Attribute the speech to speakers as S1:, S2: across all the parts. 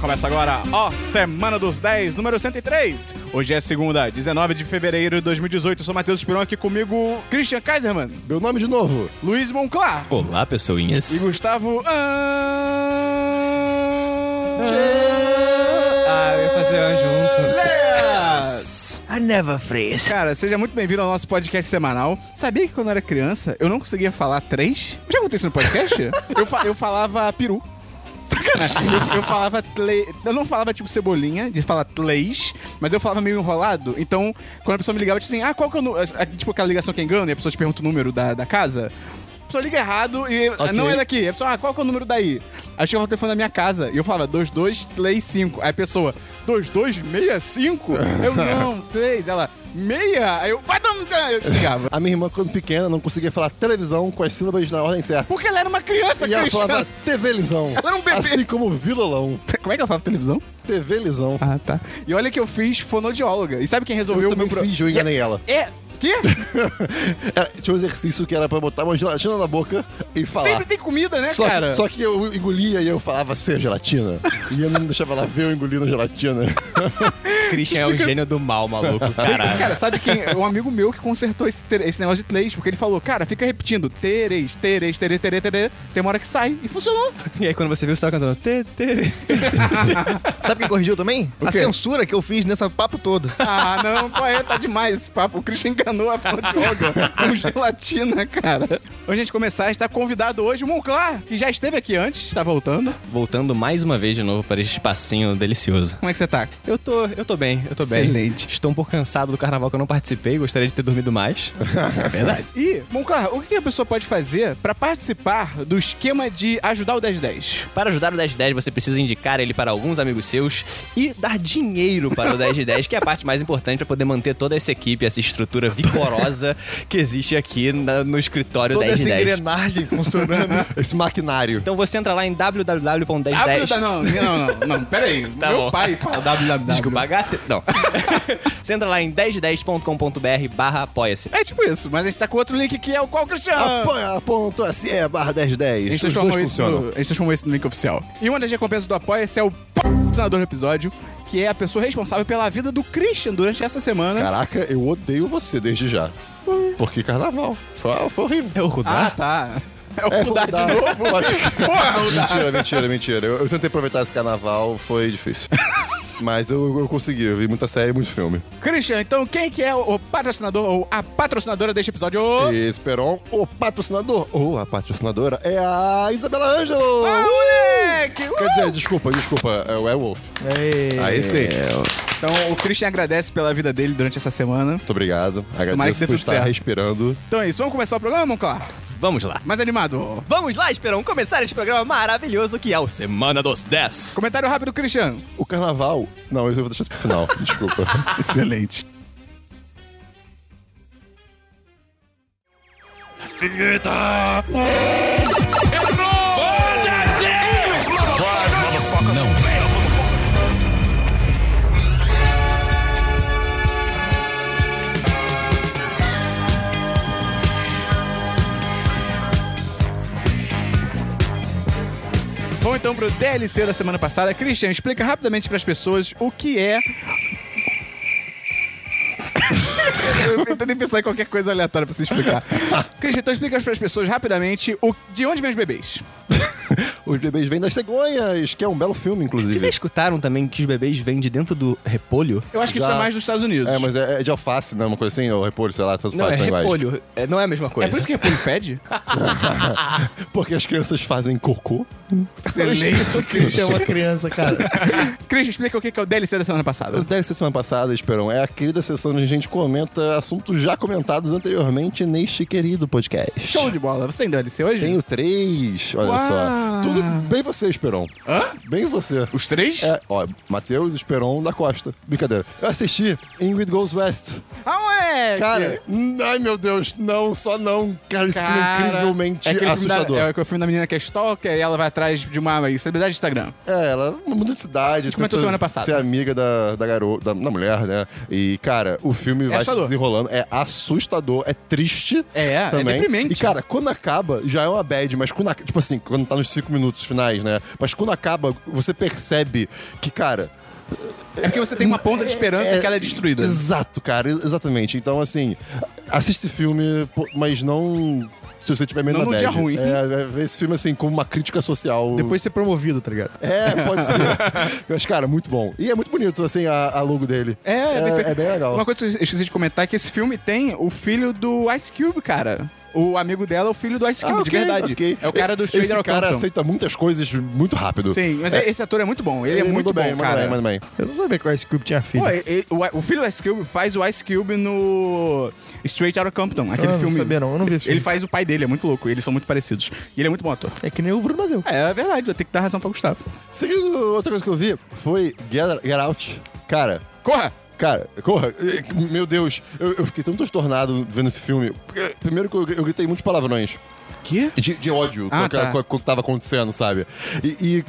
S1: Começa agora, ó, Semana dos 10, número 103. Hoje é segunda, 19 de fevereiro de 2018. Eu sou Matheus Esperon, aqui comigo Christian Kaiserman,
S2: Meu nome de novo.
S1: Luiz Monclar
S3: Olá,
S1: e
S3: pessoinhas.
S1: Gustavo...
S3: Ah, eu ia fazer ela junto.
S4: I never freeze.
S1: Cara, seja muito bem-vindo ao nosso podcast semanal. Sabia que quando eu era criança, eu não conseguia falar três? Já contei isso no podcast? eu, fa- eu falava peru. Sacanagem. Eu, eu falava tle... Eu não falava tipo cebolinha, de falar tleis, mas eu falava meio enrolado. Então, quando a pessoa me ligava, eu tinha assim, ah, qual que é o número? Tipo aquela ligação que engana e a pessoa te pergunta o número da, da casa. A pessoa liga errado e "Ah, não é daqui. A pessoa, ah, qual que é o número daí? Aí chegava o telefone da minha casa e eu falava 2235. Aí a pessoa, 2265? eu não, 3. Ela, meia? Aí eu, "Vai dar um dano", eu ligava.
S2: A minha irmã, quando pequena, não conseguia falar televisão com as sílabas na ordem certa.
S1: Porque ela era uma criança,
S2: E ela falava
S1: Cristiano.
S2: TVLisão.
S1: Ela era um bebê.
S2: Assim como vilolão.
S1: Como é que ela falava televisão?
S2: TVLisão.
S1: Ah, tá. E olha que eu fiz fonodióloga. E sabe quem resolveu
S2: Eu
S1: o meu
S2: também
S1: pro-
S2: fiz, eu enganei ela.
S1: É. Quê?
S2: Era- Tinha um exercício que era pra botar uma gelatina na boca e falar.
S1: Sempre tem comida, né,
S2: Só
S1: cara?
S2: que, só que eu engolia e eu falava ser gelatina. e eu não deixava ela ver eu engolindo gelatina.
S3: Christian é o gênio do mal, maluco. Caralho.
S1: Cara, sabe quem? Um amigo meu que consertou esse, ter- esse negócio de três, porque ele falou, cara, fica repetindo, terês, terês, terês, terês, terês, tem uma hora que sai, e funcionou.
S3: E aí, quando você viu, você tava cantando. Tê, tê.
S4: Sabe quem corrigiu também? A
S1: quê?
S4: censura que eu fiz nesse papo todo.
S1: Ah, não, qual é? Tá demais esse papo. O Christian enganou a fondióloga com gelatina, cara. Antes de a gente começar, está convidado hoje o Monclar, que já esteve aqui antes, tá voltando.
S3: Voltando mais uma vez de novo para esse espacinho delicioso.
S1: Como é que você tá?
S3: Eu tô, eu tô bem, eu tô bem.
S1: Excelente.
S3: Estou um pouco cansado do carnaval que eu não participei, gostaria de ter dormido mais.
S1: É verdade. E, Monclar, o que que a pessoa pode fazer pra participar do esquema de ajudar o 1010?
S3: Para ajudar o 10 de 10, você precisa indicar ele para alguns amigos seus e dar dinheiro para o 10 de 10, que é a parte mais importante para poder manter toda essa equipe, essa estrutura vigorosa que existe aqui na- no escritório
S2: Toda
S3: 10 de
S2: essa
S3: 10.
S2: engrenagem funcionando. Esse maquinário.
S3: Então você entra lá em
S1: W
S3: www.1010.
S1: da- não, não, não, não, peraí.
S3: Tá
S1: meu
S3: bom.
S1: pai fala www.
S3: Desculpa, HT. Não. você entra lá em 1010.com.br barra apoia-se.
S1: É tipo isso, mas a gente tá com outro link que é o qual, Cristiano?
S2: Apoia.se é barra
S1: A
S2: 1010.
S1: gente
S2: Os
S1: transformou
S2: dois
S1: isso
S2: funcionam.
S1: no- a gente transformou isso no link oficial. E uma das recompensas do Apoia-se é o patrocinador do episódio, que é a pessoa responsável pela vida do Christian durante essa semana.
S2: Caraca, eu odeio você desde já. Porque carnaval. Foi, foi horrível.
S3: É
S1: Ah,
S3: o Rudá?
S1: tá. É o
S2: É,
S1: mudar de
S2: dá.
S1: novo.
S2: Eu acho que-
S1: Porra, mudar.
S2: mentira, mentira, mentira. Eu, eu tentei aproveitar esse carnaval, foi difícil. Mas eu, eu consegui, eu vi muita série e muito filme.
S1: Christian, então quem que é o patrocinador ou a patrocinadora deste episódio?
S2: E Esperon, o patrocinador, ou a patrocinadora, é a Isabela Ângelo!
S1: Ah, moleque! Uh! É.
S2: Quer dizer, desculpa, desculpa, é o Werewolf. Aí sim.
S1: Então o Christian agradece pela vida dele durante essa semana.
S2: Muito obrigado.
S1: Tomara que
S2: Agradeço
S1: dê
S2: por
S1: tudo
S2: estar
S1: certo.
S2: respirando.
S1: Então é isso, vamos começar o programa, Claro?
S3: Vamos lá.
S1: Mais animado.
S3: Vamos lá, Esperão, começar este programa maravilhoso que é o Semana dos 10.
S1: Comentário rápido, Christian.
S2: O carnaval. Não, isso eu vou deixar isso pro final. Desculpa.
S1: Excelente. Vamos então pro DLC da semana passada. Christian, explica rapidamente pras pessoas o que é. Eu tentei pensar em qualquer coisa aleatória pra você explicar. Christian, então explica pras pessoas rapidamente o... de onde vêm os bebês.
S2: Os bebês vêm das cegonhas, que é um belo filme, inclusive.
S3: Vocês já escutaram também que os bebês vêm de dentro do repolho?
S1: Eu acho que
S2: Já-
S1: isso é mais dos Estados Unidos.
S2: É, mas é, é de alface, né? Uma coisa assim, ou repolho, sei lá, tanto
S3: Não, é
S2: faz, são iguais.
S3: repolho. É, não é a mesma
S1: É
S3: coisa.
S1: por isso que repolho fede?
S2: Porque as crianças fazem cocô.
S1: Excelente,
S4: é uma criança, cara.
S1: Christian, explica o que que é o DLC da semana
S2: O
S1: passada.
S2: Deve ser semana passada, Esperão. É a querida sessão onde a gente comenta assuntos já comentados anteriormente neste querido podcast.
S1: Show de bola. Você tem DLC hoje?
S2: Tenho três, olha
S1: Uau.
S2: só. Tudo bem você, Esperão.
S1: Hã?
S2: Bem você.
S1: Os três?
S2: É, ó, Matheus Esperon da Costa. Brincadeira. Eu assisti Ingrid Goes West.
S1: Ah, moleque!
S2: Cara, n- ai meu Deus, não, só não. Cara, isso filme é
S1: Cara,
S2: incrivelmente
S1: é aquele filme da-
S2: assustador.
S1: é aquele filme da menina que é stalker e ela vai atrás de uma celebridade de Instagram.
S2: É, ela muda de cidade. tenta
S1: comentou semana passada.
S2: Ser amiga da, da garota, da, da mulher, né? E, cara, o filme vai se
S1: assustador.
S2: desenrolando. É assustador, é triste.
S1: É, é
S2: também.
S1: deprimente.
S2: E, cara, quando acaba, já é uma bad, mas quando. ac- Tipo assim, quando tá nos cinco minutos finais, né? Mas quando acaba, você percebe que, cara.
S1: É porque você tem uma ponta de esperança que ela é destruída.
S2: Exato, cara, ex- exatamente. Então, assim, assiste esse filme, pô, mas não. Se você tiver medo
S1: Não
S2: da
S1: num dia
S2: bad.
S1: ruim.
S2: É, é, vê esse filme, assim, como uma crítica social.
S4: Depois de ser promovido, tá ligado?
S2: É, pode ser. Mas, cara, muito bom. E é muito bonito, assim, a, a logo dele.
S1: É, é, bem feito.
S2: é bem legal.
S1: Uma coisa que eu esqueci de comentar é que esse filme tem o filho do Ice Cube, cara. O amigo dela é o filho do Ice Cube,
S2: Ah,
S1: de
S2: ok,
S1: verdade.
S2: ok.
S1: É o cara do Stranger
S2: Esse
S1: of
S2: cara
S1: Compton.
S2: aceita muitas coisas muito rápido.
S1: Sim, mas esse ator é muito bom. Ele, é muito
S2: mandou
S1: bom,
S2: bem, mandou
S1: cara.
S2: Bem, mandou bem.
S4: Eu não sabia que o Ice Cube tinha filho.
S1: Pô, e- e- o, o filho do Ice Cube faz o Ice Cube no Straight Outta Compton, aquele
S4: Ah, não
S1: filme.
S4: sabia não, eu não vi esse
S1: Ele
S4: filme.
S1: faz o pai dele, é muito louco. Eles são muito parecidos. E ele é muito bom ator.
S4: É que nem o Bruno Mazeu.
S1: É, é verdade, vou ter que dar razão pra Gustavo.
S2: Seguindo, outra coisa que eu vi foi Get, Get Out. Cara,
S1: Corra!
S2: Cara, corra. Eh, Meu Deus, eu, eu fiquei tão transtornado vendo esse filme. Eh, Primeiro que eu, eu gritei muitos palavrões.
S1: Que?
S2: De, de ódio
S1: Ah,
S2: com, a-
S1: tá.
S2: com a- com o que tava acontecendo, sabe? E, e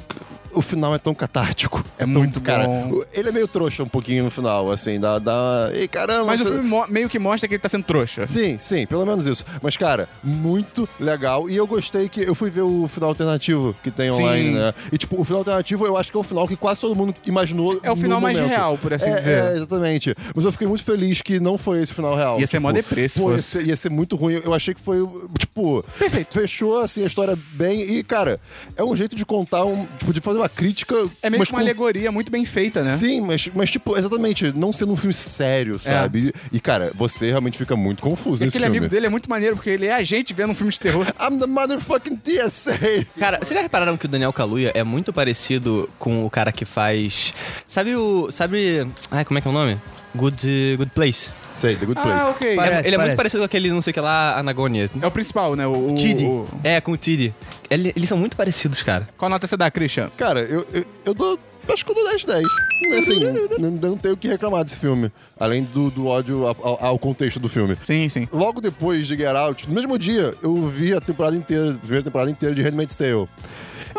S2: o final é tão catártico. É, tão,
S1: muito
S2: cara.
S1: bom.
S2: Ele é meio trouxa um pouquinho no final, assim, dá. dá... Ei, caramba!
S1: Mas o
S2: você-
S1: filme mo- meio que mostra que ele tá sendo trouxa.
S2: Sim, sim, pelo menos isso. Mas, cara, muito legal. E eu gostei que eu fui ver o final alternativo que tem online,
S1: Sim.
S2: né? E, tipo, o final alternativo eu acho que é o final que quase todo mundo imaginou.
S1: É o
S2: no
S1: final mais
S2: momento.
S1: real, por assim
S2: É,
S1: dizer.
S2: É, exatamente. Mas eu fiquei muito feliz que não foi esse o final real. tipo,
S1: Ia ser mó deprê se
S2: pô, ia
S1: fosse.
S2: ser- Ia ser, muito ruim. Eu achei que foi, tipo.
S1: Perfeito.
S2: Fechou, assim, a história bem. E, cara, é um jeito de contar, um, tipo, de fazer uma crítica.
S1: É meio
S2: mas
S1: que uma
S2: com-
S1: alegoria muito bem feita, né? É.
S2: Sim, mas, mas, tipo, exatamente, não sendo um filme sério, sabe? E, cara, você realmente fica muito confuso
S1: E
S2: nesse
S1: aquele
S2: filme.
S1: amigo dele é muito maneiro, porque ele é a gente vendo um filme de terror.
S2: I'm the motherfucking TSA.
S3: Cara, vocês já repararam que o Daniel Kaluuya é muito parecido com o cara que faz. Sabe o. Sabe. Ai, como é que é o nome? Good, good Place.
S2: Sei, The Good Place.
S1: ah, ok.
S4: Parece,
S3: É- ele é
S4: parece.
S3: muito parecido com aquele, não sei o que lá, Anagonia.
S1: É o principal, né? O, o-
S4: Tidi.
S1: o-
S3: É, com o Tid. Ele- eles são muito parecidos, cara.
S1: Qual nota você dá, Christian?
S2: Cara, eu, eu, eu dou. Acho que eu dou 10 10. Assim, não, não tenho o que reclamar desse filme. Além do, do ódio ao- ao, ao contexto do filme.
S1: Sim, sim.
S2: Logo depois de Get Out, no mesmo dia, eu vi a temporada inteira, a primeira temporada inteira de Handmaid's Tale.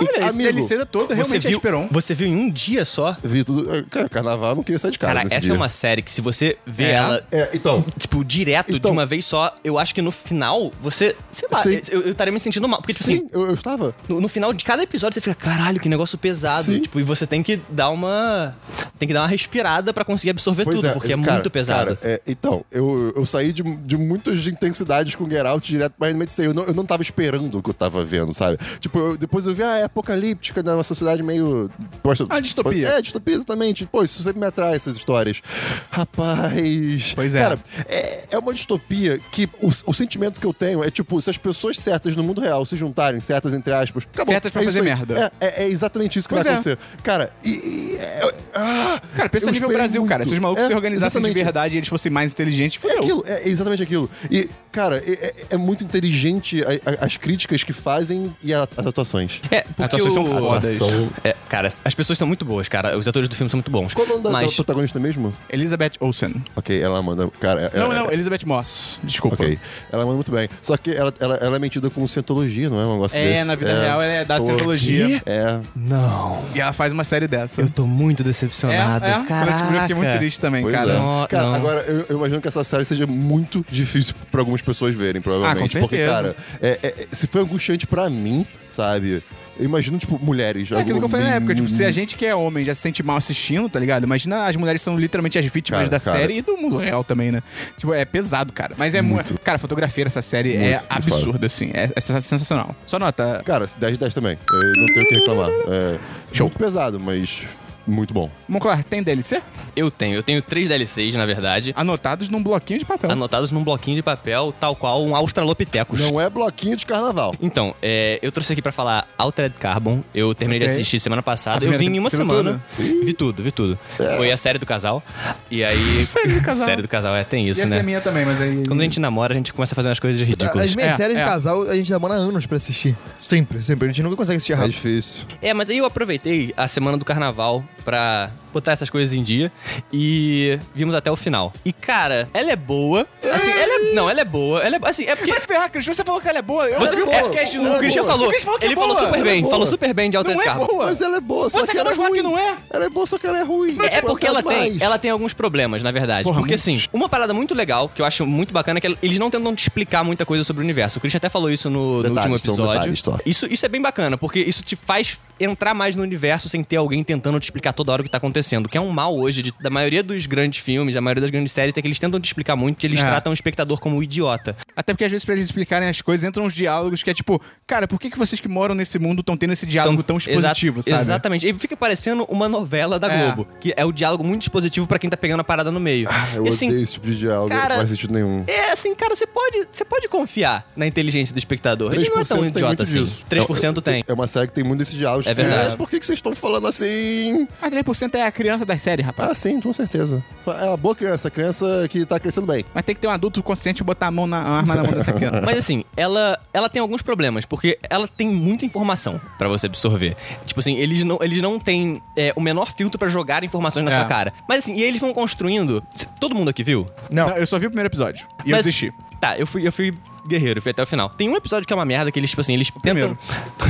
S2: E,
S1: Olha, esse
S2: amigo,
S1: DLC da toda realmente
S3: você
S1: é
S3: viu,
S1: Esperon.
S3: Você viu em um dia só?
S2: vi tudo. eh, Cara, carnaval, eu não queria sair de casa.
S3: Cara,
S2: nesse
S3: essa
S2: dia.
S3: é uma série que se você vê
S1: É.
S3: ela,
S2: É, então,
S3: tipo, direto
S2: Então-
S3: de uma vez só, eu acho que no final você. Sei lá,
S2: Sim.
S3: eu, eu estaria me sentindo mal. Porque, tipo assim,
S2: sim, eu, eu estava.
S3: no, no final de cada episódio você fica, caralho, que negócio pesado.
S2: Sim.
S3: Tipo, e você tem que dar uma. Tem que dar uma respirada pra conseguir absorver tudo, porque é
S2: cara,
S3: muito pesado.
S2: cara, é, então, eu, eu saí de, de muitas intensidades com Get Out direto pra Handmaid's Tale. Eu não, eu não tava esperando o que eu tava vendo, sabe? Tipo, eu- depois eu vi, ah, é apocalíptica, né? Uma sociedade meio... Poxa,
S1: Ah, distopia.
S2: É, distopia, exatamente. Pô, isso sempre me atrai, essas histórias. Rapaz...
S1: Pois é.
S2: Cara, é, é uma distopia que o, o sentimento que eu tenho é, tipo, se as pessoas certas no mundo real se juntarem, certas entre aspas... acabou.
S1: Certas pra
S2: É isso
S1: fazer
S2: aí.
S1: merda.
S2: É, é- é exatamente isso que
S1: Pois
S2: vai
S1: é.
S2: acontecer. Cara, e... e- é- ah,
S1: Cara, pensa
S2: eu
S1: nível
S2: esperei
S1: Brasil, cara.
S2: muito.
S1: Se os malucos
S2: É,
S1: se organizassem de
S2: exatamente.
S1: verdade e eles fossem mais inteligentes,
S2: É
S1: fudeu.
S2: aquilo, é exatamente aquilo. E, cara, é, é- é muito inteligente a- a- as críticas que fazem e a- as atuações.
S3: É, porque
S1: atuações são
S3: o-
S1: fodas.
S2: Atuação.
S3: É, cara, as pessoas são muito boas, cara. Os atores do filme são muito bons.
S2: Qual o nome da, da
S3: Mas
S2: protagonista mesmo?
S1: Elizabeth Olsen.
S2: Ok, ela manda. Cara, é-
S1: Não,
S2: é-
S1: não, Elizabeth Moss. Desculpa.
S2: Ok, ela manda muito bem. Só que ela, ela- ela é metida com cientologia, não é um negócio
S1: É,
S2: desse?
S1: na vida real ela é da
S2: Pô,
S1: Scientologia.
S2: É.
S3: Não.
S1: E ela faz uma série dessa.
S3: Eu tô muito
S1: É,
S3: decepcionado.
S1: é. Quando eu descobri, eu fiquei muito
S3: Caraca.
S1: triste também,
S2: Pois
S1: cara.
S2: é.
S3: Não,
S2: cara,
S3: não.
S2: agora eu, eu imagino que essa série seja muito difícil pra algumas pessoas verem, provavelmente.
S1: Ah, com
S2: porque,
S1: certeza.
S2: cara, é- é- é- se foi angustiante pra mim, sabe? Eu imagino, tipo, mulheres.
S1: É aquilo que eu falei na época, tipo,
S2: Uhum.
S1: se a gente que é homem já se sente mal assistindo, tá ligado? Imagina as mulheres são literalmente as vítimas
S2: Cara,
S1: da
S2: cara.
S1: série e do mundo real também, né? Tipo, é pesado, cara. Mas é muito. Cara, a fotografia dessa série
S2: Muito,
S1: é
S2: muito
S1: absurda, assim. É, é sens- sensacional. Só nota.
S2: Cara, 10 de 10 também. Eu não tenho o que reclamar. É
S1: Show.
S2: muito pesado, mas muito bom.
S1: Monclar, tem DLC?
S3: Eu tenho, eu tenho três DLCs, na verdade,
S1: Anotados num bloquinho de papel.
S3: anotados num bloquinho de papel, tal qual um Australopithecus.
S2: Não é bloquinho de carnaval.
S3: Então, é, eu trouxe aqui pra falar Altered Carbon. Eu terminei
S1: Ok.
S3: de assistir semana passada.
S1: A
S3: Eu vim
S1: primeira-
S3: em uma
S1: você viu É.
S3: semana. Vi tudo, vi tudo. Foi a série do casal. E aí.
S1: Série do casal.
S3: série do casal, é, tem
S1: E
S3: isso,
S1: essa
S3: né?
S1: é minha também, mas aí.
S3: Quando a gente namora, a gente começa a fazer umas coisas ridículas.
S4: As minhas
S1: É,
S4: séries
S1: é.
S4: de casal, a gente demora anos pra assistir. Sempre, sempre. A gente nunca consegue assistir
S2: É
S4: errado.
S2: difícil.
S3: É, mas aí eu aproveitei a semana do carnaval pra botar essas coisas em dia. E vimos até o final. E, cara, ela é boa. Assim, ela é. Não, ela é boa. Ela é. Assim, é porque.
S1: Mas ferrar, Cristian, você falou que ela é boa. Eu
S3: Você
S1: vi
S3: viu
S1: o
S3: o
S1: podcast
S3: podcast
S1: do
S3: O Christian falou.
S1: Christian falou que é
S3: Ele falou
S1: boa.
S3: super bem.
S2: boa.
S3: Falou super bem de Altered
S1: Não é
S3: Carbon.
S1: boa.
S2: Mas ela é boa, só
S1: Você
S2: que ela
S1: acabou
S2: é
S1: de falar
S2: ruim.
S1: que não é?
S2: Ela é boa, só que ela é ruim.
S3: É
S4: tá
S3: porque ela tem,
S2: mais.
S3: ela tem alguns problemas, na verdade.
S1: Porra,
S3: porque
S1: muitos.
S3: assim, uma parada muito legal, que eu acho muito bacana, é que eles não tentam te explicar muita coisa sobre o universo. O Christian até falou isso no, no
S2: Detalhes,
S3: último
S2: são
S3: episódio.
S2: detalhes só.
S3: Isso, isso é bem bacana, porque isso te faz entrar mais no universo sem ter alguém tentando te explicar toda hora o que tá acontecendo. Que é um mal hoje de- da maioria dos grandes filmes, da maioria das grandes séries, é que eles tentam te explicar muito, que eles
S1: É.
S3: tratam o espectador como um idiota.
S1: Até porque às vezes pra eles explicarem as coisas, entram uns diálogos que é tipo, cara, por que, que vocês que moram nesse mundo estão tendo esse diálogo tão expositivo,
S3: Então, Exa-
S1: sabe?
S3: Exatamente. E fica parecendo uma novela da
S1: É.
S3: Globo, que é o diálogo muito expositivo pra quem tá pegando a parada no meio.
S2: Eu
S3: e assim,
S2: odeio esse tipo de diálogo,
S3: cara,
S2: não faz sentido nenhum.
S3: É assim, cara, você pode, você pode confiar na inteligência do espectador. Ele não é
S2: 3%
S3: tão
S2: tem
S3: idiota
S2: muito
S3: assim.
S2: disso.
S3: 3% tem.
S2: É uma série que tem muito esse diálogo.
S3: É
S2: tipo,
S3: verdade.
S2: "É, Por que que vocês estão falando assim?
S1: Ah, 3% é a criança das séries, rapaz.
S2: Ah, sim, com certeza. É uma boa criança, criança que tá crescendo bem.
S1: Mas tem que ter um adulto consciente e botar a mão na a arma na mão dessa criança.
S3: Mas assim, ela, ela tem alguns problemas, porque ela tem muita informação pra você absorver. Tipo assim, eles não, eles não têm é, o menor filtro pra jogar informações na
S1: É.
S3: sua cara. Mas assim, e eles vão construindo. c- Todo mundo aqui viu?
S4: Não.
S1: Não, eu só vi o primeiro episódio. E eu
S3: Mas-
S1: desisti.
S3: Tá, eu fui, eu fui guerreiro, fui até o final. Tem um episódio que é uma merda, que eles, tipo assim, eles tentam.
S1: Primeiro.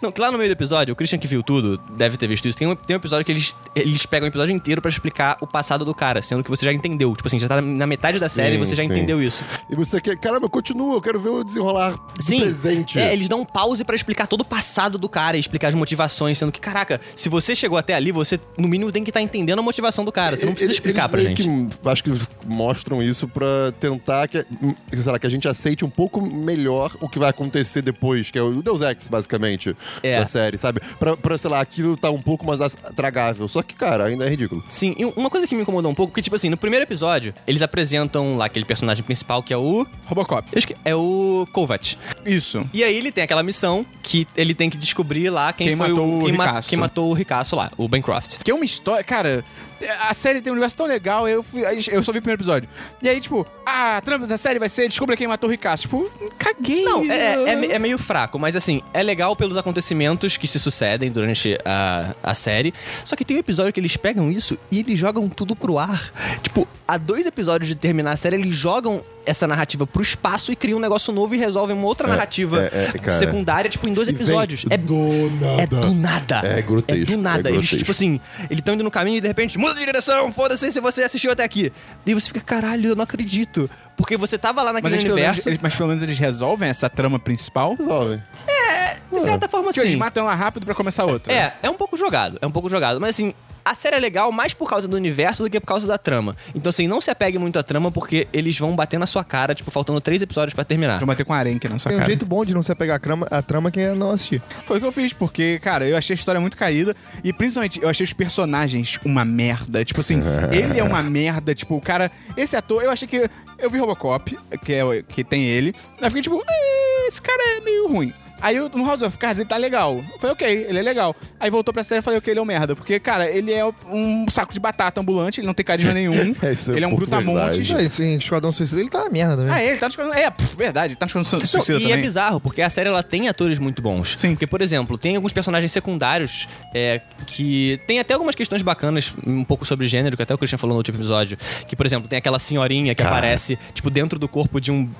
S3: não, que lá no meio do episódio, o Christian que viu tudo, deve ter visto isso. Tem um, tem um episódio que eles, eles pegam o episódio inteiro pra explicar o passado do cara, sendo que você já entendeu. Tipo assim, já tá na metade da
S2: Sim,
S3: série e você já
S2: sim.
S3: entendeu isso.
S2: E você quer, caramba, continua, eu quero ver o desenrolar do presente.
S3: É, eles dão um pause pra explicar todo o passado do cara e explicar as motivações, sendo que, caraca, se você chegou até ali, você, no mínimo, tem que estar entendendo a motivação do cara. Você não precisa
S2: Eles-
S3: explicar
S2: eles
S3: pra
S2: meio
S3: gente.
S2: Que, acho que mostram isso pra tentar que, sei lá, que a gente aceite um pouco melhor o que vai acontecer depois, que é o Deus Ex, basicamente,
S3: É.
S2: da série, sabe? Pra, pra, sei lá, aquilo tá um pouco mais as- tragável. Só que, cara, ainda é ridículo.
S3: Sim, e uma coisa que me incomodou um pouco, porque, tipo assim, no primeiro episódio, eles apresentam lá aquele personagem principal que é o.
S1: Robocop.
S3: Eu esque- É o Kovac.
S1: Isso.
S3: E aí ele tem aquela missão que ele tem que descobrir lá quem,
S1: Quem
S3: foi
S1: matou o
S3: quem,
S1: ricaço.
S3: quem matou o ricaço lá, o Bancroft.
S1: Que é uma história. Cara, a série tem um universo tão legal, eu fui. aí Eu só vi o primeiro episódio. E aí, tipo, ah, a trama da série vai ser descubra quem matou o Ricasso. Tipo, caguei.
S3: Não, é, é- é me- é meio fraco, mas assim, é legal pelos acontecimentos que se sucedem durante a, a série. Só que tem um episódio que eles pegam isso e eles jogam tudo pro ar. Tipo, há dois episódios de terminar a série, eles jogam essa narrativa pro espaço e criam um negócio novo e resolvem uma outra narrativa
S2: é, é, cara.
S3: secundária, tipo, em dois
S2: E vem
S3: episódios. É
S2: do nada.
S3: É do nada.
S2: É grotesco,
S3: É do nada.
S2: é
S3: eles,
S2: grotesco.
S3: tipo assim, eles estão indo no caminho e de repente, muda de direção, foda-se se você assistiu até aqui. Daí você fica, caralho, eu não acredito. Porque você tava lá
S1: Mas,
S3: naquele
S1: eles, pelo menos,
S3: universo.
S1: eles- mas pelo menos eles resolvem essa trama principal.
S2: Resolve.
S3: De certa forma,
S1: Que né? eles
S3: sim.
S1: matam ela rápido pra começar outra.
S3: É, é um pouco jogado, é um pouco jogado. Mas assim, a série é legal mais por causa do universo do que por causa da trama. Então assim, não se apegue muito à trama porque eles vão bater na sua cara, tipo, faltando três episódios pra terminar.
S1: Vou bater com arenque na sua
S4: Tem um
S1: cara.
S4: jeito bom de não se apegar a trama, a trama que é não assistir.
S1: Foi o que eu fiz, porque, cara, eu achei a história muito caída. E principalmente, eu achei os personagens uma merda. Tipo assim, ele é uma merda. Tipo, o cara. Esse ator, eu achei que. Eu vi Robocop, que, é, o- que tem ele. Aí eu fiquei tipo, "Eh, esse cara é meio ruim. Aí eu, no House of Cards ele tá legal. Eu falei, ok, ele é legal. Aí voltou pra série e falei, ok, ele é um merda. Porque, cara, ele é um saco de batata ambulante, ele não tem carisma nenhum.
S2: É, isso é
S1: ele é
S2: um
S1: um
S2: pouco
S1: brutamontes.
S2: verdade.
S4: Não, isso, em Esquadrão Suicida ele tá uma merda também.
S1: Ah, ele tá nos É, pff, verdade, ele tá nos su
S2: Então,
S3: Não,
S1: suicida
S3: e é
S1: também.
S3: bizarro, porque a série ela tem atores muito bons.
S1: Sim.
S3: Porque, por exemplo, tem alguns personagens secundários é, que tem até algumas questões bacanas, um pouco sobre gênero, que até o Christian falou no último episódio. Que, por exemplo, tem aquela senhorinha que aparece, tipo, dentro do corpo de um.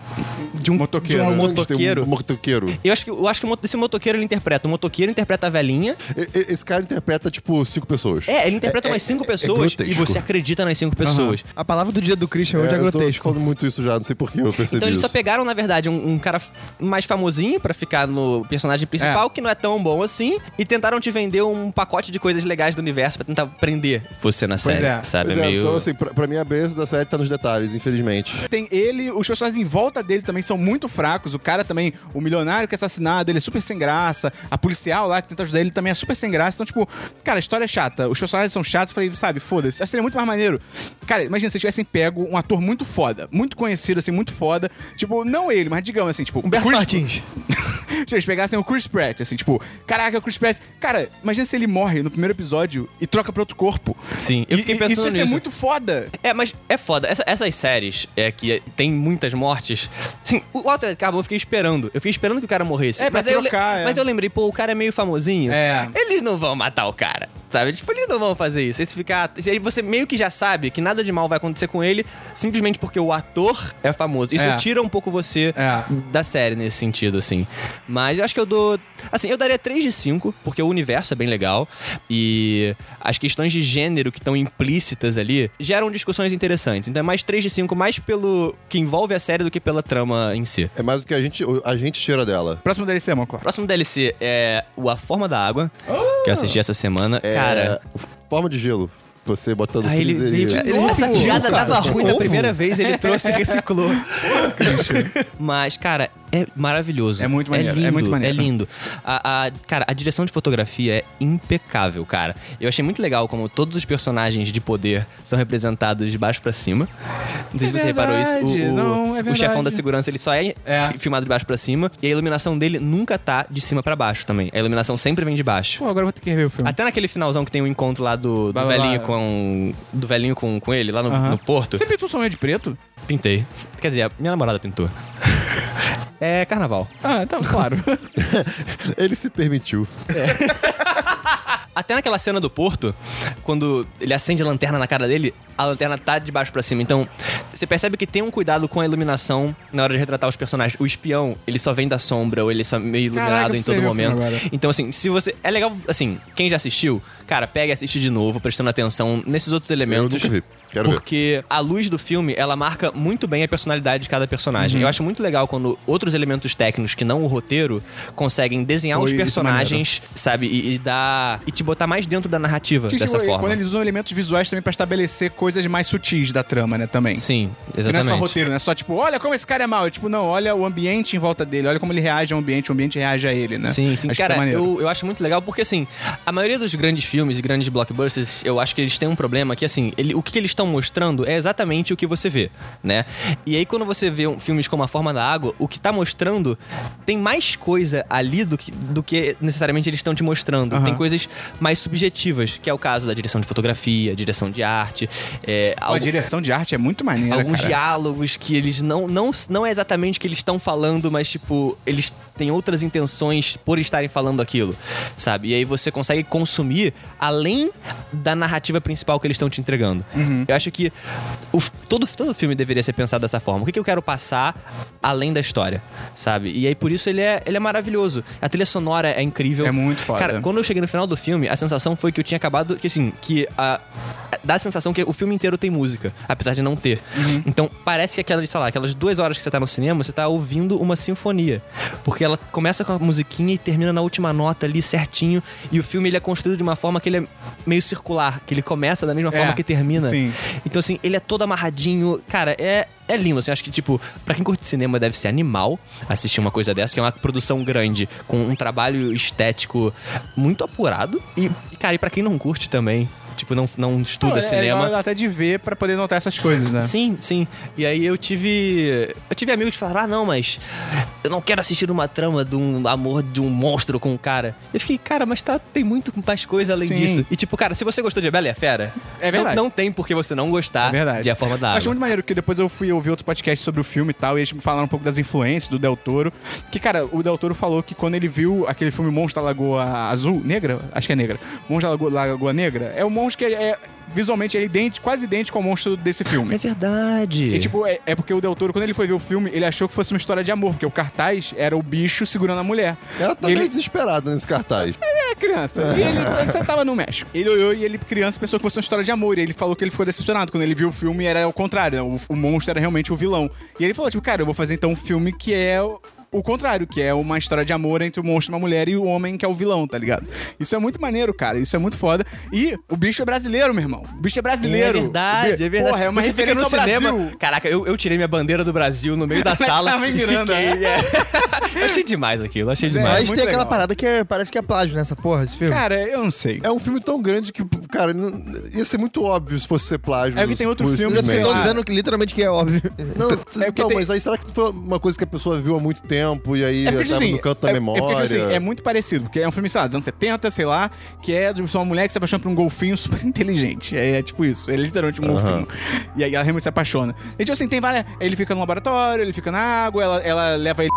S3: de um
S1: Motoqueiro.
S3: de um
S2: Tem um
S3: motoqueiro.
S2: motoqueiro.
S3: Eu acho que, eu acho que o mo- esse motoqueiro ele interpreta. O motoqueiro interpreta a velhinha.
S2: E- e- Esse cara interpreta, tipo, cinco pessoas.
S3: É, ele interpreta
S2: É-
S3: umas cinco
S2: é- é
S3: pessoas e
S2: grotesco.
S3: você acredita nas cinco pessoas.
S4: A palavra do dia do Christian hoje é,
S2: eu tô
S4: grotesco.
S2: falando muito isso já, não sei por que eu percebi
S3: Então eles só
S2: isso.
S3: pegaram, na verdade, um, um cara f- mais famosinho pra ficar no personagem principal, que não é tão bom assim, e tentaram te vender um pacote de coisas legais do universo pra tentar prender você na série,
S1: é.
S3: sabe?
S2: Pois
S3: É
S2: é,
S3: meio...
S2: então assim, pra, pra mim a beleza da série tá nos detalhes, infelizmente.
S1: Tem ele, os personagens em volta dele também são muito fracos. O cara também, o milionário que é assassinado, ele é super sem graça. A policial lá que tenta ajudar ele também é super sem graça. Então, tipo, cara, a história é chata. Os personagens são chatos. Eu Falei, sabe, foda-se. Acho que seria muito mais maneiro. Cara, imagina se tivessem pego um ator muito foda, muito conhecido, assim, muito foda. Tipo, não ele, mas digamos assim, tipo,
S4: Humberto
S1: Chris-
S4: Martins.
S1: se eles pegassem o Chris Pratt, assim, tipo, caraca, o Chris Pratt. Cara, imagina se ele morre no primeiro episódio e troca pra outro corpo.
S3: Sim, eu
S1: E-
S3: fiquei
S1: e-
S3: pensando
S1: isso ia ser
S3: nisso.
S1: muito foda.
S3: É, mas é foda. Essa- essas séries é que tem muitas mortes. Sim, o Altered Carbon eu fiquei esperando. Eu fiquei esperando que o cara morresse.
S1: É, pra
S3: mas, aí eu le-
S1: trocar, é.
S3: mas eu lembrei, pô, o cara é meio famosinho.
S1: É.
S3: Eles não vão matar o cara. sabe? Tipo, eles não vão fazer isso. Esse ficar, e aí você meio que já sabe que nada de mal vai acontecer com ele, simplesmente porque o ator é famoso. Isso
S1: É.
S3: tira um pouco você
S1: É.
S3: da série nesse sentido, assim. Mas eu acho que eu dou. Assim, eu daria 3 de 5, porque o universo é bem legal. E as questões de gênero que estão implícitas ali geram discussões interessantes. Então é mais 3 de 5, mais pelo que envolve a série do que pela trama em si.
S2: É mais o que a gente, o- a gente tira dela.
S1: Próximo DLC, mano, claro.
S3: Próximo DLC é o A Forma da Água, que eu assisti essa semana.
S2: É,
S3: Cara.
S2: Forma de gelo. Você
S1: Ah,
S2: botando
S3: Aí ele
S2: freezer
S3: veio
S2: e-
S3: de
S4: novo,
S3: novo, Essa piada
S4: cara.
S3: tava ruim da
S4: Novo.
S3: primeira vez, ele trouxe e reciclou. Mas, cara, é maravilhoso.
S1: É muito maneiro,
S3: É lindo,
S1: é muito maneiro.
S3: lindo. A, a- cara, a direção de fotografia é impecável, cara. Eu achei muito legal como todos os personagens de poder são representados de baixo pra cima. Não sei
S1: É
S3: se você reparou isso.
S1: verdade,
S3: O, o-
S1: não, é
S3: o
S1: verdade.
S3: chefão da segurança, ele só é,
S1: É.
S3: filmado de baixo pra cima. E a iluminação dele nunca tá de cima pra baixo também. A iluminação sempre vem de baixo.
S1: Pô, agora eu vou ter que rever o filme.
S3: Até naquele finalzão que tem o encontro lá do, do
S1: Uhum. Vai, vai,
S3: velhinho
S1: vai.
S3: com. Do velhinho com, com ele, lá no,
S1: Aham.
S3: no porto.
S1: Você pintou sua unha de preto?
S3: Pintei. Quer dizer, a minha namorada pintou. É carnaval.
S1: Ah, tá, claro.
S2: Ele se permitiu.
S3: Até naquela cena do porto, quando ele acende a lanterna na cara dele, a lanterna tá de baixo pra cima. Então, você percebe que tem um cuidado com a iluminação na hora de retratar os personagens. O espião, ele só vem da sombra, ou ele só é meio iluminado
S1: Caraca, eu
S3: em
S1: sei
S3: todo
S1: ver o filme
S3: momento.
S1: agora.
S3: Então, assim, se você. É legal, assim, quem já assistiu, cara, pega e assiste de novo, prestando atenção nesses outros
S2: Eu
S3: elementos.
S2: nunca vi. Quero ver.
S3: porque a luz do filme, ela marca muito bem a personalidade de cada
S1: Uhum.
S3: personagem. Eu acho muito legal quando outros elementos técnicos que não o roteiro conseguem desenhar
S1: Foi
S3: os
S1: isso, é
S3: personagens, sabe? E, e dar. E te botar mais dentro da narrativa
S1: Tipo,
S3: dessa
S1: e
S3: forma.
S1: Quando eles usam elementos visuais também pra estabelecer coisas mais sutis da trama, né, também.
S3: Sim,
S1: Que Não é
S3: exatamente.
S1: só roteiro, né? Só tipo, olha como esse cara é mal. É Tipo, não, olha o ambiente em volta dele, olha como ele reage ao ambiente, o ambiente reage a ele, né?
S3: Sim, sim.
S1: Acho que
S3: cara,
S1: isso é maneiro.
S3: eu, eu acho muito legal porque, assim, a maioria dos grandes filmes e grandes blockbusters, eu acho que eles têm um problema que, assim, ele- o que, que eles estão mostrando é exatamente o que você vê, né? E aí, quando você vê um- filmes como A Forma da Água, o que tá mostrando tem mais coisa ali do que, do que necessariamente eles estão te mostrando. Tem coisas mais subjetivas, que é o caso da direção de fotografia, direção de arte. É,
S1: Pô, A
S3: algo-
S1: direção de arte é muito maneira,
S3: alguns
S1: cara.
S3: diálogos que eles não, não não é exatamente o que eles estão falando, mas tipo, eles têm outras intenções por estarem falando aquilo, sabe? E aí você consegue consumir além da narrativa principal que eles estão te entregando.
S1: Uhum.
S3: Eu acho que o f- todo todo filme deveria ser pensado dessa forma. O que, que eu quero passar além da história, sabe? E aí por isso ele é ele é maravilhoso. A trilha sonora é incrível.
S1: É muito foda.
S3: Cara, quando eu cheguei no final do filme, a sensação foi que eu tinha acabado. Que assim, que a. Dá a sensação que o filme inteiro tem música, apesar de não ter.
S1: Uhum.
S3: Então, parece que aquelas, sei lá, aquelas duas horas que você tá no cinema, você tá ouvindo uma sinfonia. Porque ela começa com a musiquinha e termina na última nota ali certinho. E o filme ele é construído de uma forma que ele é meio circular, que ele começa da mesma
S1: É,
S3: forma que termina.
S1: sim.
S3: Então, assim, ele é todo amarradinho. Cara, é, é lindo. Assim, acho que, tipo, pra quem curte cinema deve ser animal assistir uma coisa dessa, que é uma produção grande, com um trabalho estético muito apurado. E, e, cara, e pra quem não curte também, tipo, não, não estuda
S1: Pô, é- É
S3: cinema.
S1: legal até de ver pra poder notar essas coisas, né?
S3: Sim, sim. E aí eu tive. Eu tive amigos que falaram: ah, não, mas eu não quero assistir uma trama de um amor de um monstro com um cara. Eu fiquei, cara, mas tá, tem muito mais coisa além
S1: Sim.
S3: disso. E tipo, cara, se você gostou de A Bela e a Fera,
S1: É verdade.
S3: Não, não tem por que você não
S1: É
S3: gostar
S1: verdade.
S3: de A Forma da Água.
S1: Acho muito maneiro, porque depois eu fui ouvir outro podcast sobre o filme e tal, e eles me falaram um pouco das influências do Del Toro. Que, cara, o Del Toro falou que quando ele viu aquele filme Monstro da Lagoa Azul, Negra? Acho que é Negra. Monstro da Lagoa, Lagoa Negra, é o monstro que é, é- visualmente ele é idêntico, quase idêntico ao monstro desse filme.
S3: É verdade.
S1: E, tipo, é, é porque o Del Toro, quando ele foi ver o filme, ele achou que fosse uma história de amor, porque o cartaz era o bicho segurando a mulher.
S2: Ela tá
S1: E
S2: meio
S1: ele-
S2: desesperada nesse cartaz.
S1: era criança. E ele sentava no México. Ele olhou e ele, criança, pensou que fosse uma história de amor. E ele falou que ele ficou decepcionado. Quando ele viu o filme, era o contrário. né? O, o monstro era realmente o vilão. E ele falou, tipo, cara, eu vou fazer então um filme que é... O... o contrário, que é uma história de amor entre o monstro e uma mulher e o homem que é o vilão, tá ligado? Isso é muito maneiro, cara. Isso é muito foda. E o bicho é brasileiro, meu irmão. O bicho é brasileiro.
S3: É verdade, é verdade.
S1: Porra, é uma
S3: Você fica
S1: referência
S3: no
S1: ao
S3: cinema.
S1: Brasil.
S3: Caraca, eu, eu tirei minha bandeira do Brasil no meio da sala.
S1: Tava em
S3: e
S1: Miranda,
S3: fiquei,
S1: né?
S3: é. Eu achei demais aquilo, achei
S1: É,
S4: Mas
S3: demais.
S4: tem
S1: muito
S4: aquela
S1: legal.
S4: parada que é- parece que é plágio nessa porra, esse filme.
S1: Cara, eu não sei.
S2: É um filme tão grande que, cara, não- ia ser muito óbvio se fosse ser plágio.
S1: É que tem outro filme
S4: Eles
S1: sei
S4: estão
S1: lá.
S4: dizendo que literalmente que é óbvio.
S2: Não,
S1: é porque
S2: então,
S1: tem-
S2: mas aí será que foi uma coisa que a pessoa viu há muito tempo e aí
S1: É porque,
S2: já tava
S1: tipo assim,
S2: no canto
S1: é-
S2: da memória?
S1: É, porque, tipo assim, é muito parecido, porque é um filme, sei lá, dos anos 70, sei lá, que é de uma mulher que se apaixona por um golfinho super inteligente. É, é tipo isso. Ele é literalmente um golfinho. E aí ela realmente se apaixona. E tipo assim, tem várias. Ele fica no laboratório, ele fica na água, ela, ela leva ele.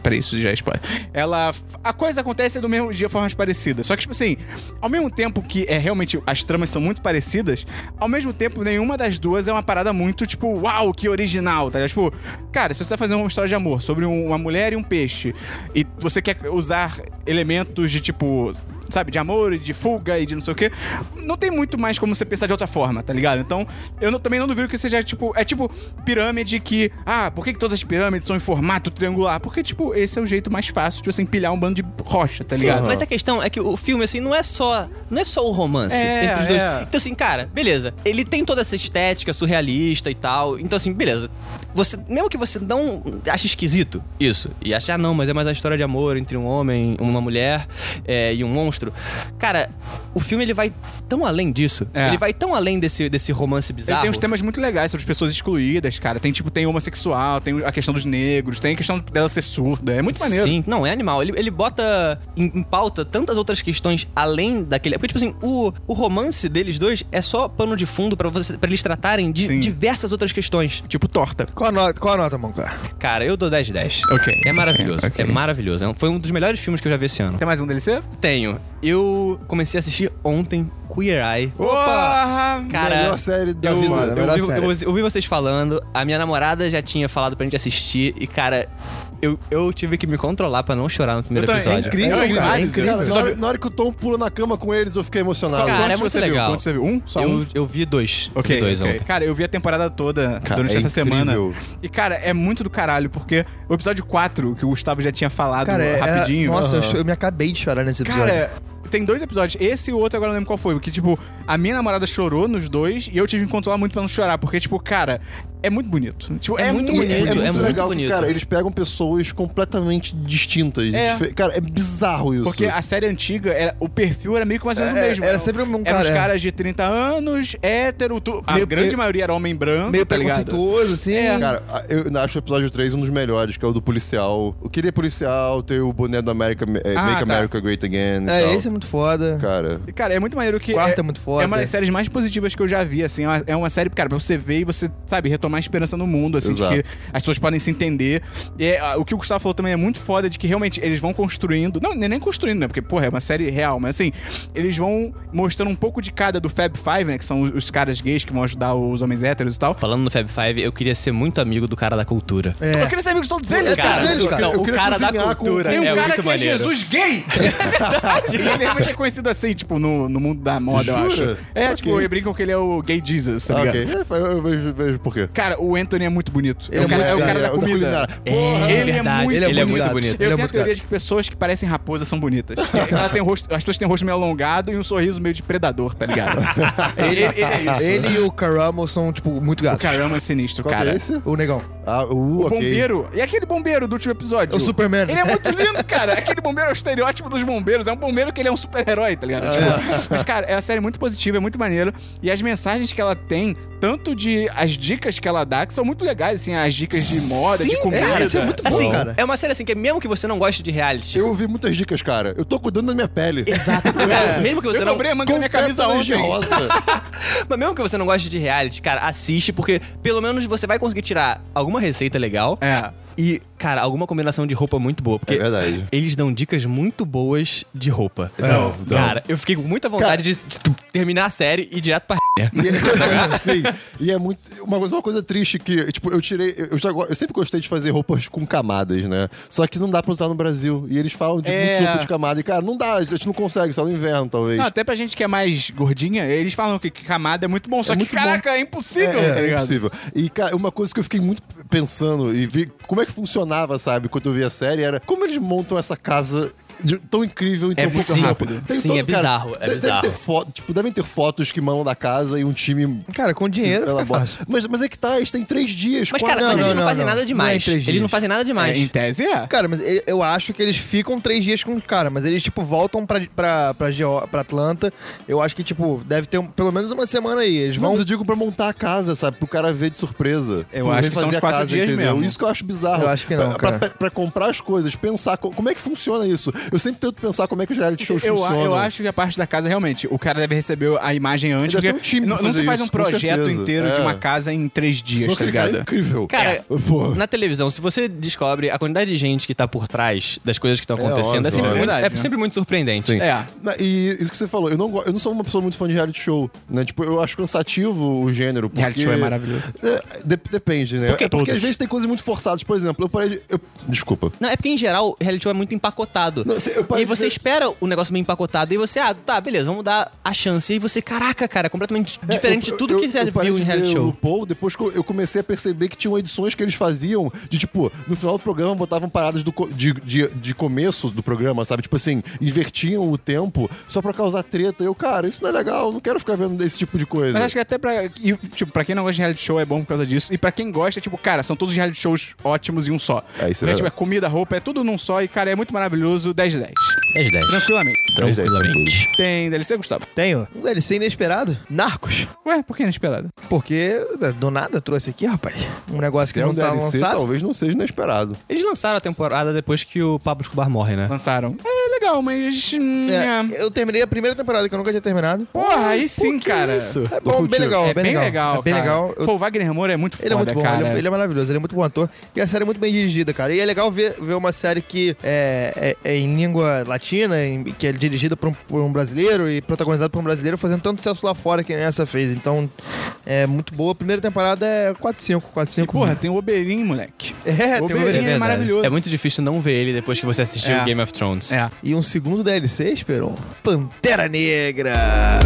S1: Peraí, isso já é spoiler. Ela. A coisa acontece do mesmo de formas parecidas. Só que, tipo assim, ao mesmo tempo que é realmente. As tramas são muito parecidas, ao mesmo tempo, nenhuma das duas é uma parada muito, tipo, uau, que original, tá ligado? Tipo, cara, se você tá fazendo uma história de amor sobre um- uma mulher e um peixe, e você quer usar elementos de tipo. Sabe, de amor e de fuga e de não sei o quê. Não tem muito mais como você pensar de outra forma, tá ligado? Então, eu não- também não duvido que seja tipo. É tipo pirâmide que. Ah, por que, que todas as pirâmides são em formato triangular? Porque, tipo, esse é o jeito mais fácil de você empilhar um bando de rocha, tá
S3: Sim,
S1: ligado?
S3: mas a questão é que o filme, assim, não é só. Não é só o romance
S1: É,
S3: entre os dois.
S1: é.
S3: Então, assim, cara, beleza. Ele tem toda essa estética surrealista e tal. Então, assim, beleza. Você, mesmo que você não ache esquisito isso, e ache, ah, não, mas é mais a história de amor entre um homem, uma mulher é, e um monstro. Cara, o filme ele vai tão além disso.
S1: É.
S3: Ele vai tão além desse, desse romance bizarro.
S1: Ele tem uns temas muito legais sobre as pessoas excluídas, cara. Tem, tipo, tem homossexual, tem a questão dos negros, tem a questão dela ser surda. É muito maneiro.
S3: Sim, não, é animal. Ele, ele bota em, em pauta tantas outras questões além daquele. Porque, tipo assim, o, o romance deles dois é só pano de fundo pra você para eles tratarem de
S1: Sim.
S3: diversas outras questões.
S1: Tipo, torta.
S4: Qual a nota, qual a nota Monclar?
S3: Cara, eu dou 10 de 10.
S1: Ok.
S3: É maravilhoso.
S1: Ok.
S3: É maravilhoso. É um- Foi um dos melhores filmes que eu já vi esse ano.
S1: Tem mais um DLC?
S3: Tenho. Eu comecei a assistir ontem Queer Eye.
S1: Opa!
S3: Cara,
S2: melhor série da
S3: eu,
S2: vida, né?
S3: eu,
S2: melhor
S3: ouvi-
S2: série.
S3: eu ouvi- ouvi vocês falando, a minha namorada já tinha falado pra gente assistir, e cara, eu, eu tive que me controlar pra não chorar no primeiro
S1: Eu também, é
S3: episódio.
S1: incrível,
S2: É
S1: cara,
S2: incrível.
S1: é incrível.
S2: Cara, na,
S1: Sabe-
S2: hora, na hora que o Tom pula na cama com eles, eu fiquei emocionado.
S3: Cara,
S1: Quantos
S3: é muito
S1: você
S3: legal.
S1: Viu? Quantos você viu? Um? Só um?
S3: Eu, eu vi dois.
S1: Ok,
S3: vi dois
S1: ok.
S3: ontem.
S1: Cara, eu vi a temporada toda
S2: Cara,
S1: durante
S2: é
S1: essa semana.
S2: incrível.
S1: E, cara, é muito do caralho, porque o episódio 4, que o Gustavo já tinha falado
S4: Cara, é, é-
S1: rapidinho.
S4: nossa, eu
S1: Aham.
S4: cho- eu, me acabei de chorar nesse episódio.
S1: Cara, é, tem dois episódios. Esse e o outro agora eu não lembro qual foi. Porque, tipo, a minha namorada chorou nos dois e eu tive que controlar muito pra não chorar. Porque, tipo, cara, é muito bonito. Tipo, é, muito,
S3: muito
S1: bonito.
S2: E
S3: bonito, é muito
S2: legal que,
S3: bonito.
S2: cara, eles pegam pessoas completamente distintas.
S1: É.
S2: dife- Cara, é bizarro isso.
S1: Porque a série antiga, era, o perfil era meio que mais ou menos
S4: É,
S1: o mesmo.
S4: era
S1: Era-
S4: sempre um
S1: Eram
S4: cara-
S1: os caras de 30 anos, hétero, tu- a
S4: Meio-
S1: grande
S4: meio-
S1: maioria era homem branco,
S4: Meio
S1: tá ligado? É,
S4: preconceituoso, assim.
S2: Cara, a- eu ainda acho o episódio 3 um dos melhores, que é o do policial. Eu queria policial, ter o boné da América, é,
S1: Ah,
S2: Make
S1: tá.
S2: America Great Again. e tal.
S4: é, esse é muito foda.
S2: Cara,
S1: E, então. Cara, é muito maneiro que.
S4: Quarta é
S1: é
S4: muito foda.
S1: É uma das séries mais positivas que eu já vi, assim. É uma, é uma série, cara, pra você ver e você, sabe, retomar a esperança no mundo, assim, de
S2: Exato.
S1: que as pessoas podem se entender. E é, ah, o que o Gustavo falou também é muito foda, de que realmente eles vão construindo. Não, nem nem construindo, né? Porque, porra, é uma série real, mas assim, eles vão mostrando um pouco de cada do Fab Five, né? Que são os, os caras gays que vão ajudar os homens héteros e tal.
S3: Falando no Fab Five, eu queria ser muito amigo do cara da cultura.
S4: É.
S1: Eu queria saber de todos eles,
S4: É,
S1: cara.
S4: todos eles, cara.
S3: Não,
S2: Eu
S3: o
S2: queria
S3: cara da
S2: cozinhar com-
S3: cultura
S1: Tem um
S3: é
S1: cara
S3: muito
S1: que
S3: maneiro.
S1: é Jesus gay! É verdade! ele realmente é conhecido assim, tipo, no, no mundo da moda, eu
S2: Jura?
S1: acho. É,
S2: Ok.
S1: tipo, e brincam que ele é o gay Jesus, tá
S2: ah,
S1: ligado?
S2: ok. É, eu, eu vejo, vejo por quê.
S1: Cara, o Anthony é muito bonito. É,
S4: Ele
S1: o, cara,
S4: muito
S1: é o cara
S2: É,
S1: da
S2: o
S1: comida.
S2: culinária.
S3: É,
S2: Porra!
S1: ele é
S3: verdade,
S1: muito-
S3: ele é muito,
S4: gato.
S3: bonito.
S4: Ele é
S1: Eu tenho a
S4: muito
S1: teoria
S4: gato.
S1: de que pessoas que parecem raposa são bonitas. Ela tem rosto, as pessoas têm rosto meio alongado e um sorriso meio de predador, tá ligado? ele, ele é isso.
S4: Ele e o Caramo são, tipo, muito
S1: O
S4: gatos.
S1: caramba é sinistro,
S2: Qual que
S1: cara.
S2: é esse?
S4: O negão.
S2: Ah, uh,
S1: O
S2: ok.
S1: bombeiro. E aquele bombeiro do último episódio?
S4: É o Superman.
S1: Ele é muito lindo, cara. Aquele bombeiro é o estereótipo dos bombeiros. É um bombeiro que ele é um super-herói, tá ligado? Tipo, mas, cara, é uma série muito positiva, é muito maneiro. E as mensagens que ela tem, tanto de as dicas que ela dá, que são muito legais, assim, as dicas de moda, de comida.
S4: é, isso é muito bom,
S3: Assim,
S4: cara.
S3: é uma série assim que mesmo que você não goste de reality.
S2: Eu ouvi muitas dicas, cara. Eu tô cuidando da minha pele.
S3: Exato. Cara, mesmo que você
S1: É. Eu
S3: não
S1: dobrei a manga da minha camisa
S2: Completa de
S1: ontem.
S2: rosa.
S3: Mas mesmo que você não goste de reality, cara, assiste, porque pelo menos você vai conseguir tirar alguma receita legal
S1: É.
S3: e, cara, alguma combinação de roupa muito boa. Porque
S2: É verdade.
S3: eles dão dicas muito boas de roupa.
S2: Dão, dão.
S3: Cara, eu fiquei com muita vontade de, de terminar a série e ir direto pra.
S2: E é, Sim. E é muito. Uma coisa, uma coisa triste que, tipo, eu tirei. Eu, já go- eu sempre gostei de fazer roupas com camadas, né? Só que não dá pra usar no Brasil. E eles falam de
S1: É.
S2: muito tipo de camada. E, cara, não dá, a gente não consegue, só no inverno, talvez.
S1: Não, até pra gente que é mais gordinha, eles falam que que camada é muito bom, só
S2: É
S1: que
S2: muito
S1: caraca, é impossível, tá ligado?
S2: impossível. E, cara, uma coisa que eu fiquei muito pensando e vi como é que funcionava, sabe, quando eu vi a série, era como eles montam essa casa. de- tão incrível e tão
S3: É
S2: pouco
S3: sim.
S2: rápido.
S3: Sim, é bizarro, é
S2: de-
S3: bizarro.
S2: Deve ter foto, tipo, devem ter fotos que mandam da casa e um time.
S4: Cara, com dinheiro fica
S2: elabora.
S4: fácil.
S2: Mas, mas é que tá, eles têm três dias.
S3: Mas,
S2: quatro-
S3: cara,
S4: Não,
S3: mas eles
S4: não,
S3: não,
S4: não,
S3: fazem
S4: não.
S3: nada demais.
S4: Não é em três
S3: eles não
S4: dias.
S3: fazem nada
S1: É,
S3: demais.
S1: em tese é.
S4: Cara, mas eu- eu acho que eles ficam três dias com o cara, mas eles, tipo, voltam pra, pra, pra, Geo- pra Atlanta. Eu acho que, tipo, deve ter um- pelo menos uma semana aí. Eles
S2: Não,
S4: vão.
S2: mas eu digo pra montar a casa, sabe? Pro cara ver de surpresa.
S1: Eu
S2: Pra
S1: acho que
S2: refazer
S1: são uns
S2: a
S1: quatro dias mesmo.
S2: Isso que eu acho bizarro.
S4: Eu acho que não,
S2: Pra- pra,
S4: cara.
S2: pra comprar as coisas, pensar co- como é que funciona isso. Eu sempre tento pensar como é que os reality shows
S1: eu,
S2: funcionam.
S1: eu acho que a parte da casa, realmente, o cara deve receber a imagem antes.
S2: Deve ter
S1: porque
S2: um time pra
S1: não, não
S2: fazer
S1: se faz
S2: isso,
S1: um
S2: com
S1: projeto
S2: certeza.
S1: inteiro
S2: É.
S1: de uma casa em três dias,
S2: Senão
S1: tá
S2: aquele cara
S1: ligado?
S2: É incrível.
S3: Cara,
S2: É. Pô.
S3: na televisão, se você descobre a quantidade de gente que tá por trás das coisas que estão acontecendo, é,
S2: óbvio,
S3: sempre,
S1: é
S3: muito,
S1: verdade,
S3: é
S1: né?
S3: sempre muito surpreendente.
S2: Sim.
S1: É.
S2: Na- E isso que você falou, eu não, go- eu não sou uma pessoa muito fã de reality show, né? Tipo, eu acho cansativo o gênero, porque...
S1: Reality show é maravilhoso.
S2: É, de- depende, né?
S3: Porque
S2: é porque
S3: todos.
S2: às vezes tem coisas muito forçadas. Por exemplo, eu parei de... eu- Desculpa.
S3: Não, é porque em geral o reality show é muito empacotado.
S2: Não, cê- eu
S3: e
S2: parei
S3: aí
S2: de
S3: você
S2: ver-
S3: espera o negócio meio empacotado e você, ah, tá, beleza, vamos dar a chance. E aí você, caraca, cara, é completamente diferente
S2: É, eu-
S3: de tudo
S2: eu-
S3: que você
S2: eu parei
S3: viu em
S2: de
S3: reality
S2: ver O
S3: show.
S2: RuPaul, depois que eu eu comecei a perceber que tinham edições que eles faziam de, tipo, no final do programa botavam paradas do, co- de, de, de começo do programa, sabe? Tipo assim, invertiam o tempo só pra causar treta. Eu, cara, isso não é legal, eu não quero ficar vendo esse tipo de coisa.
S1: Mas acho que até pra. E, tipo, pra quem não gosta de reality show é bom por causa disso. E pra quem gosta, tipo, cara, são todos os reality shows ótimos em um só.
S2: É, isso é
S1: Porque, tipo,
S2: verdade.
S1: é comida, roupa, é tudo num só. E, cara, é muito maravilhoso. 10 de 10.
S3: 10 10.
S1: Tranquilamente.
S2: Dez, dez, tranquilo.
S1: Tem DLC, Gustavo?
S4: Tenho. Um DLC inesperado. Narcos.
S1: Ué, por que inesperado?
S4: Porque né, do nada trouxe aqui, rapaz. Um negócio que
S2: Se é
S4: não
S2: um
S4: tá
S2: DLC,
S4: lançado.
S2: talvez não seja inesperado.
S3: Eles lançaram a temporada depois que o Pablo Escobar morre, né?
S1: Lançaram. É legal, mas. hum, é.
S4: É, eu terminei a primeira temporada que eu nunca tinha terminado.
S1: Porra, aí sim, cara.
S4: É bom, bem legal,
S1: É
S4: bem legal. É bem
S1: cara.
S4: legal. Eu-
S1: Pô, o Wagner Moura é muito
S4: Ele é
S1: foda,
S4: muito bom,
S1: cara.
S4: ele, é- ele é maravilhoso, ele é muito bom ator. E a série é muito bem dirigida, cara. E é legal ver, ver uma série que é, é- é em língua latina, em- que é dirigida por um, por um brasileiro e protagonizada por um brasileiro, fazendo tanto sucesso lá fora que nem essa fez. Então, é muito boa. A primeira temporada é 4-5, 4-5.
S1: Porra, tem o Oberin, moleque.
S4: É, tem
S1: Oberin
S4: Oberyn,
S1: é
S3: verdade.
S1: maravilhoso.
S3: É muito difícil não ver ele depois que você assistiu
S1: É.
S3: Game of Thrones.
S1: É.
S4: E um segundo DLC, Esperon? Pantera Negra!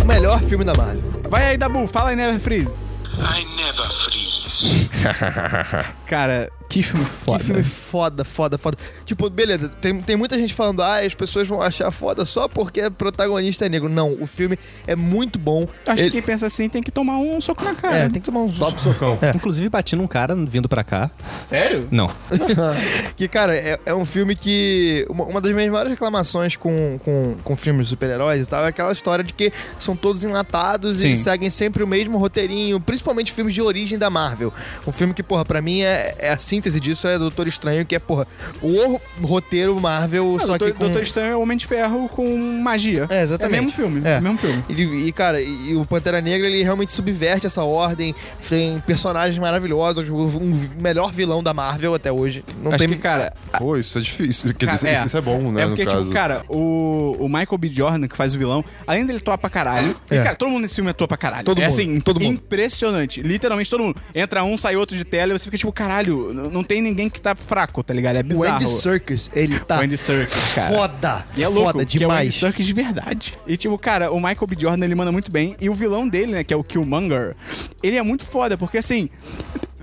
S4: O melhor filme da Marvel.
S1: Vai aí, Dabu, fala aí, Never Freeze.
S5: I never freeze.
S1: Cara, que filme foda.
S4: Que filme foda, foda, foda. Tipo, beleza, tem, tem muita gente falando, ah, as pessoas vão achar foda só porque o protagonista é negro. Não, o filme é muito bom.
S1: Acho que
S4: Ele-
S1: quem pensa assim tem que tomar um soco na cara.
S4: É, tem que tomar um
S2: Top socão.
S3: Inclusive bati num cara vindo pra cá.
S1: Sério?
S3: Não.
S4: Que, cara, é, é um filme que. Uma, uma das minhas maiores reclamações com, com, com filmes de super-heróis e tal é aquela história de que são todos enlatados
S1: Sim.
S4: e seguem sempre o mesmo roteirinho, principalmente filmes de origem da Marvel. Um filme que, porra, pra mim é, é a síntese disso é Doutor Estranho, que é, porra, o roteiro Marvel, só
S1: Doutor,
S4: que com.
S1: Doutor Estranho é o Homem de Ferro com magia.
S4: É, exatamente.
S1: É o mesmo filme.
S4: É.
S1: É. o mesmo filme.
S4: Ele- e, cara, e, e o Pantera Negra, ele realmente subverte essa ordem. Tem personagens maravilhosos, o um vi- melhor vilão da Marvel até hoje. Não
S1: Acho
S4: Então tem.
S1: que, cara...
S2: Pô, isso é difícil. Quer dizer,
S1: cara,
S2: isso, isso é bom, né?
S1: É porque,
S2: no
S1: tipo,
S2: caso.
S1: cara, o, o Michael B. Jordan, que faz o vilão, além dele atuar pra caralho... E,
S4: É.
S1: cara, todo mundo nesse filme atua pra caralho.
S4: Todo
S1: é,
S4: mundo,
S1: assim,
S4: todo mundo.
S1: impressionante. Literalmente todo mundo. Entra um, sai outro de tela e você fica, tipo, caralho, n- não tem ninguém que tá fraco, tá ligado? É
S4: O
S1: bizarro.
S4: Andy Serkis, ele tá.
S1: Andy Serkis, cara.
S4: Foda.
S1: E é louco,
S4: foda
S1: que é o Andy
S4: demais.
S1: Serkis de verdade. E tipo, cara, o Michael B. Jordan, ele manda muito bem. E o vilão dele, né, que é o Killmonger, ele é muito foda, porque assim...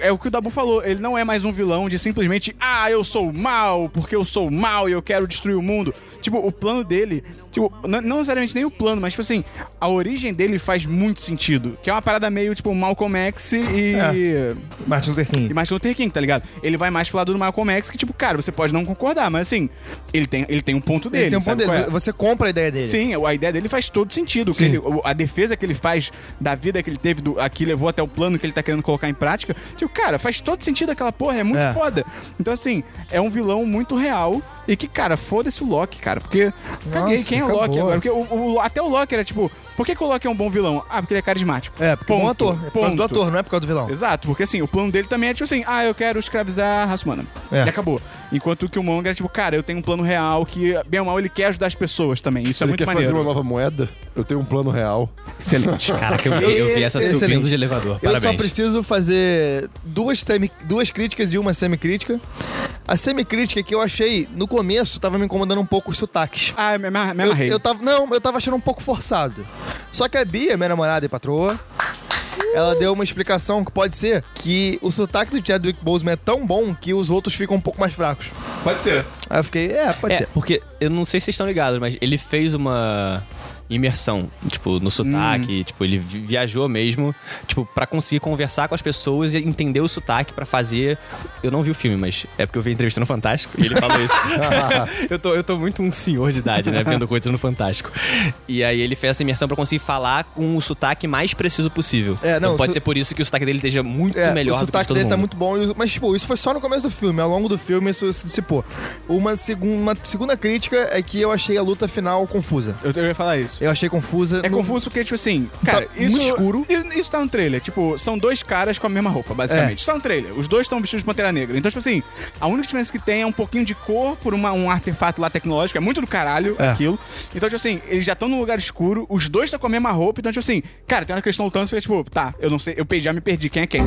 S1: É o que o Dabu falou, ele não é mais um vilão de simplesmente, ah, eu sou mal, porque eu sou mal e eu quero destruir o mundo. Tipo, o plano dele, tipo, n- não necessariamente nem o plano, mas tipo assim, a origem dele faz muito sentido. Que é uma parada meio, tipo, Malcolm X e.
S4: É. Martin Luther
S1: E
S4: King.
S1: Martin Luther King, tá ligado? Ele vai mais pro lado do Malcolm X, que, tipo, cara, você pode não concordar, mas assim, ele tem, ele tem um ponto dele.
S4: Ele tem um ponto
S1: sabe
S4: dele.
S1: qual é?
S4: Você compra a ideia dele.
S1: Sim, a ideia dele faz todo sentido. O que
S4: Sim.
S1: ele- o- a defesa que ele faz da vida que ele teve, do, a que levou até o plano que ele tá querendo colocar em prática. Tipo, cara, faz todo sentido aquela porra, é muito
S4: É.
S1: foda. Então, assim, é um vilão muito real. E que, cara, foda-se o Loki, cara. Porque. Caguei,
S4: Nossa,
S1: quem é o
S4: acabou.
S1: Loki agora? Porque o- o- até o Loki era tipo. Por que, que o Loki é um bom vilão? Ah, porque ele é carismático.
S4: É, porque é um bom
S1: Ponto.
S4: ator. É por causa do
S1: Ponto.
S4: ator, não é por causa do vilão.
S1: Exato, porque assim, o plano dele também é tipo assim, ah, eu quero escravizar a raça humana.
S4: É.
S1: E acabou. Enquanto que o Monger é tipo, cara, eu tenho um plano real que, bem ou mal, ele quer ajudar as pessoas também. Isso é
S2: Ele
S1: muito
S2: quer
S1: maneiro.
S2: fazer uma nova moeda? Eu tenho um plano real.
S1: Excelente.
S3: Caraca, eu vi, eu vi essa
S4: é Excelente.
S3: subindo de elevador.
S4: Eu só
S3: Parabéns.
S4: preciso fazer duas, semi, duas críticas e uma semicrítica. A semicrítica que eu achei, no começo, tava me incomodando um pouco os sotaques.
S1: Ah, me, me, me
S4: Eu,
S1: amarrei.
S4: eu tava, não, eu tava achando um pouco forçado. Só que a Bia, minha namorada e patroa, ela deu uma explicação que pode ser que o sotaque do Chadwick Boseman é tão bom que os outros ficam um pouco mais fracos.
S1: Pode ser.
S4: Aí eu fiquei, é, pode
S3: É,
S4: ser.
S3: porque eu não sei se vocês estão ligados, mas ele fez uma. imersão, tipo, no
S4: Hum.
S3: sotaque, tipo, ele vi- viajou mesmo, tipo, pra conseguir conversar com as pessoas e entender o sotaque pra fazer. Eu não vi o filme, mas é porque eu vi a entrevista no Fantástico e ele falou isso. eu, tô, eu tô muito um senhor de idade, né, vendo coisas no Fantástico. E aí ele fez essa imersão pra conseguir falar com o sotaque mais preciso possível.
S4: É, não,
S3: então pode
S4: o so-
S3: ser por isso que o sotaque dele esteja muito
S4: É,
S3: melhor do que o
S4: o
S3: de
S4: sotaque
S3: todo
S4: dele
S3: mundo.
S4: tá muito bom, e o- mas tipo, isso foi só no começo do filme, ao longo do filme isso se dissipou. Uma, segun, uma segunda crítica é que eu achei a luta final confusa.
S1: Eu, eu ia falar isso.
S4: Eu achei confusa.
S1: É
S4: não-
S1: confuso porque, tipo assim, cara, isso.
S4: Tá muito escuro.
S1: i- Isso tá no trailer. Tipo, são dois caras com a mesma roupa,
S4: É.
S1: basicamente. Isso tá no trailer. Os dois estão vestidos de pantera negra. Então, tipo assim, a única diferença que tem é um pouquinho de cor por uma- um artefato lá tecnológico. É muito do caralho
S4: É.
S1: aquilo. Então, tipo assim, eles já estão num lugar escuro, os dois estão com a mesma roupa. Então, tipo assim, cara, tem hora que eles estão lutando, você fica, tipo, tá, eu não sei, eu perdi, já me perdi, quem é quem?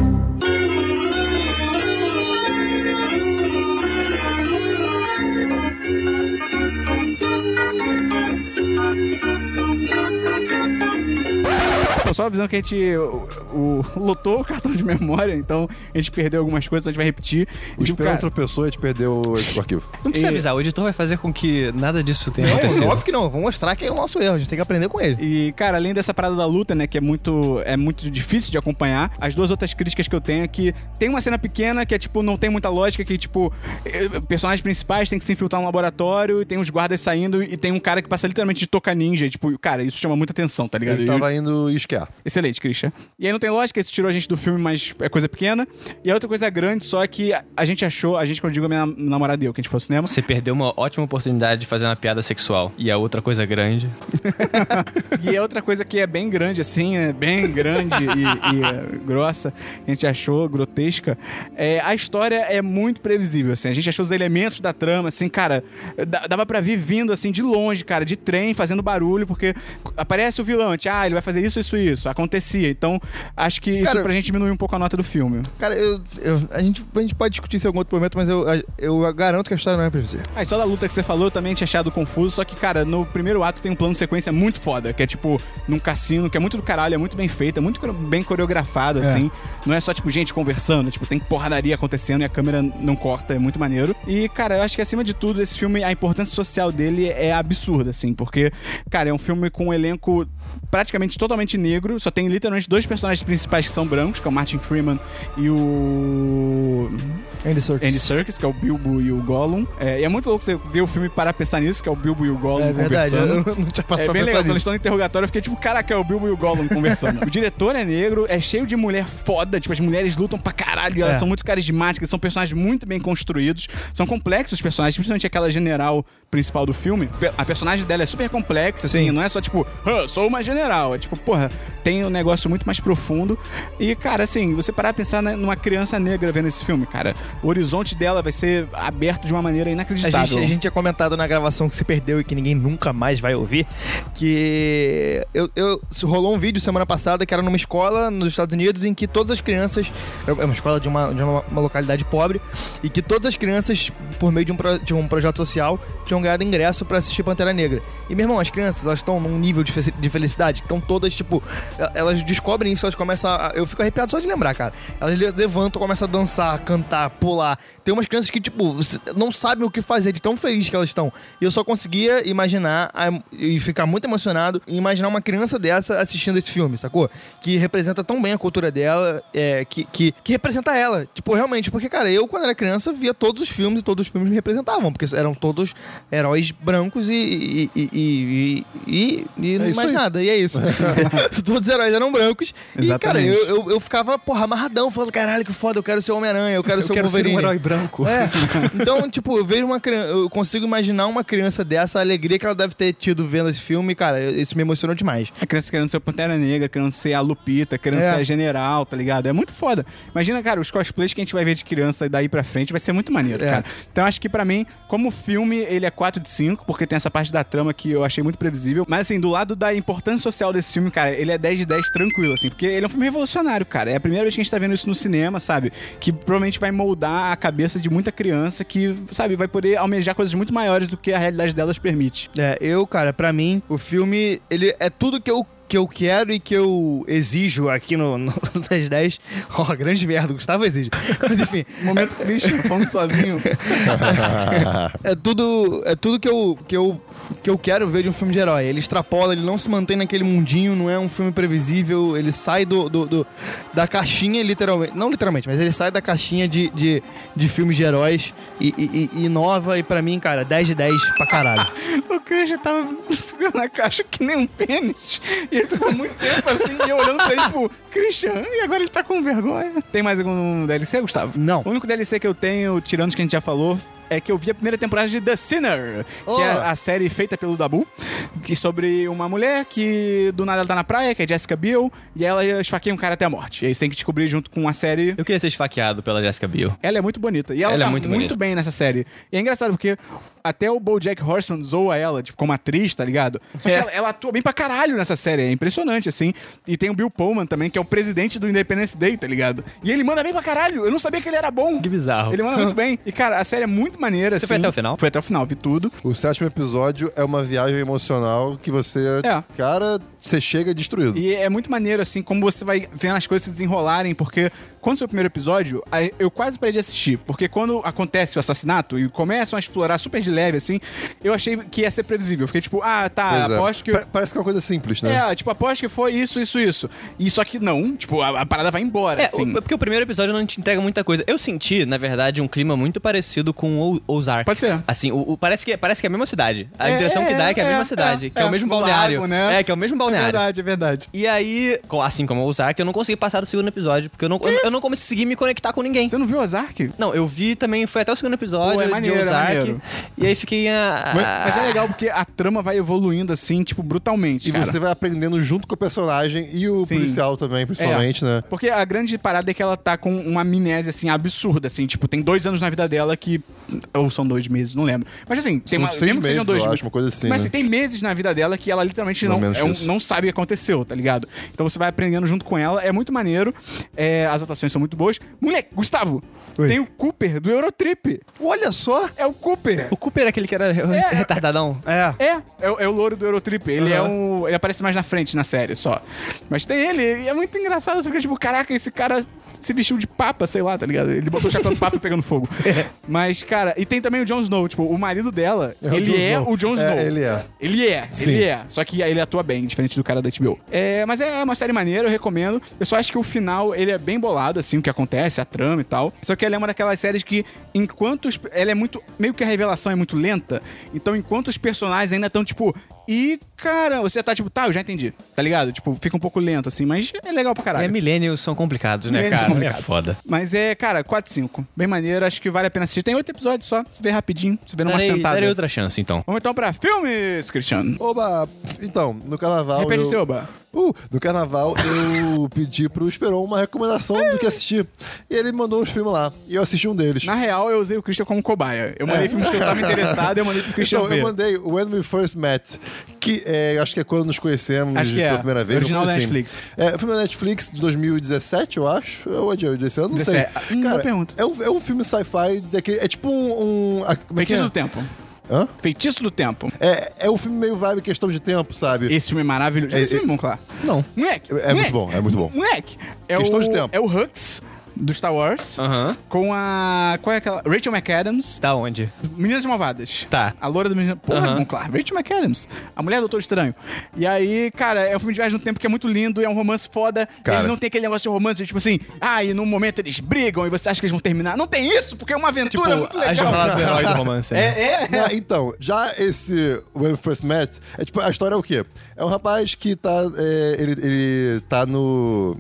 S1: Pô, Só avisando que a gente o, o- lotou o cartão de memória, então a gente perdeu algumas coisas, então a gente vai repetir.
S2: O
S1: E, tipo, cara,
S2: Esperão tropeçou e te perdeu o arquivo.
S3: Não precisa
S1: E-
S3: avisar, o editor vai fazer com que nada disso tenha
S4: Não,
S3: acontecido.
S4: óbvio que não, vamos mostrar que é o nosso erro, a gente tem que aprender com ele.
S1: E, cara, além dessa parada da luta, né, que é muito, é muito difícil de acompanhar, as duas outras críticas que eu tenho é que tem uma cena pequena que é, tipo, não tem muita lógica, que, tipo, eh, personagens principais têm que se infiltrar no laboratório, e tem os guardas saindo, e tem um cara que passa literalmente de toca ninja, e, tipo, cara, isso chama muita atenção, tá ligado?
S2: Ele
S1: E o-
S2: tava indo esquiar.
S1: Excelente, Christian. E aí não tem lógica, isso tirou a gente do filme, mas é coisa pequena. E a outra coisa grande, só é que a- a gente achou, a gente, quando eu digo a minha nam- namorada e eu, que a gente foi ao cinema,
S3: Você perdeu uma ótima oportunidade de fazer uma piada sexual. E a outra coisa grande.
S1: E é outra coisa que é bem grande, assim, é bem grande e, e, é, grossa, a gente achou grotesca. É, a história é muito previsível, assim. A gente achou os elementos da trama, assim, cara, dá- dava pra vir vindo, assim, de longe, cara, de trem, fazendo barulho, porque aparece o vilão, a gente, ah, ele vai fazer isso, isso, isso. Acontecia. Então, acho que isso
S4: Cara,
S1: pra gente diminuir um pouco a nota do filme.
S4: Cara, eu, eu- a, gente, a gente pode discutir isso em algum outro momento, mas eu, eu garanto que a história não é pra você.
S1: Ah, e só da luta que você falou, eu também tinha achado confuso, só que, cara, no primeiro ato tem um plano de sequência muito foda, que é tipo num cassino, que é muito do caralho, é muito bem feito, é muito coro- bem coreografado, assim. Não é só, tipo, gente conversando, tipo, tem porradaria acontecendo e a câmera não corta, é muito maneiro. E, cara, eu acho que acima de tudo, esse filme, a importância social dele é absurda, assim, porque, cara, é um filme com um elenco praticamente totalmente negro, só tem literalmente dois personagens principais que são brancos, que é o Martin Freeman e o.
S4: Andy Serkis.
S1: Andy Serkis, que é o Bilbo e o Gollum. É, e é muito louco você ver o filme e parar pra pensar nisso, que é o Bilbo e o Gollum
S4: É verdade,
S1: conversando.
S4: eu não, não tinha parado
S1: É
S4: pra
S1: bem
S4: pensar
S1: legal, quando eles
S4: nisso.
S1: estão no interrogatório, eu fiquei tipo, caraca, é o Bilbo e o Gollum conversando. o diretor é negro, é cheio de mulher foda, tipo, as mulheres lutam pra caralho, elas
S4: É.
S1: são muito carismáticas, são personagens muito bem construídos, são complexos os personagens, principalmente aquela general principal do filme. Pe- A personagem dela é super complexa, assim,
S4: Sim.
S1: não é só tipo, "Ah, sou uma general, é tipo, porra, tem um negócio muito mais profundo. E, cara, assim, você parar pra pensar na- numa criança negra vendo esse filme, cara, o horizonte dela vai ser aberto de uma maneira
S4: A
S1: inacreditável.
S4: gente, a gente tinha comentado na gravação que se perdeu e que ninguém nunca mais vai ouvir, que eu, eu- se rolou um vídeo semana passada que era numa escola nos Estados Unidos em que todas as crianças, é uma escola de uma, de uma, uma localidade pobre, e que todas as crianças, por meio de um, pro- de um projeto social, tinham ganhado ingresso pra assistir Pantera Negra. E, meu irmão, as crianças, elas estão num nível de, fe- de felicidade, que estão todas, tipo, el- elas descobrem isso, elas começam a... Eu fico arrepiado só de lembrar, cara. Elas le- levantam, começam a dançar, cantar, pular. Tem umas crianças que, tipo, você não sabem o que fazer de tão feliz que elas estão. E eu só conseguia imaginar a- e ficar muito emocionado em imaginar uma criança dessa assistindo esse filme, sacou? Que representa tão bem a cultura dela, é, que, que, que representa ela. Tipo, realmente, porque, cara, eu quando era criança via todos os filmes e todos os filmes me representavam, porque eram todos heróis brancos e. e, e, e, e, e- e
S2: isso
S4: mais
S2: aí.
S4: nada. E é isso. todos os heróis eram brancos.
S1: Exatamente.
S4: E, cara, eu, eu, eu ficava, porra, amarradão, falando, caralho, que foda, eu quero ser Homem-Aranha, eu quero ser um o
S1: um
S4: Wolverine.
S3: branco.
S4: É. Então, tipo, eu vejo uma criança. Eu consigo imaginar uma criança dessa, a alegria que ela deve ter tido vendo esse filme, cara, eu- isso me emocionou demais.
S1: A criança querendo ser o Pantera Negra, querendo ser a Lupita, querendo
S4: É.
S1: ser a General, tá ligado? É muito foda. Imagina, cara, os cosplays que a gente vai ver de criança daí pra frente vai ser muito maneiro,
S4: É.
S1: cara. Então acho que pra mim, como filme, ele é 4 de 5, porque tem essa parte da trama que eu achei muito previsível. Mas assim, do lado da importância social desse filme, cara, ele é 10 de 10 tranquilo, assim, porque ele é um filme revolucionário, cara. É a primeira vez que a gente tá vendo isso no cinema, sabe? Que provavelmente vai moldar a cabeça de muita criança que, sabe, vai poder almejar coisas muito maiores do que a realidade delas permite.
S4: É, eu, cara, pra mim, o filme, ele é tudo que eu que eu quero e que eu exijo aqui no, no 1010. Ó, grande merda, o Gustavo exige. Mas enfim,
S1: Momento Christian falando sozinho.
S4: é tudo, é tudo que, eu, que, eu, que eu quero ver de um filme de herói. Ele extrapola, ele não se mantém naquele mundinho, não é um filme previsível, ele sai do, do- do- da caixinha, literalmente. Não literalmente, mas ele sai da caixinha de, de, de filmes de heróis e, e- e- e inova. E pra mim, cara, 10 de 10 pra caralho.
S1: O Christian tava segurando a caixa que nem um pênis. E ele ficou muito tempo assim, e eu olhando pra ele, tipo, Christian, e agora ele tá com vergonha. Tem mais algum DLC, Gustavo?
S4: Não.
S1: O único DLC que eu tenho, tirando os que a gente já falou, é que eu vi a primeira temporada de The Sinner,
S4: Oh.
S1: que é a série feita pelo Dabu, que sobre uma mulher que do nada ela tá na praia, que é Jessica Biel, e ela esfaqueia um cara até a morte. E aí você tem que descobrir junto com a série
S3: Eu queria ser esfaqueado pela Jessica Biel.
S1: ela é muito bonita. E ela,
S3: Ela é
S1: tá
S3: muito
S1: muito,
S3: bonita.
S1: bem nessa série. E é engraçado porque até o BoJack Horseman zoa ela, tipo, como atriz, tá ligado? Só que
S4: É.
S1: ela, ela atua bem pra caralho nessa série. É impressionante, assim. E tem o Bill Pullman também, que é o presidente do Independence Day, tá ligado? E ele manda bem pra caralho. Eu não sabia que ele era bom.
S3: Que bizarro.
S1: Ele é um manda muito bem. E, cara, a série é muito maneira,
S3: Você
S1: assim.
S3: foi até o final?
S1: Foi até o final, vi tudo.
S2: O sétimo episódio é uma viagem emocional que você.
S1: É.
S2: Cara, você chega destruído.
S1: E é muito maneiro, assim, como você vai vendo as coisas se desenrolarem, porque quando foi o primeiro episódio, aí eu quase parei de assistir, porque quando acontece o assassinato e começam a explorar super de leve, assim, eu achei que ia ser previsível. Fiquei tipo, ah, tá,
S2: Pois é.
S1: aposto que...
S2: Pa- Parece que é uma coisa simples, né?
S1: É, tipo, aposto que foi isso, isso, isso. E só que não, tipo, a, a parada vai embora,
S3: É,
S1: assim.
S3: o- porque o primeiro episódio não te entrega muita coisa. Eu senti, na verdade, um clima muito parecido com o Ozark.
S1: Pode ser.
S3: Assim, o, o- parece, que, parece que é a mesma cidade. A
S1: É,
S3: impressão que dá é que é a
S1: é,
S3: mesma
S1: é,
S3: cidade,
S1: é.
S3: que é, o mesmo
S1: O
S3: balneário.
S1: lago, né?
S3: É, que é o mesmo balneário.
S1: é verdade.
S3: E aí, co- assim como o Ozark, eu não consegui passar do segundo episódio, porque eu não, eu, eu não consegui me conectar com ninguém.
S1: Você não viu Ozark?
S3: Não, eu vi também, foi até o segundo episódio
S1: Pô, é
S3: de
S1: maneiro, é
S3: Ozark.
S1: maneiro.
S3: e aí fiquei. ah,
S1: Mas é legal porque a trama vai evoluindo, assim, tipo, brutalmente,
S2: E
S1: cara.
S2: você vai aprendendo junto com o personagem e o
S1: Sim. É.
S2: policial também, principalmente, né?
S1: Porque a grande parada é que ela tá com uma amnésia, assim, absurda, assim. Tipo, tem dois anos na vida dela que... Ou são dois meses, não lembro. Mas, assim, tem
S2: São
S1: uma...
S2: seis
S1: mesmo que sejam
S2: meses,
S1: dois
S2: eu
S1: meses.
S2: acho, uma coisa assim,
S1: Mas, assim,
S2: né?
S1: tem meses na vida dela que ela literalmente
S2: Não
S1: não,
S2: menos
S1: é um-
S2: que isso.
S1: não sabe o que aconteceu, tá ligado? Então você vai aprendendo junto com ela. É muito maneiro. É, as atuações são muito boas. Moleque, Gustavo, tem o Cooper do Eurotrip.
S4: Olha só!
S1: É o Cooper.
S3: O Cooper era aquele que era retardadão.
S4: É.
S2: Tá.
S1: É, é, o- é o louro do Eurotrip. Ele é um. Ele aparece mais na frente na série só. Mas tem ele, e é muito engraçado, assim, porque, tipo, caraca, esse cara se vestiu de papa, sei lá, tá ligado? Ele botou o chapéu de papa pegando fogo.
S2: É.
S1: Mas, cara, e tem também o Jon Snow, tipo, o marido dela,
S2: o
S1: ele
S2: Jon
S1: é
S2: Snow.
S1: o Jon Snow.
S2: É, ele é.
S1: Ele é, ele é. Só que ele atua bem, diferente do cara da HBO. É, mas é uma série maneira, eu recomendo. Eu só acho que o final, ele é bem bolado, assim, o que acontece, a trama e tal. Só que ela é uma daquelas séries que, enquanto... Os, ela é muito... Meio que a revelação é muito lenta. Então, enquanto os personagens ainda estão, tipo... E, cara, você já tá, tipo... Tá, eu já entendi. Tá ligado? Tipo, fica um pouco lento, assim. Mas é legal pra
S3: É,
S1: caralho.
S3: millennials são complicados, né,
S1: Millennials
S3: cara?
S1: são
S3: É
S1: complicados.
S3: foda.
S1: mas é, cara, 4 5 Bem maneiro, acho que vale a pena assistir. Tem oito episódios só, se vê rapidinho, se vê numa
S3: Darei,
S1: sentada.
S3: darei outra chance, então.
S1: Vamos então pra filmes, Cristiano.
S2: Oba! Então, no carnaval.
S1: Repete
S2: eu...
S1: o seu, Oba.
S2: Uh, no carnaval eu pedi pro Esperon uma recomendação do que assistir. E ele mandou uns filmes lá. E eu assisti um deles.
S1: Na real, eu usei o Christian como cobaia. Eu mandei filmes que eu tava interessado, eu mandei pro Christian
S2: É. Então,
S1: ver.
S2: eu mandei When We First Met, que é, acho que é quando nos conhecemos
S1: Acho que é.
S2: pela primeira vez.
S1: Original
S2: uma coisa
S1: da Netflix.
S2: É, filme da Netflix de 2017, eu acho. Ou é de desse ano, não sei.
S1: 17. Hum, boa pergunta.
S2: É um, é um filme sci-fi daquele. É tipo um. um- ah, como é que
S1: Feitiço
S2: é?
S1: do Tempo.
S2: Hã?
S1: Feitiço do Tempo.
S2: É, é um filme meio vibe questão de tempo, sabe?
S1: Esse filme é maravilhoso. Esse
S2: É,
S1: filme é bom, claro.
S3: Não.
S1: Moleque.
S2: É muito
S1: moleque,
S2: bom, é muito bom.
S1: Moleque. É
S2: Questão
S1: o,
S2: de tempo.
S1: É o Hux do Star Wars.
S3: Aham.
S1: Com a. Qual é aquela? Rachel McAdams.
S3: Tá onde?
S1: Meninas Malvadas.
S3: Tá.
S1: A loura do menino. Porra,
S3: Aham.
S1: Monclar. Rachel McAdams. A mulher do Doutor Estranho. E aí, cara, é um filme de viagem no tempo que é muito lindo, é um romance foda.
S2: Cara.
S1: Ele não tem aquele negócio de romance, de, tipo assim, ah, e num momento eles brigam e você acha que eles vão terminar. Não tem isso, porque é uma aventura
S2: tipo,
S1: muito legal.
S3: Tipo, a jornada do herói do romance. né?
S1: É, é.
S2: Não, então, já esse When We First Met, é tipo, a história é o quê? É um rapaz que tá. é, ele, ele tá no.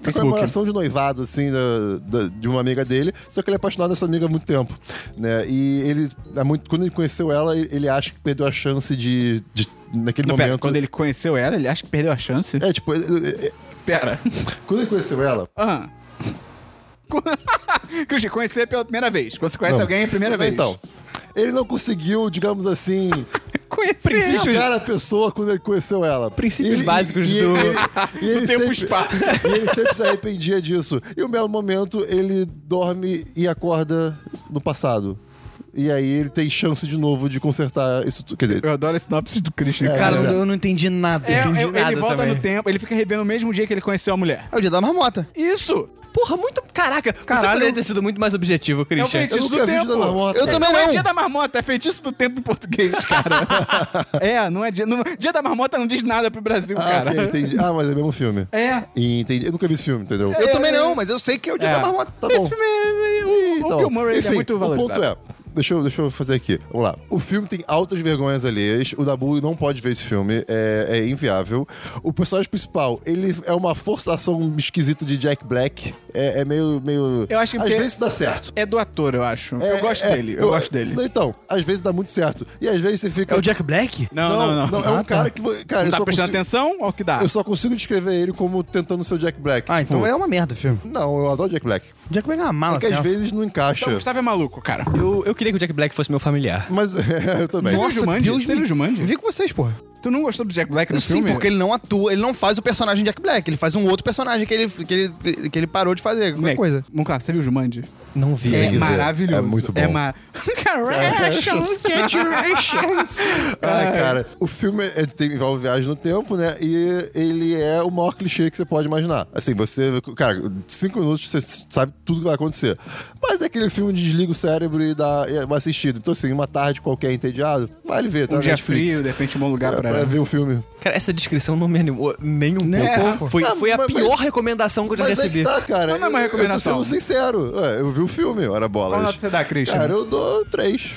S2: Na
S1: Facebook.
S2: comemoração de noivado, assim, da- da- de uma amiga dele, só que ele é apaixonado dessa amiga há muito tempo, né? E ele, há muito, quando ele conheceu ela, ele- ele acha que perdeu a chance de, de- naquele
S1: Não,
S2: momento...
S1: pera, quando ele conheceu ela, ele acha que perdeu a chance.
S2: É, tipo, ele- ele-
S1: Pera.
S2: quando ele conheceu ela,
S1: Ah. Christian, conhecer pela primeira vez. Quando você conhece alguém, é a primeira vez.
S2: Então, ele não conseguiu, digamos assim,
S1: conhecer.
S2: chegar a pessoa quando ele conheceu ela.
S3: Princípios básicos
S2: e
S3: do-
S2: e ele
S1: do tempo e
S2: sempre-
S1: espaço.
S2: E ele sempre se arrependia disso. E um belo momento, ele dorme e acorda no passado. e aí ele tem chance de novo de consertar isso tudo. Quer dizer,
S1: Eu adoro a sinopse do Christian.
S2: É,
S1: cara.
S2: mas
S6: Cara, eu não entendi nada.
S1: É,
S3: entendi
S1: é,
S3: nada
S1: ele volta
S3: também.
S1: no tempo, ele fica revendo o mesmo dia que ele conheceu a mulher.
S4: É o dia da marmota.
S1: Isso!
S3: Porra, muito. Caraca, Caralho. você poderia ter sido muito mais
S1: É
S3: objetivo,
S1: o
S3: Christian.
S1: feitiço
S2: nunca
S1: do
S2: vi Dia da
S1: tempo.
S2: Marmota.
S4: Eu também
S1: Não é
S4: não.
S1: dia da marmota, é feitiço do tempo em português, cara. é, não é dia. não- dia da marmota não diz nada pro Brasil,
S2: ah,
S1: cara.
S2: ok, entendi. Ah, mas é o mesmo filme.
S1: É.
S2: Entendi. Eu nunca vi esse filme, entendeu?
S4: Eu também não, mas eu sei que é o dia
S1: É.
S4: da marmota.
S2: Tá bom.
S1: Esse filme é- é- o- o Bill Murray ele é muito valorizado.
S2: então, O ponto é. Deixa eu, deixa eu fazer aqui. Vamos lá. O filme tem altas vergonhas alheias. O Dabu não pode ver esse filme. É, é inviável. O personagem principal, ele é uma forçação esquisita de Jack Black. É, é meio, meio.
S1: Eu acho que
S2: Às
S1: porque-
S2: vezes dá certo.
S1: é... do ator, eu acho.
S2: É,
S1: eu gosto
S2: é,
S1: dele, eu gosto dele.
S2: Então, às vezes dá muito certo. E às vezes você fica.
S6: É o Jack Black?
S1: Não, não, não.
S2: é um cara que. vo- Cara,
S1: Não
S2: eu
S1: tá
S2: só
S1: prestando
S2: consigo-
S1: atenção ao que dá?
S2: Eu só consigo descrever ele como tentando ser o Jack Black.
S6: Ah,
S2: Tipo,
S6: então é uma merda o filme.
S2: Não, eu adoro Jack Black.
S6: O Jack Black é uma mala,
S2: É que às
S6: assim, ó.
S2: vezes não encaixa.
S1: Tá Então, o Gustavo é maluco, cara.
S3: Eu, eu queria que o Jack Black fosse meu familiar.
S2: Mas eu também.
S1: Você viu
S6: Nossa,
S1: Jumanji?
S6: Deus
S1: Você
S6: me-
S1: viu Jumanji?
S6: Vi com vocês, porra.
S1: Tu não gostou do Jack Black no
S4: Sim,
S1: filme?
S4: porque ele não atua, ele não faz o personagem Jack Black, ele faz um outro personagem que ele, que ele, que ele parou de fazer, qualquer
S1: Nick,
S4: coisa.
S1: Vamos lá, você viu Jumandy?
S3: Não vi.
S1: É
S2: que ver.
S1: maravilhoso.
S2: É muito bom.
S1: É ma...
S4: É,
S1: um Carations, catch
S2: Ah, cara, o filme é, tem, envolve viagem no tempo, né? E ele é o maior clichê que você pode imaginar. Assim, você, cara, cinco minutos você sabe tudo que vai acontecer. Mas é aquele filme de desliga o cérebro e dá é uma assistida. Então, assim, uma tarde qualquer entediado, vale ver, tá?
S1: Um
S2: na
S1: dia
S2: Netflix.
S1: frio, de repente um bom
S2: É,
S1: lugar pra...
S2: pra ver o filme.
S3: Cara, essa descrição não me animou nem um
S6: Né?
S3: pouco. Foi,
S2: Ah,
S3: foi a
S2: mas-
S3: pior recomendação que eu já
S2: Mas é
S3: recebi.
S2: que tá, cara.
S1: Mas não é uma
S2: Eu-
S1: recomendação.
S2: Eu tô sendo sincero. Ué, eu vi o filme, era bola.
S1: Qual nota você dá, Christian?
S2: Cara, eu dou três.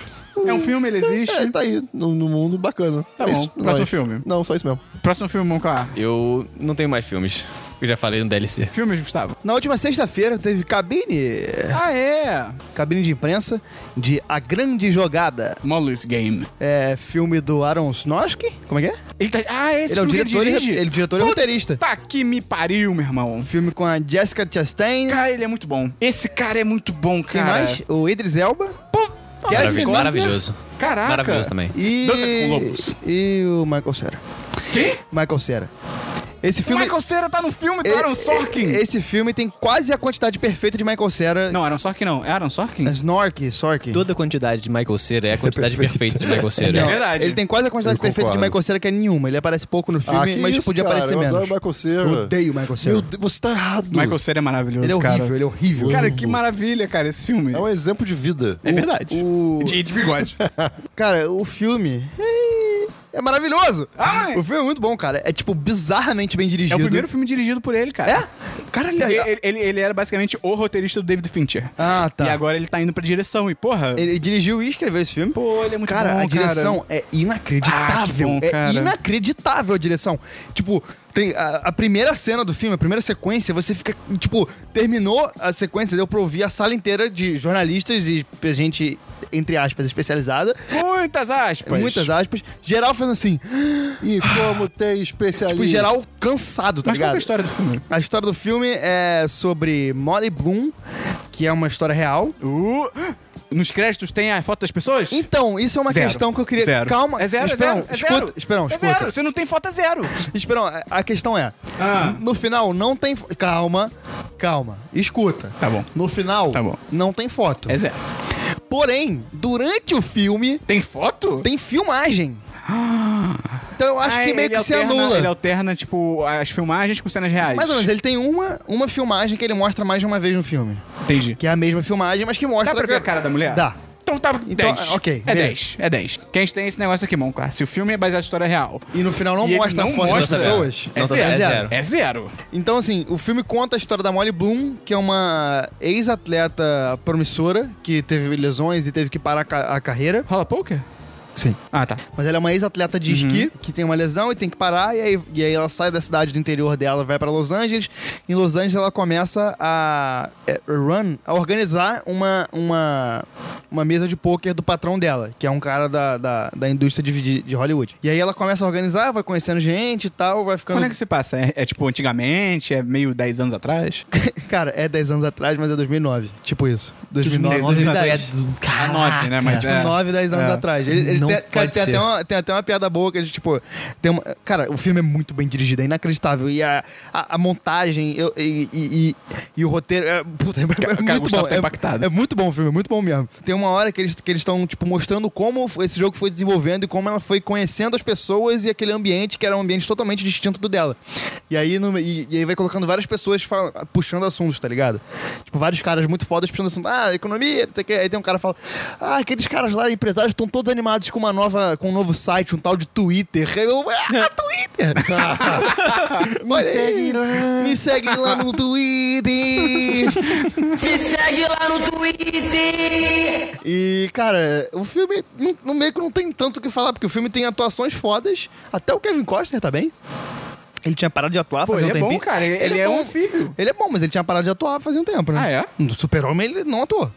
S1: É um filme, ele existe.
S2: É, tá aí, no, no mundo bacana.
S1: Tá
S2: é
S1: bom,
S2: isso,
S1: próximo
S2: nós.
S1: filme.
S2: Não, só isso mesmo.
S1: Próximo filme, vamos lá.
S3: Eu não tenho mais filmes. Eu já falei no DLC.
S1: Filmes, Gustavo.
S4: Na última sexta-feira teve cabine,
S1: Ah, é!
S4: cabine de imprensa de A Grande Jogada,
S1: Molly's Game.
S4: é filme do Aaron Snosky, como é que é?
S1: Ele tá... Ah, esse
S4: Ele é o
S1: filme que
S4: diretor, e,
S1: dirige?
S4: ele é diretor e roteirista.
S1: Tá que me pariu, meu irmão.
S4: Filme com a Jessica Chastain,
S1: Cara, ele é muito bom. Esse cara é muito bom,
S4: quem
S1: cara.
S4: mais? O Idris Elba,
S1: Pô,
S4: Maravilhoso.
S1: Kevin Costner.
S3: Maravilhoso.
S1: Caraca.
S3: Maravilhoso também.
S4: E.
S1: Dança com Lobos.
S4: E o Michael Cera.
S1: Quem?
S4: Michael Cera. Esse
S1: O
S4: filme.
S1: Michael Cera tá no filme do
S4: e-
S1: Aaron
S4: e-
S1: Sorkin.
S4: Esse filme tem quase a quantidade perfeita de Michael Cera.
S1: Não, Aaron Sorkin não. É Aaron Sorkin?
S4: Snork, Sork.
S3: Toda a quantidade de Michael Cera é a quantidade perfeita de Michael Cera.
S4: Não,
S1: É verdade.
S4: Ele tem quase a quantidade
S2: Eu
S4: perfeita de
S2: concordo.
S4: Michael Cera que é nenhuma. Ele aparece pouco no filme, mas podia
S2: Ah, cara,
S4: aparecer
S2: eu
S4: menos.
S2: Adoro Michael Cera.
S4: Eu odeio o Michael Cera.
S2: Meu Deus, você tá errado.
S1: Michael Cera é maravilhoso,
S4: ele é horrível,
S1: cara.
S4: ele é horrível.
S1: Cara, que maravilha, cara, esse filme.
S2: É um exemplo de vida.
S1: É verdade.
S4: o,
S1: De, de bigode.
S4: cara, o filme é- é maravilhoso.
S1: Ah, é.
S4: o filme é muito bom, cara. É, tipo, bizarramente bem
S1: é
S4: dirigido.
S1: o primeiro filme dirigido por ele, cara.
S4: É? Cara, ele...
S1: Porque Ele, ele, ele era basicamente o roteirista do David Fincher.
S4: Ah, tá.
S1: E agora ele tá indo pra direção. E, porra,
S4: Ele dirigiu e escreveu esse filme.
S1: Pô, ele é muito
S4: cara,
S1: bom,
S4: a direção é inacreditável.
S1: Ah, que bom,
S4: é
S1: cara.
S4: inacreditável a direção. Tipo, tem a, a primeira cena do filme, a primeira sequência, você fica, tipo, terminou a sequência, deu pra ouvir a sala inteira de jornalistas e gente, entre aspas, especializada.
S1: muitas aspas.
S4: Muitas aspas. Geral fazendo assim,
S2: E como tem
S4: tipo,
S2: especialista.
S4: geral cansado, tá
S1: Mas qual
S4: ligado?
S1: que é a história do filme?
S4: A história do filme é sobre Molly Bloom, que é uma história real.
S1: Uh, nos créditos tem a foto das pessoas?
S4: Então, isso é uma
S1: Zero.
S4: questão que eu queria.
S1: Zero.
S4: Calma,
S1: É zero, é
S4: Esperão,
S1: zero, é
S4: escuta,
S1: zero.
S4: Esperão,
S1: é
S4: escuta.
S1: zero. Você não tem foto, é zero.
S4: Esperão, a- a questão é:
S1: Ah.
S4: no final não tem. fo- Calma, calma, escuta.
S1: Tá bom.
S4: No final
S1: Tá bom.
S4: não tem foto.
S1: É zero.
S4: Porém, durante o filme
S1: Tem foto?
S4: tem filmagem. Então eu acho
S1: Ah,
S4: que meio
S1: ele
S4: que se
S1: alterna-
S4: anula.
S1: Ele alterna, tipo, as filmagens com cenas reais.
S4: Mais ou menos, ele tem uma, uma filmagem que ele mostra mais de uma vez no filme.
S1: Entendi.
S4: Que é a mesma filmagem, mas que mostra.
S1: Dá pra ver a cara da mulher?
S4: Dá.
S1: Então tá
S4: Então,
S1: 10.
S4: ok,
S1: É
S4: beleza.
S1: 10. É 10. Quem tem esse negócio aqui, mão, cara. Se o filme é baseado em história real.
S4: E no final não
S1: E ele
S4: mostra
S1: não
S4: a foto das
S1: mostra.
S4: pessoas.
S1: É
S3: Não, tá
S1: zero.
S3: bom, é zero.
S1: É zero.
S4: Então, assim, o filme conta a história da Molly Bloom, que é uma ex-atleta promissora que teve lesões e teve que parar a ca- a carreira.
S1: Rola poker?
S4: Sim.
S1: Ah, tá.
S4: Mas ela é uma ex-atleta de esqui que tem uma lesão e tem que parar. E aí, e aí ela sai da cidade do interior dela, vai pra Los Angeles. Em Los Angeles, ela começa a é, run, a organizar uma, uma, uma mesa de pôquer do patrão dela, que é um cara da, da, da indústria de, de, de Hollywood. E aí ela começa a organizar, vai conhecendo gente e tal, vai ficando.
S1: Quando é que se passa? É, é, tipo antigamente? É meio 10 anos atrás?
S4: Cara, é 10 anos atrás, mas é 2009. Tipo isso. 2009,
S3: É
S4: 2010.
S1: Anote, né? Mas é.
S4: 9, 10 Tipo, anos
S1: É.
S4: atrás. Ele, ele
S3: Não
S4: tem, cara,
S3: pode
S4: tem
S3: ser.
S4: até uma, tem até uma piada boa que ele, tipo. Tem uma- cara, o filme é muito bem dirigido, é inacreditável. E a, a, a montagem eu- e, e- e- e o roteiro. É, puta, é, é
S1: cara, o
S4: muito
S1: Gustavo
S4: bom.
S1: tá
S4: é,
S1: impactado.
S4: é muito bom o filme, é muito bom mesmo. Tem uma hora que eles que eles estão, tipo, mostrando como esse jogo foi desenvolvendo e como ela foi conhecendo as pessoas e aquele ambiente que era um ambiente totalmente distinto do dela. E aí, no- e, e aí vai colocando várias pessoas fal- puxando assuntos, tá ligado? Tipo, vários caras muito fodas puxando assunto. Ah, economia, não sei o quê. aí tem um cara que fala, ah, aqueles caras lá, empresários, estão todos animados com uma nova, com um novo site, um tal de Twitter. Aí eu, ah, Twitter! Me segue lá. Me segue lá no Twitter.
S7: Me E segue lá no Twitter.
S4: E, cara, o filme não- no meio que não tem tanto o que falar, porque o filme tem atuações fodas. Até o Kevin Costner tá bem. Ele tinha parado de atuar fazia
S1: ele
S4: um
S1: é
S4: tempinho.
S1: bom, cara. Ele- ele é um anfíbio.
S4: Ele é bom, mas ele tinha parado de atuar fazia um tempo, né?
S1: Ah, é?
S4: No Super-Homem ele não atua.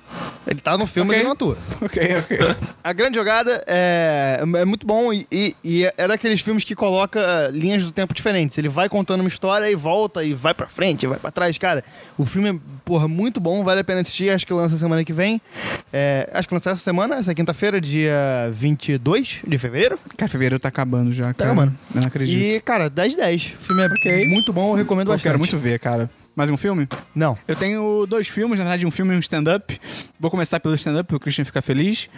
S4: Ele tá no filme, mas
S1: Ok.
S4: ele não atua.
S1: Ok, ok.
S4: A Grande Jogada é, é muito bom e, e- e é daqueles filmes que coloca ah, linhas do tempo diferentes. Ele vai contando uma história e volta, e vai pra frente, e vai pra trás. Cara, o filme é, porra, muito bom, vale a pena assistir. Acho que lança semana que vem. É, acho que lança essa semana, essa quinta-feira, dia 22 de fevereiro.
S1: Cara, fevereiro tá acabando já, cara.
S4: acabando.
S1: Eu não acredito.
S4: E, cara, 10 de 10. O filme é
S1: Ok.
S4: muito bom, eu recomendo
S1: Eu
S4: bastante.
S1: quero muito ver, cara. Mais um filme?
S4: Não.
S1: Eu tenho dois filmes, na verdade, um filme e um stand-up. Vou começar pelo stand-up, pro Christian ficar feliz.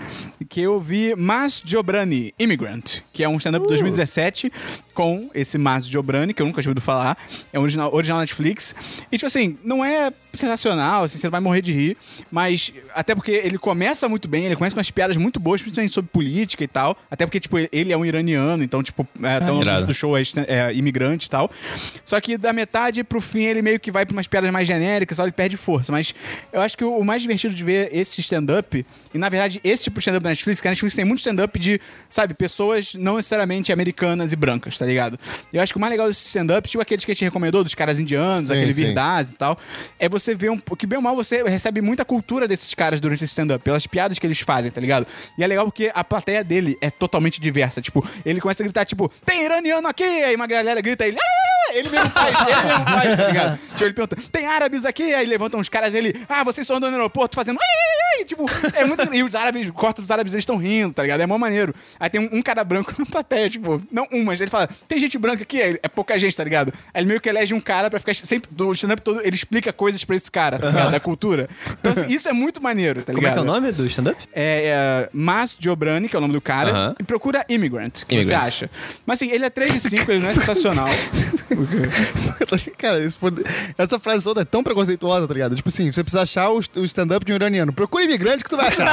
S1: Que eu vi Mas Jobrani, Immigrant, que é um stand-up de 2017 com esse Mas Jobrani, que eu nunca tinha ouvido falar. É um original, original Netflix. E, tipo assim, não é sensacional, assim, você vai morrer de rir, mas até porque ele começa muito bem, ele começa com umas piadas muito boas, principalmente sobre política e tal. Até porque, tipo, ele é um iraniano, então, tipo, é, tão no
S3: irado.
S1: do show é, estan- é, imigrante e tal. Só que da metade pro fim ele meio que vai pra umas piadas mais genéricas, só ele perde força. Mas eu acho que o o mais divertido de ver esse stand-up, e na verdade esse tipo de stand-up da Netflix, que a Netflix tem muito stand-up de, sabe, pessoas não necessariamente americanas e brancas, tá ligado? Eu acho que o mais legal desse stand-up, tipo aqueles que a gente recomendou, dos caras indianos,
S2: Sim,
S1: aquele
S2: sim.
S1: Virdar jazz e tal, é você ver um. Que bem ou mal você recebe muita cultura desses caras durante esse stand-up, pelas piadas que eles fazem, tá ligado? E é legal porque a plateia dele é totalmente diversa. Tipo, ele começa a gritar, tipo, tem iraniano aqui! Aí uma galera grita, ele. "Ah!" Ele mesmo faz, ele mesmo faz, tá ligado? Tipo, ele pergunta, tem árabes aqui? Aí levantam uns caras, ele, ah, vocês estão andando no aeroporto fazendo. "Ah!" E, tipo, é muito. E os árabes, corta dos árabes, eles estão rindo, tá ligado? É mó maneiro. Aí tem um, um cara branco na plateia, tipo, não um, mas ele fala, tem gente branca aqui? Aí ele, É pouca gente, tá ligado? Aí ele meio que elege um cara pra ficar sempre, do stand-up todo, ele explica coisas pra esse cara, tá ligado? Da cultura. Então, assim, isso é muito maneiro, tá
S3: Como é
S1: ligado?
S3: que é o nome do stand-up?
S1: É, é Mas Jobrani, que é o nome do cara,
S3: Aham.
S1: e procura Immigrant, que você
S3: Immigrant.
S1: acha. Mas assim, ele é 3 de 5, ele não é sensacional.
S4: assim, Cara, isso foi- essa frase toda é tão preconceituosa, tá ligado? Tipo assim, você precisa achar o o stand-up de um iraniano. Procura imigrante que tu vai achar.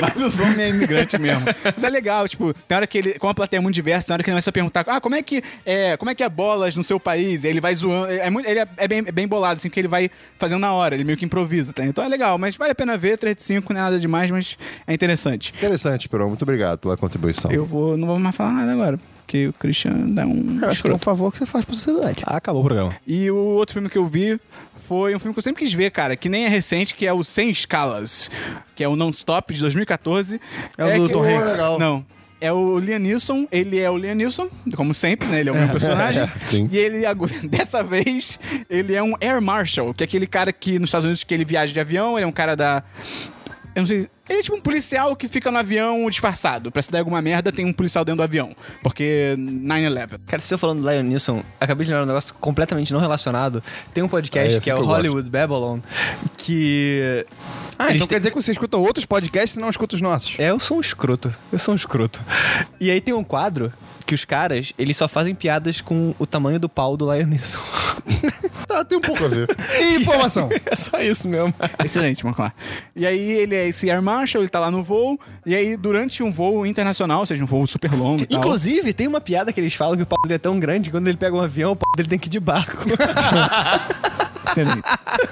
S1: Mas o nome é imigrante mesmo. Mas é legal, tipo, tem hora que ele, como a plateia é muito diversa, tem hora que ele começa a perguntar, ah, como é que é, como é, que é bolas no seu país? E aí ele vai zoando, é, é muito- ele é, é bem, é bem bolado, assim, que ele vai fazendo na hora, ele meio que improvisa, tá? Então é legal, mas vale a pena ver, 3 de 5, não é nada demais, mas é interessante.
S2: Interessante, Peron. Muito obrigado pela contribuição.
S1: Eu vou, não vou mais falar nada agora, porque o Christian dá um... escroto.
S4: favor que você faz pra sociedade.
S3: Ah, acabou o programa.
S1: E o outro filme que eu vi foi um filme que eu sempre quis ver, cara, que nem é recente, que é o Sem Escalas, que é o Non-Stop de 2014.
S4: É o do
S1: que-
S4: Tom Hanks.
S2: legal.
S1: Não. É o Liam Neeson, ele é o Liam Neeson, como sempre, né? Ele é o mesmo personagem.
S2: sim.
S1: E ele, agu- dessa vez, ele é um Air Marshal, que é aquele cara que nos Estados Unidos que ele viaja de avião, ele é um cara da. Eu não sei. Ele é tipo um policial que fica no avião disfarçado. Pra se dar alguma merda, tem um policial dentro do avião. Porque 9-11.
S3: Cara, se eu falando do Lion Neeson, acabei de lembrar um negócio completamente não relacionado. Tem um
S2: É
S3: podcast
S2: esse
S3: que é
S2: que
S3: o
S2: eu gosto.
S3: Hollywood Babylon, que.
S4: Ah,
S3: Eles
S4: então
S3: têm-
S4: quer dizer que você escuta outros podcasts e não escuta os nossos.
S3: É, eu sou um escroto. Eu sou um escroto. E aí tem um quadro que os caras, eles só fazem piadas com o tamanho do pau do Lion Neeson.
S2: Tá, tem um pouco a ver.
S4: E informação.
S3: É só isso mesmo.
S1: Excelente, Macó. E aí ele é esse Air Marshal, ele tá lá no voo, e aí durante um voo internacional, ou seja, um voo super longo e tal.
S3: Inclusive, tem uma piada que eles falam que o pau dele é tão grande que quando ele pega um avião, o pau dele tem que ir de barco.
S1: Excelente.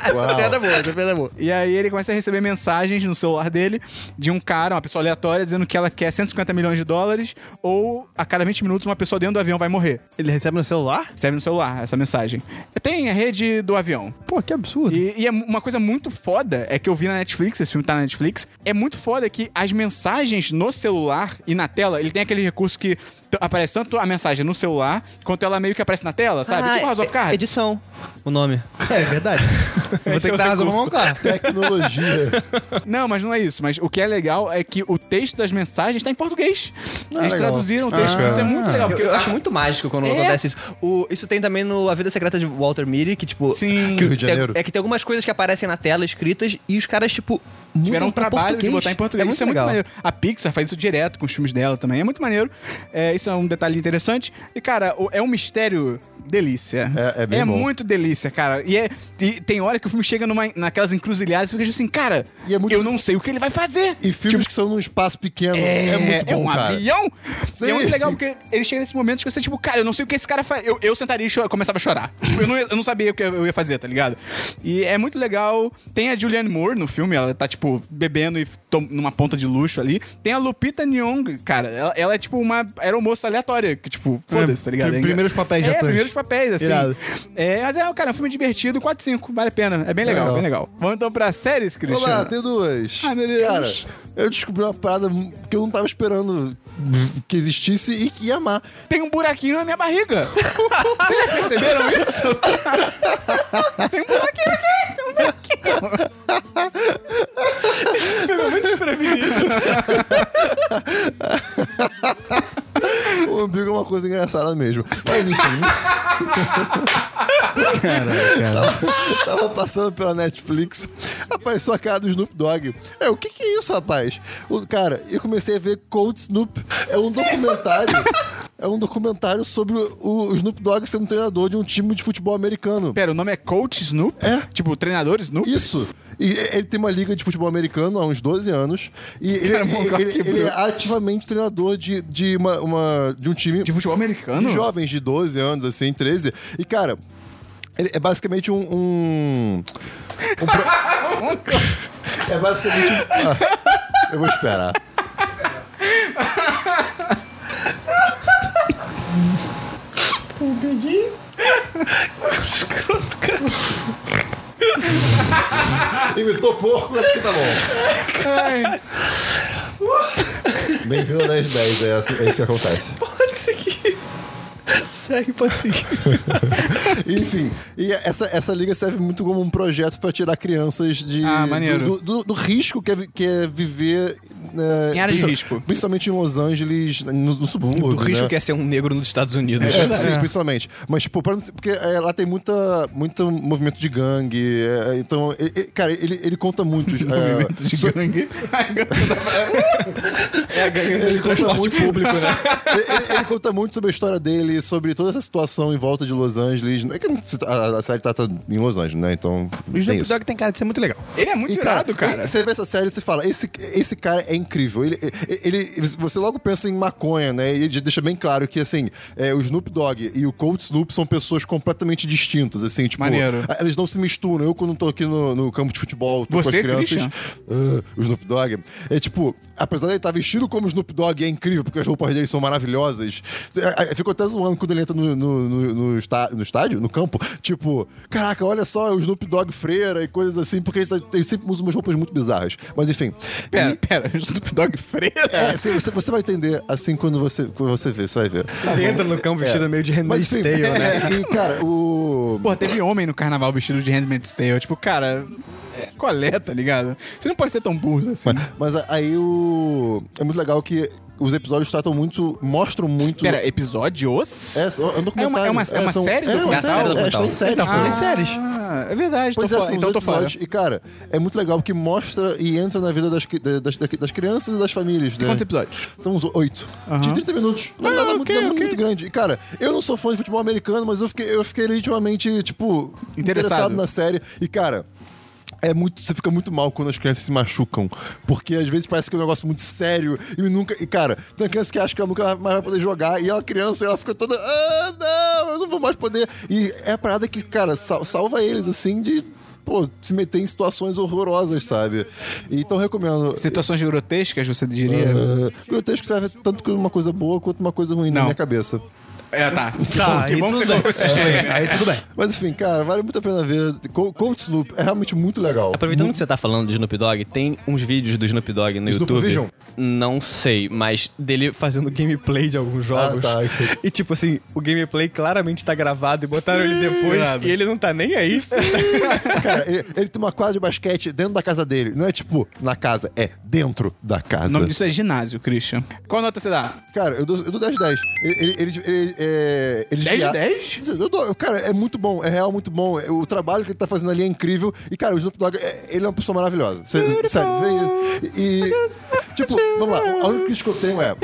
S4: Essa piada é boa, essa piada é boa.
S1: E aí ele começa a receber mensagens no celular dele de um cara, uma pessoa aleatória, dizendo que ela quer 150 milhões de dólares, ou a cada 20 minutos uma pessoa dentro do avião vai morrer.
S4: Ele recebe no celular?
S1: Recebe no celular essa mensagem. Tem a rede do avião.
S4: Pô, que absurdo.
S1: E, e é mu- uma coisa muito foda é que eu vi na Netflix, esse filme tá na Netflix, é muito foda que as mensagens no celular e na tela, ele tem aquele recurso que t- aparece tanto Ah, Tipo é,
S3: Ah, é,
S1: a mensagem no celular, quanto ela meio que aparece na tela, sabe? tipo o House of Cards.
S3: Edição. O nome.
S4: É verdade. Eu vou
S1: Esse
S4: ter
S1: é
S4: que
S1: o
S4: dar razão pra
S1: recurso.
S4: Monclar.
S2: Tecnologia.
S1: Não, mas não é isso. Mas o que é legal é que o texto das mensagens tá em português. Eles
S2: legal.
S1: traduziram o texto.
S6: Ah.
S1: isso é muito legal.
S3: Eu,
S1: Porque
S3: eu acho muito mágico quando
S1: É.
S3: acontece isso. O- isso tem também no A Vida Secreta de Walter Mitty, que tipo...
S1: Sim.
S3: que
S2: Rio de
S3: tem-
S2: Janeiro.
S3: é que tem algumas coisas que aparecem na tela escritas e os caras, tipo, mudam
S1: tiveram um
S3: pra
S1: trabalho de
S3: português.
S1: botar em português.
S3: É muito
S1: isso é
S3: legal.
S1: muito maneiro. A Pixar faz isso direto com os filmes dela também. É muito maneiro. É, isso é um detalhe interessante. E, cara, o- é um mistério delícia.
S2: É- é bem bom.
S1: muito delícia, cara. E, é- e tem hora que o filme chega numa, naquelas encruzilhadas e fica tipo assim, cara,
S2: E é muito-
S1: eu não sei o que ele vai fazer.
S2: E filmes que são num espaço pequeno. É, muito bom,
S1: é um
S2: cara.
S1: avião. E
S2: Sim.
S1: é muito legal porque ele chega nesses momentos que você, tipo, cara, eu não sei o que esse cara faz. Eu, eu sentaria e cho- começava a chorar. Tipo, Eu não, ia- eu não sabia o que eu ia fazer, tá ligado? E é muito legal. Tem a Julianne Moore no filme, ela tá, tipo, bebendo e tom- numa ponta de luxo ali. Tem a Lupita Nyong, cara. Ela, ela é, tipo, uma aeromoça aleatória, que, tipo, foda-se, tá ligado?
S4: pri- primeiros papéis de
S1: é,
S4: atores.
S1: primeiros papéis, assim.
S4: Irado.
S1: É, mas é, cara, é um filme divertido, 4-5, vale a pena. É bem legal,
S2: Legal.
S1: bem legal. Vamos então pra séries, Christian.
S2: Olá, tem duas.
S1: Ai, meu Deus.
S2: Cara, eu descobri uma parada que eu não tava esperando que existisse e que ia amar.
S1: tem um buraquinho na minha barriga. Vocês já perceberam isso? tem um buraquinho aqui, tem um buraquinho. Isso pegou muito desprevenido.
S2: O umbigo é uma coisa engraçada mesmo. Mas enfim,
S6: Caralho, cara.
S2: tava passando pela Netflix, apareceu a cara do Snoop Dogg. É, o que que é isso, rapaz? O, cara, eu comecei a ver Cold Snoop. É um documentário. É um documentário sobre o, o Snoop Dogg sendo treinador de um time de futebol americano.
S1: Pera, o nome é Coach Snoop?
S2: É.
S1: Tipo, treinador Snoop?
S2: Isso. E ele tem uma liga de futebol americano há uns 12 anos. E ele,
S1: Monclar
S2: ele-
S1: quebrou.
S2: ele é ativamente treinador de, de, uma, uma- de um time
S1: De
S2: de,
S1: futebol americano?
S2: jovens de 12 anos, assim, 13. E, cara, ele é basicamente um. um- um pro- é basicamente um. Ah, eu vou esperar. Imitou porco, é porque tá bom.
S1: Ai,
S2: Bem-vindo a 10 10, é, assim- é isso que acontece.
S3: Pode seguir. Segue, pode seguir.
S2: Enfim, e essa, essa liga serve muito como um projeto pra tirar crianças de,
S1: Ah, maneiro.
S2: do, do- do risco que é, vi- que é viver. né,
S1: Em áreas de
S2: principal-
S1: risco.
S2: Principalmente em Los Angeles, no, no subúrbio.
S3: O risco
S2: né?
S3: que é né? ser um negro nos Estados Unidos.
S2: É, sim, principalmente. Mas, tipo, pra não ser- porque é, lá tem muita, muito movimento de gangue. é, então, e- e- cara, ele, ele conta muito. é,
S1: movimento de
S2: so-
S1: gangue. Ai, gangue da- É a gangue
S2: Ele
S1: do
S2: conta,
S1: transporte
S2: muito,
S1: público, né?
S2: ele, ele- ele conta muito sobre a história dele, sobre toda essa situação em volta de Los Angeles. É que a, a série tá, tá em Los Angeles, né? Então.
S4: O
S2: tem
S4: Snoop
S2: isso.
S4: Dogg tem cara de ser muito legal.
S1: Ele é muito
S2: E,
S1: irado, cara.
S2: Você vê essa série e você fala, esse, esse cara é incrível. Ele, ele, ele- você logo pensa em maconha, né? E ele deixa bem claro que, assim, é, o Snoop Dogg e o Colt Snoop são pessoas completamente distintas, assim, tipo...
S1: Maneiro.
S2: a- Eles não se misturam. Eu, quando tô aqui no, no campo de futebol, tô
S1: Você,
S2: com as
S1: Christian?
S2: crianças... ah, o Snoop Dogg. É, tipo, apesar dele estar vestido como o Snoop Dogg, é incrível, porque as roupas dele são maravilhosas. É, é, Fico até zoando quando ele entra no, no, no- no está- no estádio, no campo, tipo... Caraca, olha só, é o Snoop Dogg freira e coisas assim, porque ele, ele sempre usa umas roupas muito bizarras. Mas, enfim...
S1: Pera,
S2: E-
S1: pera, Snoop Dogg freira.
S2: é, assim, você, você vai entender assim quando você, quando você ver, você vai ver.
S3: Entra no campo vestido meio de Handmaid's Tale, né?
S2: é, e, cara, o...
S1: Pô, teve homem no carnaval vestido de Handmaid's Tale. Tipo, cara, qual é, tá ligado? Você não pode ser tão burro assim.
S2: Mas a- aí o. É muito legal que os episódios tratam muito. mostram muito.
S1: Pera, episódios? É
S2: é, só- é um
S1: uma-
S2: documentário.
S1: é uma- é uma
S2: são-
S1: série
S2: É uma
S1: documental?
S2: série,
S3: É,
S2: é, estão em série.
S4: Tá falando
S2: pô.
S4: em séries.
S1: Ah, é verdade.
S2: Pois
S1: tô
S2: é,
S1: fora.
S2: são
S1: Então
S2: os
S1: tô fora.
S2: episódios. E, cara, é muito legal porque mostra e entra na vida das, cri- da- das, da- das crianças e das famílias, né?
S1: Quantos episódios?
S2: São uns oito. De 30 minutos. Não é
S1: Ah,
S2: nada muito,
S1: ok,
S2: nada
S1: ok.
S2: muito grande. E, cara, eu não sou fã de futebol americano, mas eu fiquei, eu fiquei legitimamente, tipo,
S1: Interessado.
S2: na série. E, cara. É muito, você fica muito mal quando as crianças se machucam. Porque às vezes parece que é um negócio muito sério e nunca. E, cara, tem uma criança que acha que ela nunca mais vai poder jogar. E ela criança, ela fica toda. Ah, não, eu não vou mais poder. E é a parada que, cara, sal- salva eles, assim, de. Pô, se meter em situações horrorosas, sabe? Então recomendo.
S1: Situações grotescas, você diria?
S2: Ah, Uh, grotesco serve tanto como uma coisa boa quanto uma coisa ruim na
S1: Não.
S2: minha cabeça.
S1: É, tá. Que
S6: Tá,
S1: bom, que
S6: aí
S1: bom
S6: tudo
S1: que você
S6: bem.
S1: colocou esse
S2: É.
S1: disclaimer.
S6: Aí tudo bem.
S2: Mas enfim, cara, vale muito a pena ver. Co- Cold Snoop é realmente muito legal.
S3: Aproveitando que você tá falando de Snoop Dogg, tem uns vídeos do Snoop Dogg no
S2: Snoop
S3: YouTube.
S2: Vision?
S3: Não sei, mas dele fazendo gameplay de alguns jogos.
S2: Ah, tá.
S3: E tipo assim, o gameplay claramente tá gravado e botaram ele depois e ele não tá nem aí.
S2: Cara, ele, ele tem uma quadra de basquete dentro da casa dele. Não é tipo na casa, é dentro da
S1: O
S2: casa.
S1: nome disso é ginásio, Christian. Qual nota você dá?
S2: Cara, eu dou, eu dou 10 de 10. Ele, ele, ele, ele, é, eles
S1: 10 de
S2: via-
S1: 10?
S2: Eu dou- cara, é muito bom, é real, muito bom. O trabalho que ele tá fazendo ali é incrível. E, cara, o Snoop Dogg, é- ele é uma pessoa maravilhosa. Cê- Sério, vem. E. Tipo, vamos lá, a única crítica que eu tenho é.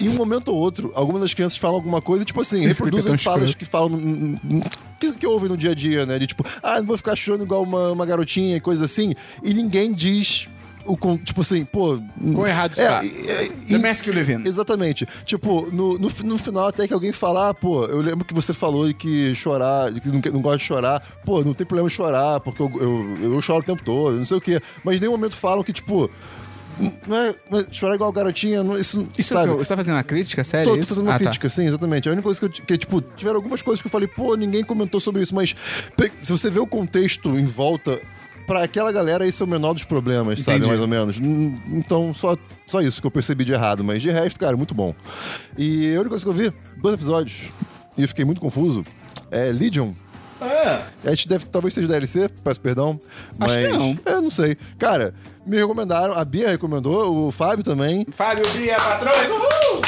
S2: Em um momento ou outro, algumas das crianças falam alguma coisa, tipo assim,
S1: Esse clipe é
S2: reproduzem
S1: tão
S2: falas
S1: escroto.
S2: que falam. hum, hum, Que, que ouvem no dia a dia, né? De tipo, ah, não vou ficar chorando igual uma, uma garotinha e coisa assim. E ninguém diz. O, con- tipo assim, pô.
S1: Quão errado está.
S2: É, é,
S1: The
S2: e-
S1: Mask You Live In.
S2: Exatamente. Tipo, no, no, fi- no final até que alguém falar, pô, eu lembro que você falou de que chorar, de que não, que- não gosta de chorar. Pô, não tem problema em chorar, porque eu, eu, eu choro o tempo todo, não sei o quê. Mas em nenhum momento falam que, tipo, não é, não é- chorar igual garotinha, não, isso,
S1: Isso é o
S2: sabe?
S1: que eu- você tá fazendo uma crítica, sério?
S2: Tô, tô
S1: isso?
S2: fazendo uma
S1: Ah, tá.
S2: crítica, sim, exatamente. É A única coisa que eu. t- Que, tipo, tiveram algumas coisas que eu falei, pô, ninguém comentou sobre isso, mas pe- se você vê o contexto em volta, pra aquela galera, esse é o menor dos problemas, sabe?
S1: Entendi.
S2: Mais ou menos. Hum, Então, só, só isso que eu percebi de errado, mas de resto, cara, muito bom. E a única coisa que eu vi, dois episódios, e eu fiquei muito confuso, é Legion. A gente deve, talvez seja DLC, peço perdão. Mas,
S1: É? Acho que não.
S2: Eu não sei. Cara, me recomendaram, a Bia recomendou, o Fábio também.
S1: Fábio Bia, patrões, uhul!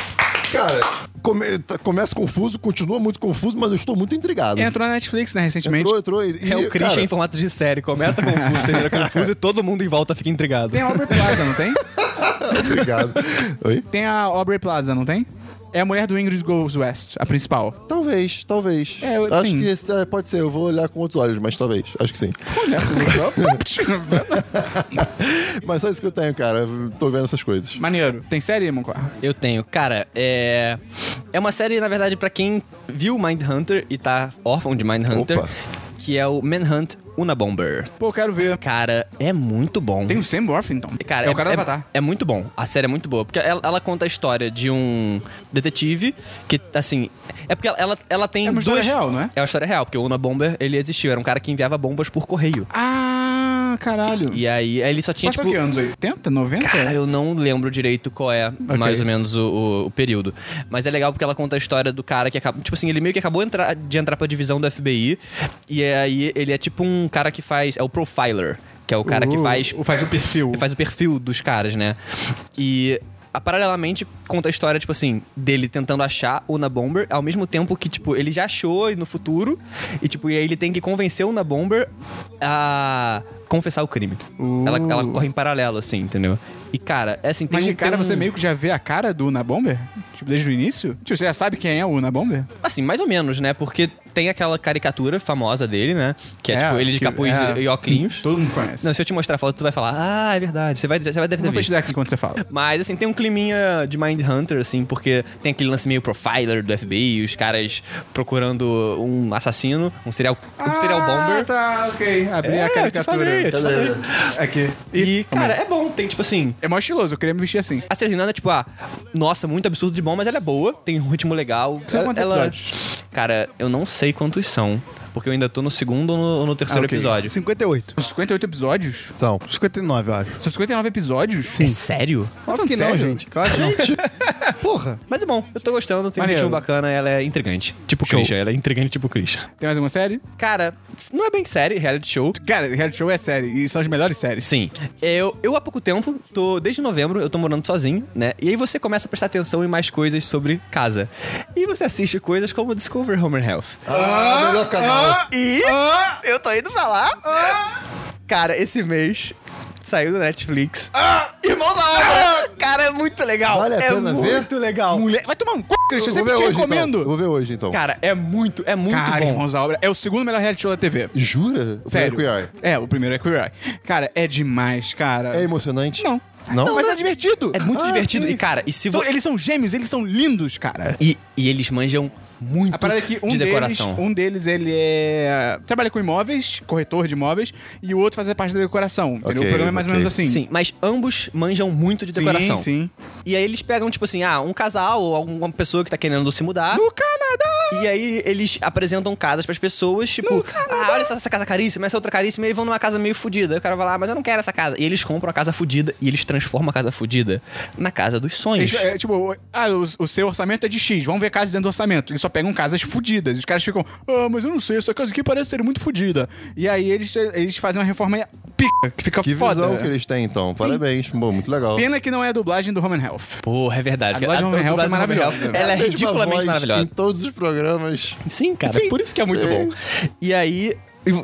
S2: Cara, come- tá- começa confuso, continua muito confuso, mas eu estou muito intrigado.
S1: Entrou na Netflix, né, recentemente.
S2: entrou, entrou e, e,
S3: É o Christian
S2: cara,
S3: em formato de série. Começa confuso, termina confuso e todo mundo em volta fica intrigado.
S1: Tem a Aubrey Plaza, não tem?
S2: Obrigado. tá Oi?
S1: Tem a Aubrey Plaza, não tem? É a mulher do Ingrid Goes West, a principal.
S2: Talvez, talvez.
S1: É, eu-
S2: Acho
S1: sim.
S2: que esse- é, pode ser, eu vou olhar com outros olhos, mas talvez. Acho que sim. Mas só isso que eu tenho, cara. Eu Tô vendo essas coisas.
S1: Maneiro. Tem série, Monclar?
S3: Eu tenho. Cara, é. É uma série, na verdade, pra quem viu Mindhunter e tá órfão de Mindhunter,
S2: Opa.
S3: que é o Manhunt Una Bomber.
S1: Pô, quero ver.
S3: Cara, é muito bom.
S1: Tem o Sam Worthington.
S3: Cara,
S1: é, o cara do Avatar.
S3: É muito bom. A série é muito boa. Porque ela, ela conta a história de um detetive que, assim. É porque ela, ela, ela tem.
S1: É uma história
S3: duas...
S1: real, não é?
S3: É uma história real, porque o Una Bomber ele existiu. Era um cara que enviava bombas por correio.
S1: Ah, caralho.
S3: E aí, aí ele só tinha,
S1: Passa
S3: tipo.
S1: o que, anos 80, 90?
S3: Cara, eu não lembro direito qual é mais ou menos o, o- o período. Mas é legal porque ela conta a história do cara que acaba. Tipo assim, ele meio que acabou entrar- de entrar pra divisão do FBI. E aí ele é tipo um cara que faz. É o profiler. Que é o cara que
S1: O-
S3: faz.
S1: o- faz o perfil.
S3: Ele faz o perfil dos caras, né? E. a- Paralelamente, conta a história, tipo assim, dele tentando achar o Una Bomber, ao mesmo tempo que, tipo, ele já achou e no futuro, e, tipo, e aí ele tem que convencer o Una Bomber a confessar o crime. Ela, ela corre em paralelo, assim, entendeu? E, cara, é assim,
S1: Uh.
S3: tem
S1: Mas
S3: um...
S1: de cara
S3: tem um-
S1: você meio que já vê a cara do Una Bomber? Tipo, desde o início? Tipo, você já sabe quem é o Una Bomber?
S3: Assim, mais ou menos, né? Porque tem aquela caricatura famosa dele, né? Que é,
S1: É,
S3: tipo, ele de
S1: que-
S3: capuz
S1: é.
S3: e- e óculos.
S1: Todo mundo conhece.
S3: Não, se eu te mostrar a foto, tu vai falar, ah, é verdade. Você vai, você vai deve ter
S1: Vou
S3: visto.
S1: pesquisar aqui enquanto você fala.
S3: Mas, assim, tem um climinha de Mindhunter, assim, porque tem aquele lance meio profiler do FBI, os caras procurando um assassino, um serial, um serial bomber.
S1: Ah, tá, ok. Abri
S3: É,
S1: a
S3: eu te
S1: caricatura.
S3: falei, eu te falei.
S1: Aqui.
S3: E, cara, é bom. Tem, tipo assim,
S1: É mó estiloso, eu queria me vestir assim.
S3: a Cezinanda é tipo, ah, nossa, muito absurdo de bom, mas ela é boa, tem um ritmo legal.
S1: São
S3: ela,
S1: quantos
S3: ela-
S1: episódios?
S3: Cara, eu não sei quantos são, porque eu ainda tô no segundo ou no, ou no terceiro
S1: Ah, ok.
S3: episódio.
S6: 58.
S1: São 58 episódios?
S2: São.
S6: 59, eu acho.
S1: São 59 episódios?
S3: É sério?
S6: Óbvio que não,
S1: Tá sério?
S6: gente. Claro que não. Porra.
S3: Mas é bom, eu tô gostando, tem
S1: Maneiro.
S3: um ritmo bacana, ela é intrigante. Tipo o
S1: Show.
S3: Christian, ela é intrigante tipo o Christian.
S1: Tem mais alguma série?
S3: Cara, não é bem série, reality show.
S1: Cara, reality show é série, e são as melhores séries.
S3: Sim. Eu, eu há pouco tempo, tô desde novembro, eu tô morando sozinho, né? E aí você começa a prestar atenção em mais coisas sobre casa. E você assiste coisas como Discover Home and Health.
S2: Ah, melhor canal.
S3: E
S1: ah.
S3: eu tô indo pra lá. Cara, esse mês saiu do Netflix.
S1: Ah.
S3: Irmãos da obra! Cara, é muito legal.
S2: Vale a
S3: é
S2: pena ver?
S3: muito legal.
S1: Mulher, vai tomar um c, Christian, eu
S2: Vou
S1: sempre
S2: ver
S1: te
S2: hoje,
S1: recomendo.
S2: então. Vou ver hoje, então.
S3: Cara, é muito, é muito
S1: Cara,
S3: bom.
S1: Irmãos à Obra é o segundo melhor reality show da TV.
S2: Jura? O
S1: Sério.
S2: Black Eye.
S1: É, o primeiro é Queer Eye. Cara, é demais, cara.
S2: É emocionante?
S1: Não.
S2: Não?
S1: Não, mas é divertido.
S3: É muito
S1: Ah,
S3: divertido.
S1: sim.
S3: E, cara, e se
S1: São-
S3: vo-
S1: Eles são gêmeos, eles são lindos, cara.
S3: E, e eles manjam muito
S1: A parada é que um
S3: de
S1: deles,
S3: decoração.
S1: um deles, ele é. trabalha com imóveis, corretor de imóveis, e o outro faz a parte da decoração. Entendeu?
S2: Ok,
S1: o programa é mais ou
S2: ok.
S1: menos assim.
S3: Sim, mas ambos manjam muito de decoração.
S1: Sim, sim.
S3: E aí eles pegam, tipo assim, ah, um casal ou alguma pessoa que tá querendo se mudar.
S1: No Canadá!
S3: E aí eles apresentam casas pras pessoas, tipo, ah, olha essa, essa casa caríssima, essa outra caríssima, e aí vão numa casa meio fudida. Aí o cara vai lá, "Ah, mas eu não quero essa casa. E eles compram a casa fudida e eles transformam a casa fudida na casa dos sonhos.
S1: Eles, é, tipo, ah, o, o seu orçamento é de X, vamos ver casas dentro do orçamento. Eles só pegam casas fudidas. Os caras ficam, ah, mas eu não sei, essa casa aqui parece ser muito fudida. E aí eles, eles fazem uma reforma pica, que fica
S2: Que
S1: foda. é.
S2: visão que eles têm, então. Parabéns. Bom, muito legal.
S1: Pena que não é a dublagem do Roman Health.
S3: Porra, é verdade.
S1: A dublagem do Van Helsing é maravilhosa.
S3: Ela é
S2: Mesma
S3: ridiculamente
S2: voz Em
S3: maravilhosa.
S2: todos os programas.
S3: Sim, cara.
S2: Sim,
S3: por isso que é muito
S2: sim.
S3: bom. E aí.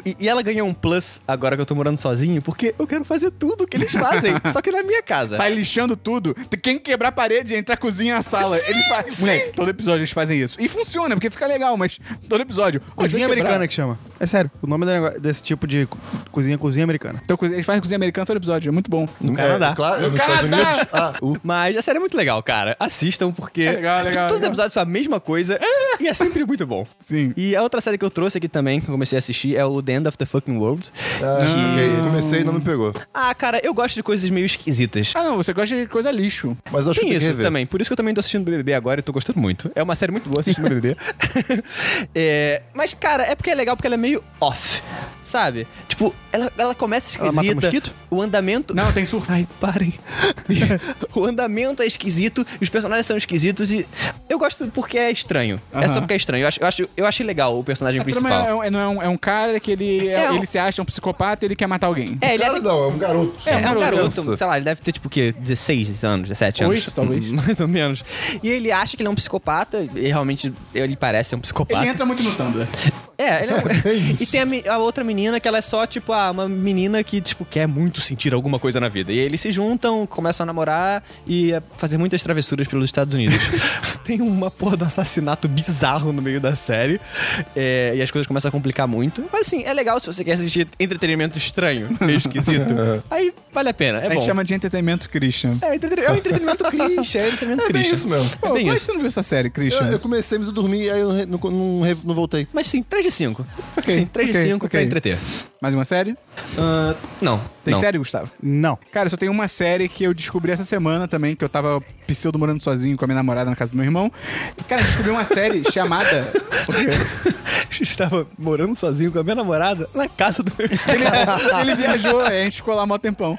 S3: E, e ela ganha um plus agora que eu tô morando sozinho, porque eu quero fazer tudo que eles fazem, só que na minha casa.
S1: Sai lixando tudo. Quem quebrar a parede, entra a cozinha e a sala. Ele faz. Moleque, todo episódio eles fazem isso. E funciona, porque fica legal, mas todo episódio.
S6: Cozinha
S1: quebrar.
S6: americana que chama. É sério. O nome do negócio- desse tipo de co-
S4: é
S6: cozinha, cozinha americana.
S1: Então, cozinha- eles fazem cozinha americana todo episódio, é muito bom.
S2: No
S3: Canadá.
S2: É, claro, nos Estados
S1: Canadá!
S2: Unidos. Ah, o
S3: Mas a série é muito legal, cara. Assistam, porque
S1: É legal, é legal,
S3: todos os
S1: legal. Ah!
S3: episódios são a mesma coisa e é sempre muito bom.
S1: Sim.
S3: E a outra série que eu trouxe aqui também, que eu comecei a assistir, é o The End of the Fucking World.
S2: Ah, ok. Comecei e não me pegou.
S3: Ah, cara, eu gosto de coisas meio esquisitas.
S1: Ah, não, você gosta de coisa lixo.
S2: Mas acho que
S3: Tem
S2: tem que
S3: isso
S2: rever.
S3: também. Por isso que eu também tô assistindo BBB agora e tô gostando muito. É uma série muito boa assistindo BBB. É, mas, cara, é porque é legal porque ela é meio off, sabe? Tipo, ela, ela começa
S6: Ela mata
S3: esquisita.
S6: mosquito?
S3: o andamento.
S1: Não, tem surf.
S3: Ai, parem. o andamento é esquisito, os personagens são esquisitos e. Eu gosto porque é estranho. É só
S1: Aham.
S3: porque é estranho. Eu, acho, eu, acho, eu achei legal o personagem
S1: A trama
S3: principal.
S1: é, um- é, não é, um, é um cara que ele, é-
S3: É um-
S1: ele se acha um psicopata e ele quer matar alguém.
S3: É, ele
S2: Cara,
S3: acha
S2: não, é um garoto.
S1: É,
S3: É um garoto,
S2: criança.
S3: sei lá, ele deve ter tipo o quê? 16 anos, 17 anos.
S1: Oito, talvez.
S3: Mais ou menos. E ele acha que ele é um psicopata, e realmente ele parece ser um psicopata.
S1: Ele Ah, entra muito no Tumblr.
S3: É, ele é um...
S2: isso.
S3: E tem a, me- a outra menina que ela é só, tipo, ah, uma menina que, tipo, quer muito sentir alguma coisa na vida. E eles se juntam, começam a namorar e a fazer muitas travessuras pelos Estados Unidos. tem uma porra de um assassinato bizarro no meio da série. É, e as coisas começam a complicar muito. Mas assim, é legal se você quer assistir entretenimento estranho, meio esquisito. Aí vale a pena. É
S1: a gente
S3: bom.
S1: chama de entretenimento Christian.
S3: É, entreten- é um entretenimento clichê, é um entretenimento
S2: É bem
S3: Christian.
S2: isso mesmo.
S1: Pô,
S3: É
S1: como
S3: bem
S1: é que
S3: isso.
S1: você não viu essa série,
S2: Eu,
S1: Christian?
S2: eu comecei, mas eu dormi, aí eu não, re- não, não re- não voltei.
S3: Mas sim, 3 de 5.
S1: Ok,
S3: sim, 3 de
S1: ok,
S3: 5 pra
S1: ok.
S3: entreter.
S1: Mais uma série?
S3: Ah, não.
S1: Tem
S3: não.
S1: série, Gustavo?
S6: Não.
S1: Cara, só tem uma série que eu descobri essa semana também, que eu tava pseudo morando sozinho com a minha namorada na casa do meu irmão. E, cara, eu descobri uma série chamada.
S3: Estava morando sozinho com a minha namorada na casa do meu
S1: Ele, ele viajou, a gente ficou lá mó tempão.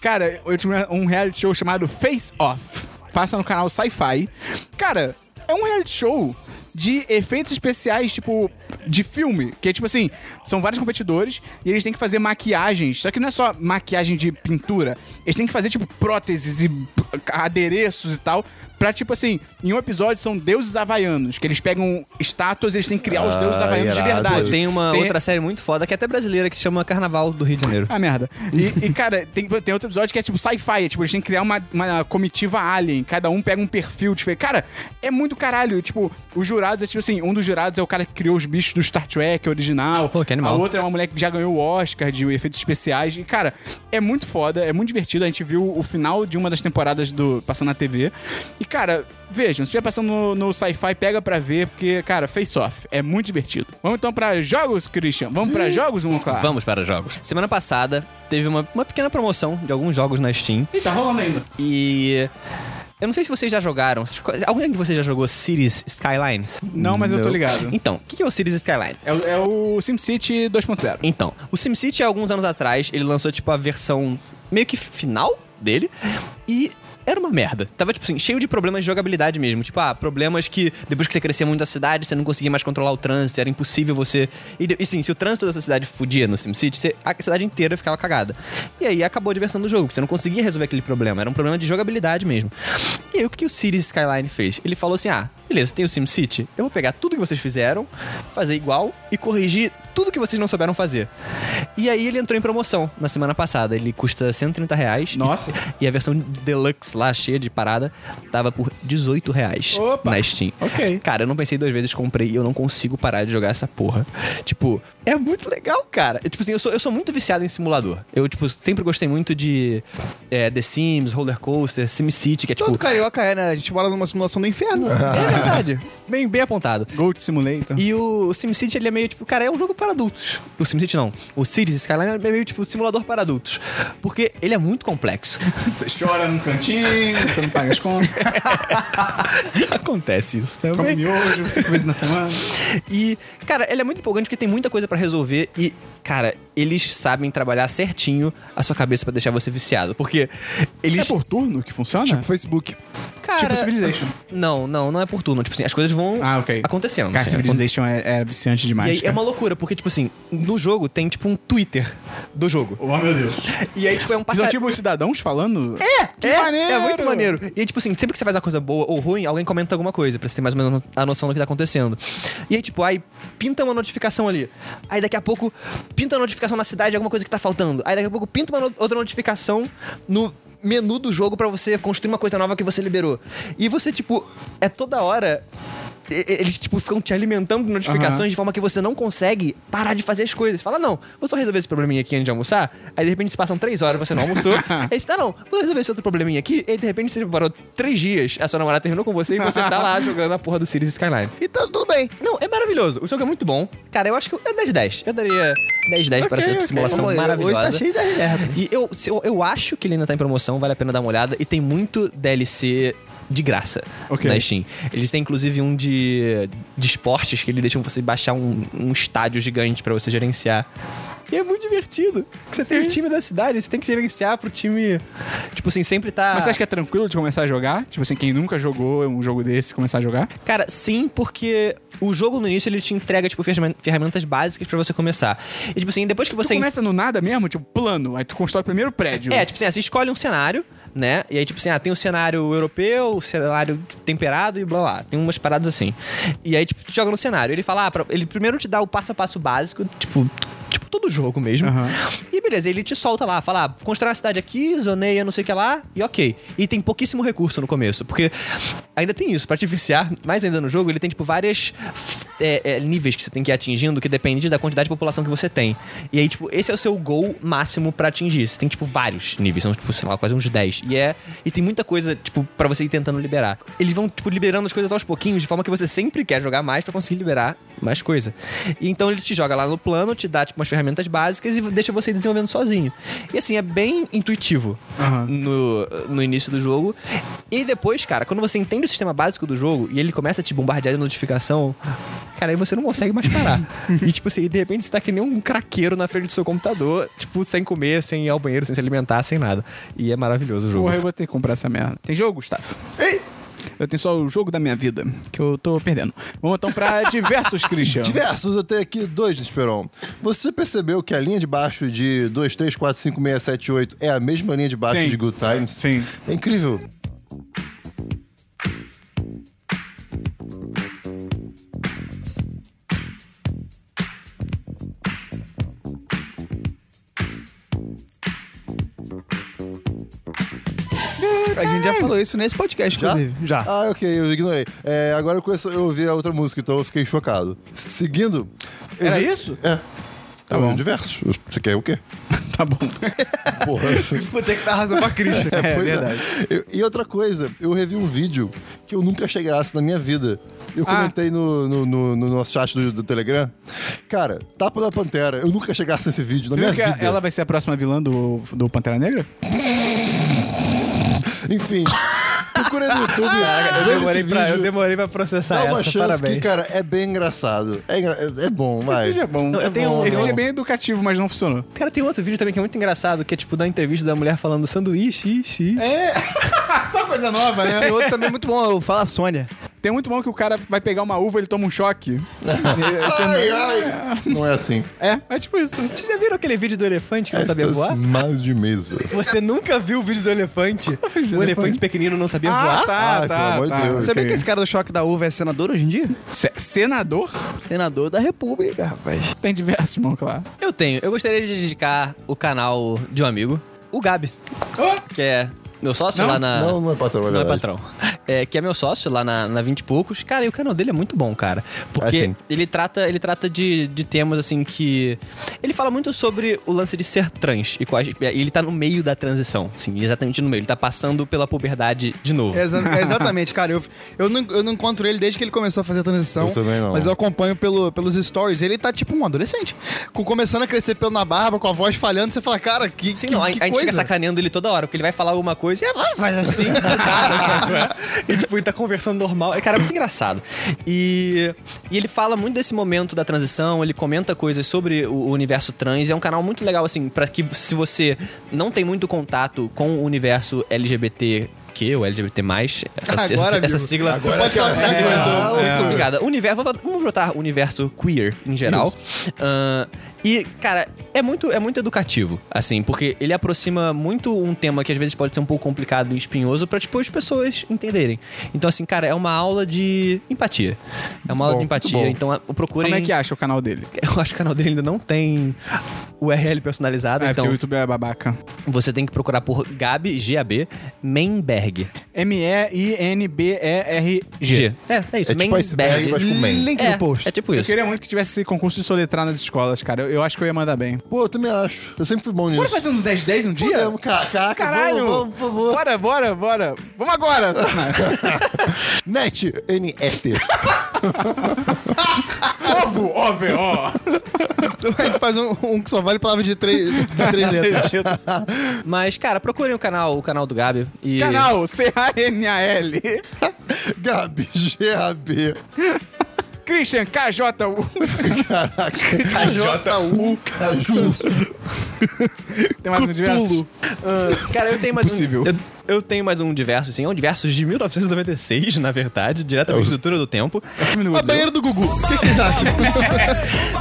S1: Cara, eu tinha um reality show chamado Face Off. Passa no canal Sci-Fi. Cara, é um reality show de efeitos especiais, tipo, de filme. Que é tipo assim, são vários competidores e eles têm que fazer maquiagens. Só que não é só maquiagem de pintura. Eles têm que fazer, tipo, próteses e p- adereços e tal. Pra, tipo assim, em um episódio são deuses havaianos. Que eles pegam estátuas e eles têm que criar os
S2: Ah,
S1: deuses havaianos de
S2: irado.
S1: verdade.
S3: Tem uma
S1: Tem-
S3: outra série muito foda, que é até brasileira, que se chama Carnaval do Rio de Janeiro.
S1: Ah, merda. E, e, cara, tem, tem outro episódio que é tipo sci-fi. É, tipo, eles têm que criar uma, uma comitiva alien. Cada um pega um perfil diferente. Cara, é muito caralho. E, tipo, os jurados é tipo assim: um dos jurados é o cara que criou os bichos do Star Trek original.
S3: Pô, que animal.
S1: A outra é uma mulher que já ganhou o Oscar de efeitos especiais. E, cara, é muito foda, é muito divertido. A gente viu o final de uma das temporadas do Passando na TV. E, cara, vejam, se estiver passando no, no sci-fi, pega pra ver, porque, cara, face off. É muito divertido. Vamos então pra jogos, Christian? Vamos pra jogos, Monclar?
S3: Vamos para jogos. Semana passada teve uma, uma pequena promoção de alguns jogos na Steam
S1: Ih, tá rolando ainda.
S3: e. Eu não sei se vocês já jogaram. Alguém de vocês já jogou Cities Skylines?
S1: Não, mas eu tô ligado.
S3: Então, o que que é o Cities Skylines?
S1: É, o- é o SimCity 2.0.
S3: Então, o SimCity, há alguns anos atrás, ele lançou, tipo, a versão meio que final dele. E era uma merda. Tava, tipo assim, cheio de problemas de jogabilidade mesmo. Tipo, ah, problemas que depois que você crescia muito a cidade, você não conseguia mais controlar o trânsito, era impossível você. E, de- e sim, se o trânsito da sua cidade fudia no SimCity, você- a cidade inteira ficava cagada. E aí acabou a diversão do jogo, porque você não conseguia resolver aquele problema. Era um problema de jogabilidade mesmo. E aí, o que que o Cities Skyline fez? Ele falou assim: ah, beleza, tem o SimCity, eu vou pegar tudo que vocês fizeram, fazer igual e corrigir tudo que vocês não souberam fazer. E aí ele entrou em promoção na semana passada. Ele custa 130 reais.
S1: Nossa.
S3: E a versão deluxe lá, cheia de parada, tava por 18 reais
S1: Opa.
S3: na Steam.
S1: Ok.
S3: Cara, eu não pensei duas vezes, comprei e eu não consigo parar de jogar essa porra. Tipo, é muito legal, cara. Eu, tipo assim, eu sou, eu sou muito viciado em simulador. Eu, tipo, sempre gostei muito de é, The Sims, Roller Coaster, SimCity, que é tipo...
S6: Todo carioca é, né? A gente mora numa simulação do inferno.
S3: É verdade. Bem, bem apontado.
S1: Gold Simulator.
S3: E o, o SimCity, ele é meio tipo, cara, é um jogo para adultos. O SimCity não. O Cities Skyline é meio tipo simulador para adultos. Porque ele é muito complexo.
S1: Você chora num cantinho, você não paga as contas,
S3: Acontece isso
S1: come
S3: também.
S1: miojo cinco vezes na semana.
S3: E, cara, ele é muito empolgante porque tem muita coisa pra resolver e, cara, eles sabem trabalhar certinho a sua cabeça pra deixar você viciado. Porque
S1: É
S3: eles.
S1: por turno que funciona?
S2: Tipo Facebook.
S3: cara,
S1: tipo Civilization.
S3: Não, não, não é por turno. Tipo assim, as coisas vão
S1: Ah, ok.
S3: acontecendo.
S1: Cara,
S3: assim,
S1: Civilization é, é viciante
S3: E
S1: demais.
S3: aí é
S1: cara.
S3: uma loucura, porque, tipo assim, no jogo tem, tipo, um Twitter do jogo.
S1: Oh, meu Deus.
S3: E aí, tipo, é um
S1: São
S3: passarinho.
S1: tipo os cidadãos falando?
S3: É,
S1: Que
S3: é,
S1: maneiro!
S3: é muito maneiro. E aí, tipo assim, sempre que você faz uma coisa boa ou ruim, alguém comenta alguma coisa, pra você ter mais ou menos a noção do que tá acontecendo. E aí, tipo, aí pinta uma notificação ali. Aí daqui a pouco pinta uma notificação na cidade de alguma coisa que tá faltando. Aí daqui a pouco pinta uma no- outra notificação no menu do jogo pra você construir uma coisa nova que você liberou. E você, tipo, é toda hora. e- e- Eles, tipo, ficam te alimentando de notificações de forma que você não consegue parar de fazer as coisas. Você Fala, não, vou só resolver esse probleminha aqui antes de almoçar. Aí, de repente, se passam três horas, você não almoçou. aí você, tá, não, vou resolver esse outro probleminha aqui. E aí, de repente, você parou três dias, a sua namorada terminou com você e você tá lá jogando a porra do Cities Skyline.
S4: E tá tudo bem.
S3: Não, é maravilhoso. O jogo é muito bom. Cara, eu acho que é 10 de 10. Eu daria 10 de 10 para essa simulação
S4: Amor,
S3: maravilhosa.
S4: Hoje tá cheio
S1: né,
S4: das merda.
S3: E eu, se eu, eu acho que ele ainda tá em promoção, vale a pena dar uma olhada. E tem muito DLC de graça
S1: Ok.
S3: na Steam. Eles têm inclusive um de, de esportes que eles deixam você baixar um, um estádio gigante pra você gerenciar. E é muito divertido. Porque você tem o time da cidade, você tem que gerenciar pro time. Tipo assim, sempre tá.
S1: Mas você acha que é tranquilo de começar a jogar? Tipo assim, quem nunca jogou um jogo desse, começar a jogar?
S3: Cara, sim, porque o jogo no início ele te entrega, tipo, ferramen- ferramentas básicas pra você começar. E tipo assim, depois que
S1: Você
S3: você.
S1: começa no nada mesmo? Tipo, plano. Aí tu constrói o primeiro prédio.
S3: É, tipo assim, ah, você escolhe um cenário, né? E aí, tipo assim, ah, tem o cenário europeu, o cenário temperado e blá blá. Tem umas paradas assim. E aí, tipo, tu joga no cenário. Ele fala, ah, pra- ele primeiro te dá o passo a passo básico, tipo. t- Tipo, todo jogo mesmo. E beleza, ele te solta lá, fala, ah, constrói uma cidade aqui, zoneia, não sei o que lá, e ok. E tem pouquíssimo recurso no começo, porque ainda tem isso, pra te viciar mais ainda no jogo, ele tem, tipo, várias f- é, é, níveis que você tem que ir atingindo, que depende da quantidade de população que você tem. E aí, tipo, esse é o seu gol máximo pra atingir. Você tem, tipo, vários níveis, são, tipo, sei lá, quase uns 10. E é. E tem muita coisa, tipo, pra você ir tentando liberar. Eles vão, tipo, liberando as coisas aos pouquinhos, de forma que você sempre quer jogar mais pra conseguir liberar mais coisa. E então ele te joga lá no plano, te dá, tipo, umas ferramentas básicas e deixa você ir desenvolvendo sozinho. E assim, é bem intuitivo no, no início do jogo. E depois, cara, quando você entende o sistema básico do jogo e ele começa a te bombardear de notificação, cara, aí você não consegue mais parar. e tipo assim, de repente você tá que nem um craqueiro na frente do seu computador, tipo, sem comer, sem ir ao banheiro, sem se alimentar, sem nada. E é maravilhoso o jogo.
S1: Porra, eu vou ter que comprar essa merda. Tem jogo, Gustavo? Eu tenho só o jogo da minha vida, que eu tô perdendo. Vamos então pra diversos, Christian.
S2: Diversos, eu tenho aqui dois de Esperon. Você percebeu que a linha de baixo de 2, 3, 4, 5, 6, 7, 8 é a mesma linha de baixo
S1: Sim.
S2: de Good Times?
S1: Sim.
S2: É incrível.
S4: A gente já falou isso nesse podcast,
S2: Já?
S4: inclusive. Já.
S2: Ah, ok, eu ignorei. É, agora eu, conheço, eu ouvi a outra música, então eu fiquei chocado. Seguindo. eu
S1: Era
S2: vi-
S1: isso?
S2: É.
S1: Tá
S2: Tá
S1: bom.
S2: bom. Diversos. Você quer o quê?
S1: Tá bom.
S2: Porra.
S4: Vou ter que dar razão pra Christian.
S1: É,
S2: Pois
S1: verdade.
S2: Eu- e outra coisa, eu revi um vídeo que eu nunca chegasse na minha vida. Eu
S1: Ah.
S2: comentei no, no, no- no nosso chat do, do Telegram. Cara, Tapa da Pantera, eu nunca chegasse nesse vídeo na
S1: Você
S2: minha
S1: viu que
S2: vida.
S1: ela vai ser a próxima vilã do, do Pantera Negra?
S2: Enfim, procurei no YouTube. veja esse vídeo,
S3: demorei pra processar
S2: Dá uma chance que, cara, é bem engraçado. É, engra- é- é bom, vai.
S1: Esse vídeo é bom.
S3: Não, eu tenho um-
S1: Esse
S2: é
S1: vídeo é
S2: bom.
S1: bem educativo, mas não funcionou.
S3: Cara, tem outro vídeo também que é muito engraçado, que é tipo da entrevista da mulher falando sanduíche, xixi.
S1: Só coisa nova, né?
S6: É, Tem outro também muito bom, o Fala Sônia.
S1: Tem muito bom que o cara vai pegar uma uva, ele toma um choque.
S2: Ai, ai. Não é assim.
S1: É, é tipo isso.
S3: Vocês já viram aquele vídeo do elefante que não sabia
S2: Estas
S3: voar?
S2: mais de mesa.
S3: Você nunca viu o vídeo do elefante? O elefante pequenino não sabia voar?
S1: tá,
S2: Ah, pelo amor de Deus.
S6: Sabia
S2: Ok.
S6: que esse cara do choque da uva é senador hoje em dia?
S1: Se- senador?
S6: Senador da República, rapaz.
S1: Tem diversos, irmão, claro.
S3: Eu tenho. Eu gostaria de dedicar o canal de um amigo, o Gabi, que é meu sócio
S1: Não,
S3: lá na...
S1: Ah.
S2: Não, não é patrão, é
S3: Não é
S2: verdade.
S3: patrão. é, que é meu sócio lá na, na 20 e poucos. Cara, e o canal dele é muito bom, cara. Porque
S2: Assim.
S3: ele trata, ele trata de, de temas assim que. Ele fala muito sobre o lance de ser trans. E quais- e ele tá no meio da transição. Assim, exatamente no meio. Ele tá passando pela puberdade de novo.
S6: É Exa- exatamente, cara. Eu, eu, não, eu não encontro ele desde que ele começou a fazer a transição.
S2: Eu também não.
S6: Mas eu acompanho pelo, pelos stories. Ele tá tipo um adolescente. Com- começando a crescer pelo na barba, com a voz falhando, você fala, cara, que,
S3: Sim,
S6: que,
S3: não, a,
S6: que
S3: a gente
S6: coisa.
S3: fica sacaneando ele toda hora, porque ele vai falar alguma coisa e é
S6: Ah, faz assim.
S3: nada, sabe? E tipo, ele tá conversando normal. É, cara, é muito engraçado. E, e ele fala muito desse momento da transição, ele comenta coisas sobre o, o universo trans. É um canal muito legal, assim, pra que se você não tem muito contato com o universo LGBT. Que o LGBT, essa,
S6: Agora,
S3: essa, essa
S6: amigo.
S3: sigla.
S6: Agora Pode falar que é.
S3: sigla do-
S6: É.
S3: muito obrigada. Universo, vou- vamos botar universo queer em geral. Ahn, e, cara, é muito, é muito educativo, assim, porque ele aproxima muito um tema que às vezes pode ser um pouco complicado e espinhoso pra, tipo, as pessoas entenderem. Então, assim, cara, é uma aula de empatia. É uma aula de empatia. Então, a- procurem.
S1: Como é que acha o canal dele?
S3: Eu acho que o canal dele ainda não tem URL personalizado,
S1: É,
S3: então
S1: porque o YouTube é babaca.
S3: você tem que procurar por Gabi, G-A-B, Mainberg.
S1: M-E-I-N-B-E-R-G.
S3: G. É, é isso,
S2: É tipo iceberg, mas com man.
S6: Link
S3: É,
S6: no post.
S3: é tipo
S1: Eu
S3: isso.
S1: queria muito que tivesse esse concurso de soletrar nas escolas, cara. Eu, eu acho que eu ia mandar bem.
S2: Pô, eu também acho. Eu sempre fui bom nisso.
S1: Bora fazer um 10-10 um dia?
S2: Podemos, ca- caraca,
S1: Caralho!
S2: Vamos, vamos, por favor.
S1: Bora, bora, bora. Vamos agora!
S2: Net, NF.
S1: Ovo, OVO.
S6: Então
S3: É.
S6: a gente faz um, um que só vale palavra de três, de três letras.
S3: Mas, cara, procurem o canal, o canal do Gabi. E...
S1: Canal C-A-N-A-L.
S2: Gabi, G-A-B.
S1: Christian KJU.
S2: J-U.
S1: Tem mais um diverso?
S3: Ah, cara, eu tenho mais um. Eu, eu tenho mais um diverso, sim. É um diverso de 1996, na verdade, direto da
S1: É
S3: estrutura do tempo.
S1: Um
S6: A banheira do Gugu. O que vocês acham?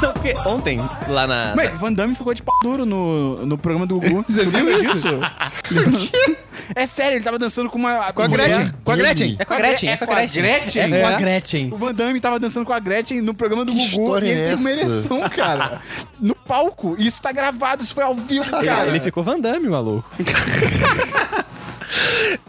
S3: Não, porque ontem, lá na.
S1: Ué, Van Damme ficou de pau duro no, no programa do Gugu.
S6: Você viu isso?
S1: É sério, ele tava dançando com uma.
S6: Com a Gretchen. Com a Gretchen.
S3: É com a Gretchen.
S1: É com a Gretchen?
S3: É com a
S6: É.
S3: Gretchen.
S1: O Van Damme tava dançando com a Gretchen no programa do Gugu
S2: história
S1: e ele
S2: é
S1: teve uma
S2: essa?
S1: ereção, cara. No palco. E Isso tá gravado, isso foi ao vivo,
S3: Ele-
S1: cara.
S3: Ele ficou Van Damme, maluco.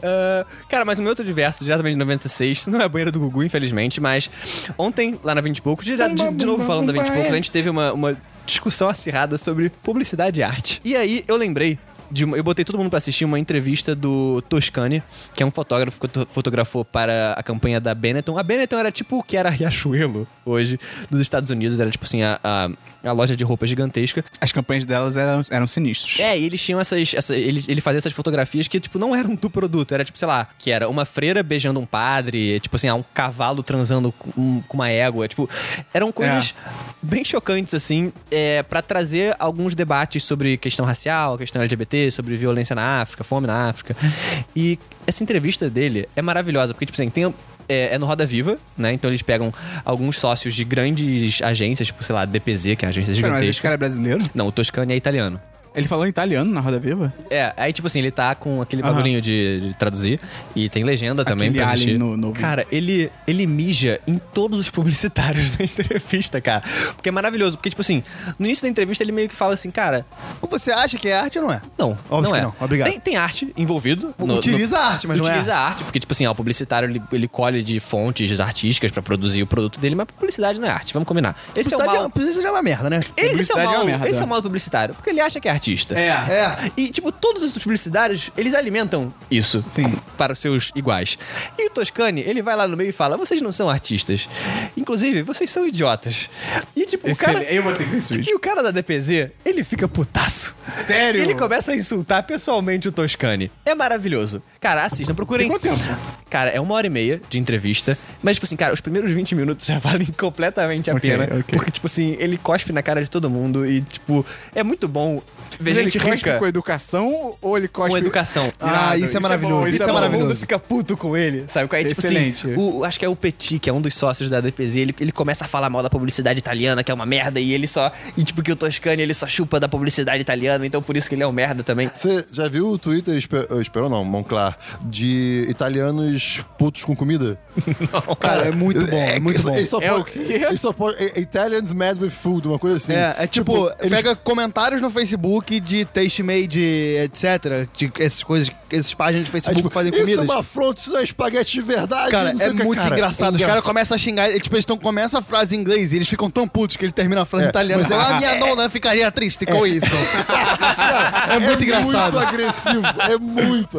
S3: Ah, cara, mas o meu outro diverso, diretamente de 96, não é a banheira do Gugu, infelizmente, mas ontem, lá na 20 e poucos, de, de, de novo falando da 20 e poucos, a gente teve uma, uma discussão acirrada sobre publicidade e arte. E aí eu lembrei. De uma, eu botei todo mundo pra assistir uma entrevista do Toscani, que é um fotógrafo que to- fotografou para a campanha da Benetton. A Benetton era tipo o que era Riachuelo hoje, dos Estados Unidos. Era tipo assim, a- a, a loja de roupa gigantesca.
S1: As campanhas delas eram, eram sinistros.
S3: É, e eles tinham essas. essa- ele, ele fazia essas fotografias que, tipo, não eram do produto. Era, tipo, sei lá, que era uma freira beijando um padre, tipo assim, ah, um cavalo transando com, um- com uma égua. Tipo, eram coisas bem chocantes, assim, é, para trazer alguns debates sobre questão racial, questão LGBT, sobre violência na África, fome na África. E essa entrevista dele é maravilhosa, porque, tipo assim, tem. É, é no Roda Viva, né? Então eles pegam alguns sócios de grandes agências, tipo, sei lá, DPZ, que é
S1: Pera,
S3: uma agência
S1: mas esse
S3: gigantesca.
S1: cara é brasileiro?
S3: Não, o Toscani é italiano.
S1: Ele falou em italiano na Roda Viva?
S3: É, aí tipo assim, ele tá com aquele
S1: Aham.
S3: bagulhinho de, de traduzir e tem legenda também
S1: Aquele
S3: pra assistir.
S1: alien no- no vídeo.
S3: Cara, ele, ele mija em todos os publicitários da entrevista, cara. Porque é maravilhoso, porque tipo assim, no início da entrevista ele meio que fala assim, cara,
S6: Você acha que é arte ou não é?
S3: não,
S6: Óbvio
S3: não
S6: que
S3: é.
S6: não, obrigado.
S3: Tem, tem arte envolvido.
S6: Utiliza a arte, mas não é
S3: Utiliza a arte, porque tipo assim, ó, o publicitário ele, ele colhe de fontes artísticas pra produzir o produto dele, mas publicidade não é arte, vamos combinar. Esse é o
S6: Publicidade é,
S3: mal...
S6: publicidade é uma merda, né?
S3: Ele- Esse é, o
S1: publicidade é uma
S3: mal,
S1: merda.
S3: esse é o mal do publicitário, porque ele acha que é artista.
S6: É.
S3: E, tipo, todos os publicitários, eles alimentam isso
S1: Sim.
S3: para os seus iguais. E o Toscani, ele vai lá no meio e fala: vocês não são artistas. Inclusive, vocês são idiotas. E, tipo, o cara.
S1: Eu vou ter que ver esse vídeo.
S3: E o cara da DPZ, ele fica putaço.
S1: Sério?
S3: Ele começa a insultar pessoalmente o Toscani. É maravilhoso. Cara, assistam, procurem.
S1: Tem quanto
S3: Cara, é uma hora e meia de entrevista. Mas, tipo assim, cara, os primeiros 20 minutos já valem completamente a
S1: Ok,
S3: pena.
S1: ok.
S3: Porque, tipo assim, ele cospe na cara de todo mundo e, tipo, é muito bom ver
S1: Mas
S3: gente
S1: ele cospe
S3: rica
S1: com educação ou ele cospe...
S3: com educação.
S6: Ah, isso é maravilhoso.
S1: isso
S6: Isso é
S1: é, bom.
S3: O mundo
S6: maravilhoso.
S3: fica puto com ele, sabe? Aí, tipo
S1: Excelente.
S3: assim, o, acho que é o Petit, que é um dos sócios da DPZ, ele, ele começa a falar mal da publicidade italiana, que é uma merda, e ele só. E tipo, que o Toscani ele só chupa da publicidade italiana, então por isso que ele é um merda também.
S2: Você já viu o Twitter, espe- eh, esperou não, Monclar, de italianos putos com comida?
S6: Cara, é muito bom, é muito bom.
S2: Eles só é,
S1: É o
S2: podem-
S1: quê?
S2: eles só podem- eh, Italians mad with food, uma coisa assim.
S6: É, é tipo,
S2: eles-
S6: pega comentários no Facebook
S4: que de Taste Made, etc. De essas coisas, essas páginas de
S2: Aí,
S4: Facebook
S2: tipo,
S4: que fazem
S2: isso
S4: comidas.
S2: é uma afronta, isso não é espaguete de verdade.
S6: Cara,
S2: não sei
S6: é
S2: o que,
S6: muito
S2: cara.
S6: engraçado. Os caras
S2: engraçado.
S6: começam a xingar, eles, tipo, eles tão, começam a frase em inglês e eles ficam tão putos que ele termina a frase
S2: É,
S6: em italiana.
S2: mas é-
S6: ah, minha nona ficaria triste com isso. é muito engraçado.
S2: muito agressivo, é muito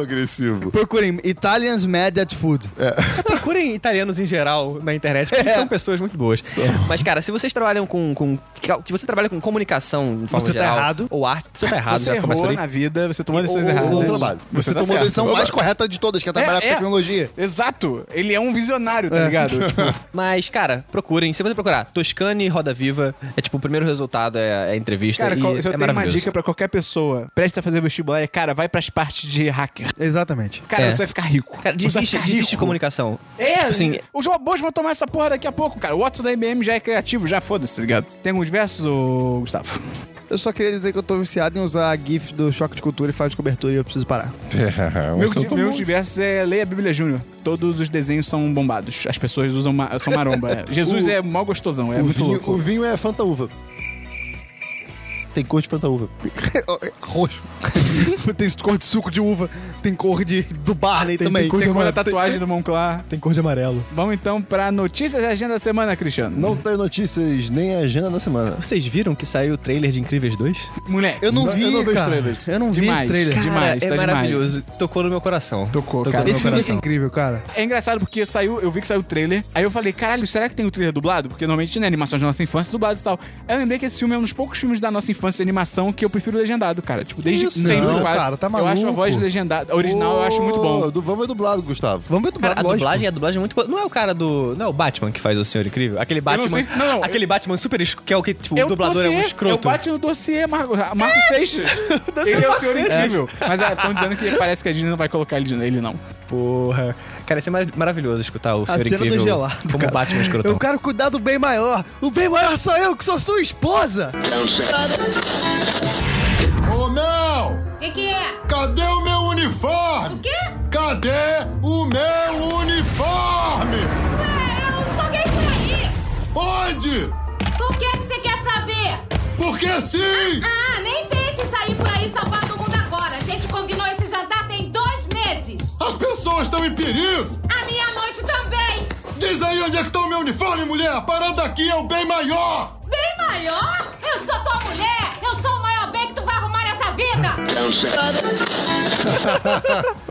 S2: agressivo.
S6: Procurem Italians Mad at Food.
S2: É,
S3: Procurem italianos em geral na internet, que eles É. são pessoas muito boas. Mas, cara, se vocês trabalham com. com que você trabalha com comunicação de forma
S6: Você tá
S3: geral,
S6: errado.
S3: Ou arte, você tá errado,
S1: Você
S3: já começa por
S1: errou né?
S3: aí.
S1: na vida, você tomou decisões
S2: Ou- ou-
S1: erradas.
S2: ou trabalho. Você
S1: tá
S6: Tomou a
S1: certo.
S6: decisão mais correta de todas, que é trabalhar
S1: É,
S6: com
S1: é.
S6: tecnologia.
S1: Exato. Ele é um visionário, tá ligado? Tipo,
S3: Mas, cara, procurem. Se você procurar Toscane Roda Viva, é tipo, o primeiro resultado é, é a entrevista.
S1: cara,
S3: e
S1: qual- se eu
S3: é
S1: tenho uma
S3: maravilhoso.
S1: dica pra qualquer pessoa presta a fazer vestibular, é, cara, vai pras partes de hacker.
S6: Exatamente.
S1: Cara,
S3: É.
S1: você vai ficar rico.
S3: Cara,
S1: Você vai
S3: desiste,
S1: ficar
S3: desiste de
S1: rico.
S3: comunicação.
S1: É,
S3: Tipo assim,
S1: os robôs vão tomar essa porra daqui a pouco, cara. O Otto da IBM já é criativo, já foda-se, tá ligado? Tem alguns versos, ô, Gustavo?
S4: Eu só queria dizer que eu tô viciado em usar a GIF do Choque de Cultura e faz de cobertura e eu preciso parar.
S2: É, um
S1: Meu,
S2: assunto
S1: meus
S2: muito-
S1: diversos é Leia a Bíblia Júnior. Todos os desenhos são bombados. As pessoas usam ma- são maromba. Jesus é mal gostosão, é
S2: o,
S1: muito
S2: vinho,
S1: louco.
S2: o vinho é fantaúva. Tem cor de fantaúva.
S6: é, Roxo. tem cor de suco de uva, tem cor de do Barney
S1: Tem-
S6: também.
S1: Tem
S6: Tem
S1: segunda
S6: cor-
S1: tatuagem do Monclar.
S6: tem cor de amarelo.
S1: Vamos então pra notícias e agenda da semana, Cristiano.
S2: Não tem notícias nem a agenda da semana.
S3: vocês viram que saiu o trailer de Incríveis 2?
S1: Moleque.
S6: Eu não
S2: Não-
S6: vi,
S2: eu não vejo
S6: cara.
S2: trailers.
S6: Eu não vi
S1: Demais.
S6: esse trailer.
S1: Cara, Demais,
S3: é
S1: tá demais.
S3: maravilhoso. Tocou no meu coração.
S1: Tocou, cara.
S3: no
S6: Esse
S3: meu
S6: filme vai ser
S3: coração.
S6: incrível, cara.
S1: É engraçado porque saiu, eu vi que saiu o trailer, aí eu falei, caralho, será que tem o trailer dublado? Porque normalmente, né, animações da nossa infância dubladas e tal. Aí eu lembrei que esse filme é um dos poucos filmes da nossa infância de animação que eu prefiro legendado, cara. Tipo, desde
S6: isso?
S1: sempre,
S6: Não,
S1: quase.
S6: cara, tá
S1: Eu acho a
S6: maluco.
S1: voz legendada, a original eu acho muito
S2: Ô,
S1: bom.
S2: Du, Vamos ver dublado, Gustavo.
S6: Vamos ver
S3: Cara, a
S6: dublado, lógico.
S3: dublagem, a dublagem é muito boa. Não é o cara do. Não é o Batman que faz o Senhor Incrível? Aquele Batman.
S1: sei se- não, não,
S3: aquele Batman super escroto. Que é o que, tipo,
S1: É
S3: o dublador é um escroto.
S1: Eu bati no dossiê, Marco, Marco Seixas. ele é o
S3: Marco
S1: senhor
S3: Seixas.
S1: incrível. Mas estão dizendo que parece que a Disney não vai colocar ele nele, não.
S3: Porra. Cara, isso é mar- maravilhoso escutar o
S6: A
S3: Senhor
S6: cena
S3: Incrível.
S6: do gelado.
S3: como
S6: cara.
S3: Batman escrotão.
S6: Eu quero cuidar do bem maior. O bem maior sou eu, que sou sua esposa.
S8: Oh não!
S9: Que que é?
S8: Cadê o meu uniforme?
S9: Quê?
S8: Cadê o meu uniforme?
S9: Eu não paguei por aí.
S8: Onde?
S9: O que que você quer saber?
S8: Porque sim!
S9: Ah, nem pense em sair por aí salvar todo mundo agora. A gente combinou esse jantar tem dois meses.
S8: As pessoas estão em perigo!
S9: A minha noite também.
S8: Diz aí onde é que tá o meu uniforme, mulher! A parada aqui é o bem maior!
S9: Bem maior? Eu sou tua mulher. Eu sou o maior bem que tu vai arrumar nessa vida.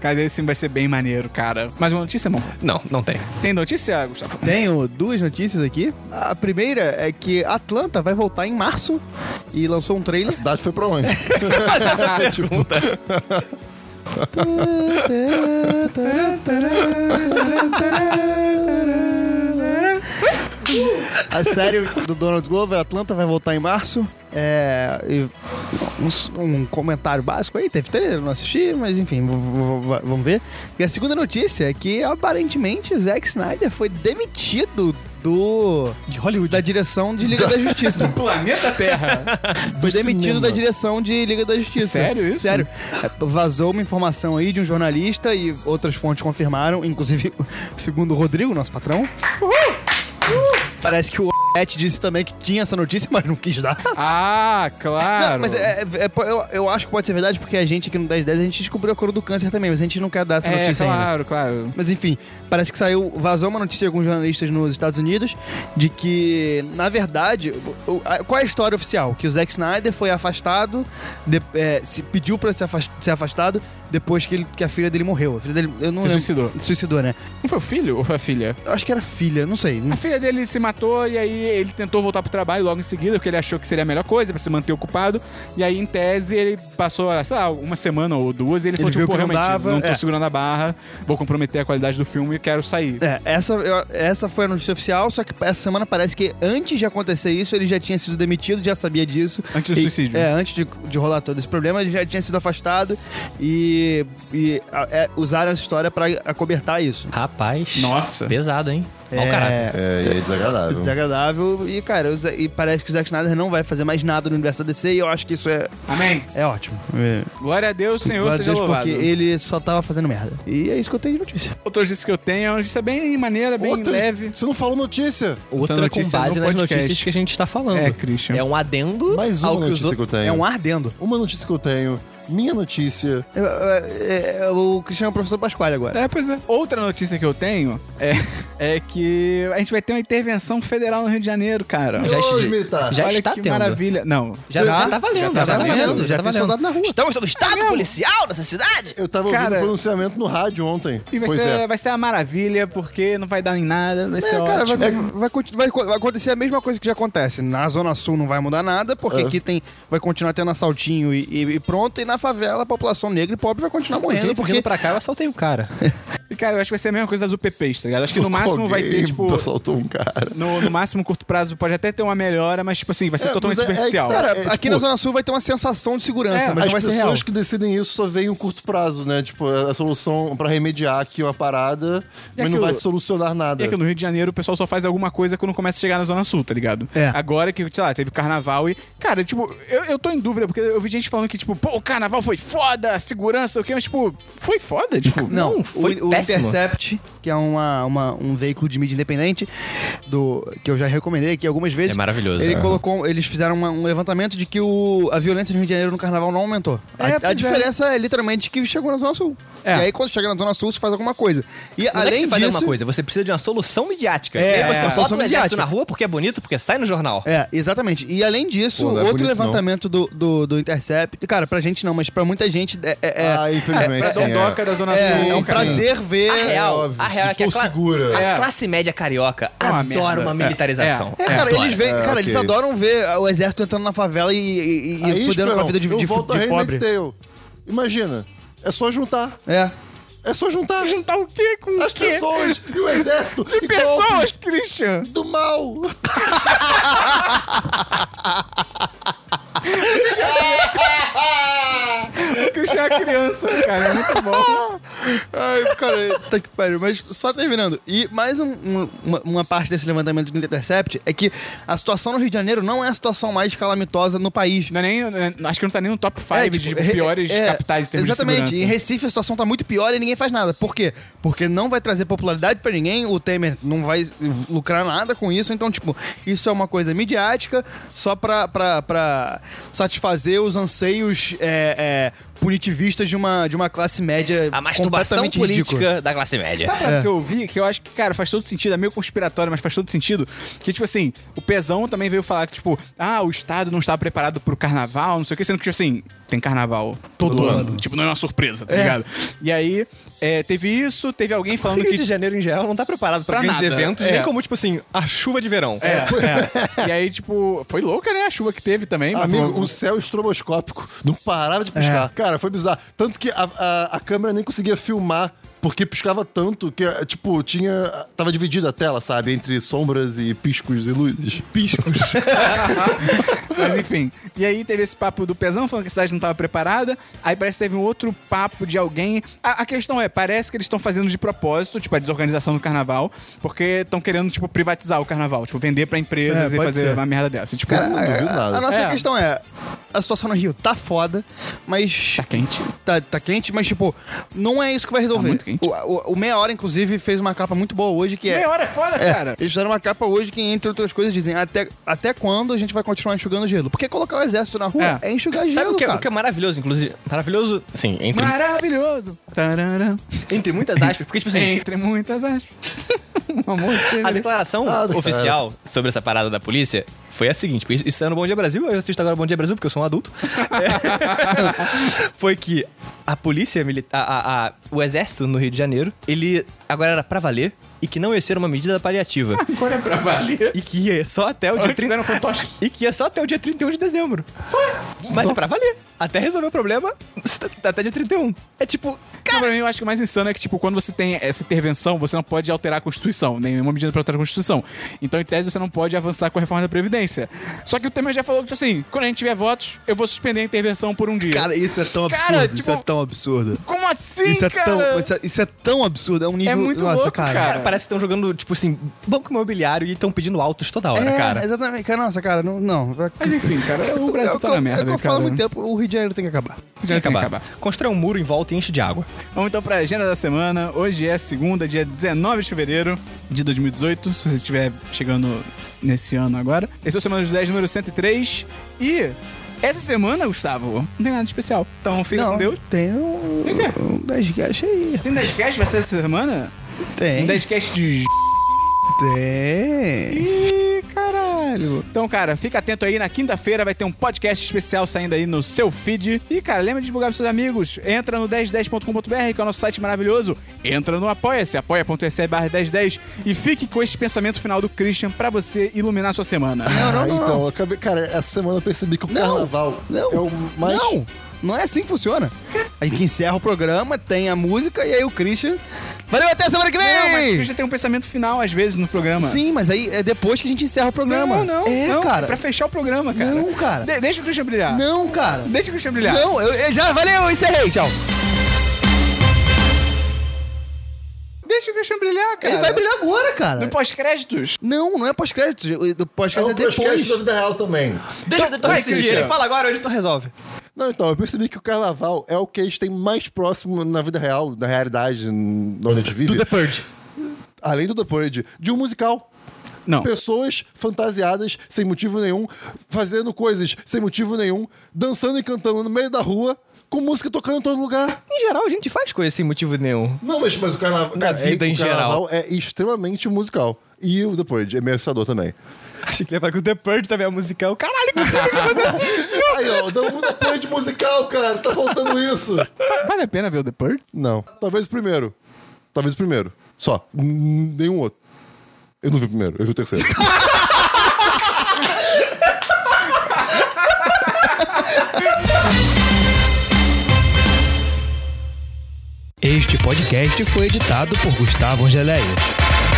S1: Cara, esse filme vai ser bem maneiro, cara. Mais uma notícia, irmão?
S3: Não, não tem.
S1: Tem notícia, Gustavo?
S4: Tenho duas notícias aqui. A primeira é que Atlanta vai voltar em março e lançou um
S2: A
S4: trailer.
S2: cidade foi pra onde?
S4: A série do Donald Glover, Atlanta, vai voltar em março. É. e um, um comentário básico aí, teve trailer, eu não assisti, mas enfim, v- v- v- vamos ver. E a segunda notícia é que aparentemente Zack Snyder foi demitido do. De Hollywood. Da direção de Liga da Justiça.
S1: Planeta Terra.
S4: Foi
S2: Do
S4: demitido
S2: cinema.
S4: da direção de Liga da Justiça.
S1: Sério isso?
S4: Sério. É, Vazou uma informação aí de um jornalista e outras fontes confirmaram, inclusive segundo o Rodrigo, nosso patrão. Parece que o Pet disse também que tinha essa notícia, mas não quis dar.
S1: ah, claro.
S4: Não, mas é- é- é- eu, eu acho que pode ser verdade, porque a gente aqui no 1010 a gente descobriu a cor do câncer também, mas a gente não quer dar essa
S1: É,
S4: notícia ainda.
S1: claro, claro.
S4: Mas enfim, parece que saiu, vazou uma notícia de alguns jornalistas nos Estados Unidos de que, na verdade, o- o- a- qual é a história oficial? Que o Zack Snyder foi afastado, de- é, se pediu pra ser afas- ser afastado depois que, ele, que a filha dele morreu. A filha dele, eu não
S1: Se
S4: lembro-
S1: suicidou.
S4: Suicidou, né?
S1: Não foi o filho ou foi a filha?
S4: Eu acho que era filha, não sei.
S1: A filha dele se matou e aí ele tentou voltar pro trabalho logo em seguida, porque ele achou que seria a melhor coisa pra se manter ocupado. E aí, em tese, ele passou, sei lá, uma semana ou duas e ele, falou,
S4: viu
S1: tipo, pô,
S4: que não
S1: realmente, não,
S4: dava,
S1: tô
S4: é.
S1: segurando a barra, vou comprometer a qualidade do filme e quero sair.
S4: É, essa, eu- essa foi a notícia oficial, só que essa semana parece que antes de acontecer isso, ele já tinha sido demitido, já sabia disso.
S1: Antes do
S4: E-
S1: suicídio.
S4: É, antes de, de rolar todo esse problema, ele já tinha sido afastado e, e a- é, usaram essa história pra acobertar isso.
S3: Rapaz.
S1: Nossa.
S3: Pesado, hein? Mau caráter.
S2: É, e é desagradável.
S4: Desagradável. E, cara, o Zack- e parece que o Zack Snyder não vai fazer mais nada no universo da DC e eu acho que isso é,
S1: Amém.
S4: é ótimo. É.
S1: Glória a Deus, Senhor,
S4: Glória a
S1: seja
S4: Deus,
S1: louvado.
S4: porque ele só tava fazendo merda. E é isso que eu tenho de notícia.
S1: Outra notícia que eu tenho é uma notícia bem maneira, bem
S2: Outra-
S1: leve.
S2: Você não falou notícia.
S1: Outra
S3: Outra com
S1: notícia
S3: base
S1: no
S3: nas
S1: podcast.
S3: notícias que a gente está falando.
S1: É, Christian.
S3: É um adendo
S2: Mais
S3: ao
S2: uma
S3: que os
S2: notícia
S3: outros...
S2: que eu tenho.
S4: É um ardendo.
S2: Uma notícia que eu tenho. Minha notícia.
S4: É, é, é, o Cristiano é o professor Pasquale agora.
S1: É, pois é. Outra notícia que eu tenho é, é que a gente vai ter uma intervenção federal no Rio de Janeiro, cara.
S3: Já,
S2: Ô,
S3: est-
S2: militar.
S3: já
S1: Olha
S3: está
S1: que
S3: tendo.
S1: maravilha. Não.
S3: Já, já tá valendo, já,
S4: tá
S3: tá
S4: valendo,
S3: valendo.
S4: já
S3: tá
S4: tem
S3: valendo.
S4: soldado na rua.
S3: Estamos sob estado policial nessa cidade?
S2: Eu tava
S1: Cara-
S2: ouvindo o pronunciamento no rádio ontem.
S1: E vai
S2: pois
S1: ser,
S2: é.
S1: vai ser uma maravilha, porque não vai dar em nada, vai ser
S4: É, cara, vai,
S1: ótimo.
S4: vai, continu- vai co- vai acontecer a mesma coisa que já acontece. Na Zona Sul não vai mudar nada, porque aqui tem, vai continuar tendo assaltinho e, e- e pronto. E na favela, a população negra e pobre vai continuar morrendo,
S3: Vindo
S4: porque...
S3: pra cá, eu assaltei o cara.
S1: E, cara, eu acho que vai ser a mesma coisa das UPPs, tá ligado? Acho que no máximo vai ter,
S2: Alguém
S1: tipo...
S2: Assaltou um cara.
S1: No, no máximo, curto prazo, pode até ter uma melhora, mas, tipo assim, vai ser
S2: É,
S1: totalmente
S2: mas é- é que
S1: superficial.
S4: Cara,
S2: É, tipo-
S4: aqui na Zona Sul vai ter uma sensação de segurança,
S1: É,
S4: mas não
S2: As
S4: vai ser
S2: pessoas
S4: real.
S2: que decidem isso só veem um curto prazo, né? Tipo, a a solução pra remediar aqui uma parada, mas não
S1: aquilo-
S2: vai solucionar nada.
S1: E aqui no Rio de Janeiro o pessoal só faz alguma coisa quando começa a chegar na Zona Sul, tá ligado?
S4: É.
S1: Agora que, sei lá, teve carnaval e. Cara, tipo, eu, eu tô em dúvida, porque eu vi gente falando que, tipo, pô, o carnaval foi foda, segurança, o quê? Mas, tipo, foi foda? Tipo,
S4: Não,
S3: foi
S4: o, o
S3: péssimo.
S4: Intercept, que é uma, uma- um veículo de mídia independente, do, que eu já recomendei aqui algumas vezes.
S3: É maravilhoso,
S4: Ele
S3: é.
S4: colocou, eles fizeram uma- um levantamento de que o, a violência no Rio de Janeiro no carnaval não aumentou. A-
S1: É,
S4: a,
S1: pois é.
S4: diferença é. literalmente que chegou na Zona Sul.
S1: É.
S4: E aí, quando chega na Zona Sul, você faz alguma coisa. E
S3: Não
S4: além
S3: é que você faz
S4: disso.
S3: alguma coisa, você precisa de uma solução midiática.
S4: É,
S3: e aí
S4: é,
S3: você bota
S4: solução
S3: um exército
S4: midiática.
S3: na rua porque é bonito, porque sai no jornal.
S4: É, exatamente. E além disso,
S2: Pô, não é
S4: outro
S2: bonito,
S4: levantamento do, do, do Intercept. Cara, pra gente não, mas pra muita gente é. é- é-
S2: Ah, infelizmente.
S1: pra
S2: sim, é.
S1: Dondoca um da
S3: Ah,
S1: Zona
S4: é-
S1: Sul.
S4: é um
S1: cara.
S4: prazer ver.
S3: A real,
S2: óbvio,
S3: a real é que a,
S2: se for
S3: cla-
S2: segura.
S3: a
S1: É.
S3: classe média carioca
S1: É uma
S3: adora
S1: merda.
S3: uma militarização.
S4: É, cara,
S3: Adora.
S4: eles veem,
S2: É,
S4: cara,
S2: ok.
S4: eles adoram ver o exército entrando na favela e, e, e
S2: Aí,
S4: fudendo com a
S2: Esperão,
S4: vida de,
S2: eu
S4: de,
S2: volto a
S4: de
S2: Handmaid's
S4: pobre.
S2: Tale. Imagina, é só juntar.
S4: É.
S2: É só juntar
S1: Juntar o quê com o
S2: as
S1: quê?
S2: pessoas e o exército.
S1: Que
S2: e
S1: pessoas,
S2: golpes
S1: Christian!
S2: do mal.
S1: O Christian é uma criança, cara, é muito bom.
S4: Ai, cara, tá que pariu. Mas só terminando. E mais um- um- uma, uma parte desse levantamento do Intercept é que a situação no Rio de Janeiro não é a situação mais calamitosa no país.
S1: Não é nem, não é- acho que não tá nem no top 5
S4: É,
S1: de
S4: tipo, re-
S1: piores
S4: é,
S1: capitais em termos
S4: Exatamente.
S1: de
S4: Em
S1: segurança.
S4: Recife a situação tá muito pior e ninguém faz nada. Por quê? Porque não vai trazer popularidade pra ninguém, o Temer não vai lucrar nada com isso. Então, tipo, isso é uma coisa midiática só pra, pra, pra satisfazer os anseios é, é, punitivistas de uma, de uma classe média
S3: A masturbação
S4: completamente
S3: política
S4: ridícula.
S3: da classe média.
S1: Sabe uma que eu vi que eu acho que, cara, faz todo sentido, é meio conspiratório, mas faz todo sentido. Que, tipo assim, o Pezão também veio falar que, tipo, ah, o Estado não estava preparado pro carnaval, não sei o que, sendo que, tipo assim, tem carnaval todo, ano. Tipo, não é uma surpresa, tá ligado? E aí, é, teve isso, teve alguém
S3: O
S1: falando
S3: Rio de
S1: que.
S3: Janeiro, em geral, não tá preparado pra,
S1: Pra
S3: grandes
S1: nada,
S3: eventos,
S1: é.
S3: nem como, tipo assim, a chuva de verão.
S1: É, é. E aí, tipo, foi louca, né? A chuva que teve também. mas
S2: Amigo,
S1: foi-
S2: o céu estroboscópico. Não parava de piscar. Cara, foi bizarro. Tanto que a, a, a câmera nem conseguia filmar. Porque piscava tanto que, eh, tipo, tinha. Tava dividida a tela, sabe? Entre sombras e piscos e luzes. Piscos.
S1: Mas enfim. E aí teve esse papo do Pezão falando que a cidade não estava preparada. Aí parece que teve um outro papo de alguém. A, a questão é, parece que eles estão fazendo de propósito, tipo, a desorganização do carnaval, porque estão querendo, tipo, privatizar o carnaval, tipo, vender pra empresas
S4: É,
S1: e
S4: pode
S1: fazer
S4: ser.
S1: uma merda dessa. Tipo,
S4: Cara,
S1: não
S4: a-
S1: duvido.
S4: a,
S2: nada.
S4: nossa
S1: É.
S4: questão é: a situação no Rio tá foda, mas.
S1: tá quente.
S4: Tá, tá quente, mas tipo, não é isso que vai resolver.
S1: Tá muito quente.
S4: O, o- o Meia Hora, inclusive, fez uma capa muito boa hoje que é.
S1: Meia hora é foda,
S4: É,
S1: cara.
S4: eles fizeram uma capa hoje que, entre outras coisas, dizem até, até quando a gente vai continuar enxugando gelo? Porque colocar o exército na rua
S1: É.
S4: é, enxugar
S3: Sabe
S4: gelo,
S3: o que, é,
S4: cara.
S3: o que é maravilhoso, inclusive? Maravilhoso, assim,
S4: É.
S3: entre,
S1: Maravilhoso. Tarará.
S3: entre muitas aspas, porque, tipo assim,
S1: Entre muitas aspas. Um amor de
S3: A
S1: Deus.
S3: declaração
S2: Ah, declaração.
S3: oficial sobre essa parada da polícia foi a seguinte: porque isso isso é no Bom Dia Brasil, eu assisto agora o Bom Dia Brasil porque eu sou um adulto. É. foi que a polícia militar, a- a- o exército no Rio de Janeiro, ele agora era pra valer e que não ia ser uma medida paliativa.
S1: Agora é pra valer.
S3: e que ia só até o dia
S1: Antes
S3: 30
S1: era um fantoche.
S3: E que ia só até o dia 31 de dezembro. Só? Mas é pra valer. Até resolver o problema, até dia 31. É tipo,
S1: que pra mim eu acho que o mais insano é que, tipo, quando você tem essa intervenção, você não pode alterar a Constituição, nenhuma medida pra alterar a Constituição. Então, em tese, você não pode avançar com a reforma da Previdência. Só que o Temer já falou que, tipo assim, quando a gente tiver votos, eu vou suspender a intervenção por um dia.
S4: Cara, isso é tão absurdo.
S1: Cara,
S4: isso é
S1: tipo,
S4: tão absurdo.
S1: Como assim,
S4: Isso é,
S1: cara?
S4: tão, isso, é, isso é tão absurdo. É um nível.
S1: muito
S4: nossa,
S1: louco,
S4: cara.
S1: cara.
S3: Cara, parece que estão jogando, tipo assim, banco imobiliário e estão pedindo altos toda hora,
S4: É,
S3: cara.
S4: Exatamente. Cara, nossa, cara, não. não.
S1: Mas enfim, cara, o Brasil tá
S4: eu,
S1: na merda,
S4: É o que eu
S1: cara.
S4: falo há muito tempo, o Rio de Janeiro tem que acabar.
S1: Já tem que acabar.
S3: Constrói um muro em volta e enche de água.
S1: Vamos então pra agenda da semana. Hoje é segunda, dia 19 de fevereiro de 2018, se você estiver chegando nesse ano agora. Esse é o Semana dos 10, número 103. E essa semana, Gustavo, não tem nada de especial. Então fica com Deus.
S4: tem um. Um 10 cash aí.
S1: Tem 10 cast, vai ser essa semana? Um
S4: Tem.
S1: 10 cast de...
S4: Tem.
S1: Ih, caralho. Então, cara, fica atento aí. Na quinta-feira vai ter um podcast especial saindo aí no seu feed. E, cara, lembra de divulgar pros seus amigos. Entra no 1010.com.br, que é o nosso site maravilhoso. Entra no Apoia-se, apoia.se barra 1010. E fique com esse pensamento final do Christian pra você iluminar sua semana.
S2: Não, não, Então, eu acabei, cara, essa semana eu percebi que o carnaval
S4: Não.
S2: é o mais.
S4: Não. Não é assim que funciona. A gente encerra o programa, tem a música e aí o Christian. Valeu, até semana que vem!
S1: Não, mas o Christian tem um pensamento final, às vezes, no programa.
S4: Sim, mas aí é depois que a gente encerra o programa.
S1: Não, não.
S4: É,
S1: não,
S4: cara.
S1: Pra fechar o programa, cara.
S4: Não, cara.
S1: De- deixa o Christian brilhar.
S4: Não, cara.
S1: Deixa o Christian brilhar.
S4: Não, eu, eu já. Valeu, encerrei. Tchau.
S1: Deixa o Christian brilhar, cara.
S4: Ele vai brilhar agora, cara.
S1: No pós-créditos.
S4: Não, não é pós-crédito. O
S2: É
S4: Pós-crédito
S2: um
S4: é depois.
S2: podcast da vida real também.
S3: Deixa eu
S1: vai,
S3: decidir.
S1: Christian.
S3: Ele fala agora, hoje tu resolve.
S2: Não, então, eu percebi que o carnaval é o que a gente tem mais próximo na vida real, na realidade, n- onde a gente vive.
S4: Purge.
S2: Além do The Purge, de um musical.
S1: Não.
S2: Pessoas fantasiadas, sem motivo nenhum, fazendo coisas sem motivo nenhum, dançando e cantando no meio da rua, com música tocando em todo lugar.
S3: Em geral, a gente faz coisa sem motivo nenhum.
S2: Não, mas, mas o carnaval.
S3: Na vida em
S2: o carnaval é extremamente musical. E o The Purge é meio assustador também.
S3: Achei que ele ia falar que o The Purge também é musical. Caralho, como é que você assiste?
S2: Aí, ó, o The Purge musical, cara, tá faltando isso.
S1: Va- Vale a pena ver o The Purge?
S2: Não. Talvez o primeiro. Talvez o primeiro. Só. N- Nenhum outro. Eu não vi o primeiro, eu vi o terceiro.
S10: Este podcast foi editado por Gustavo Angeléia.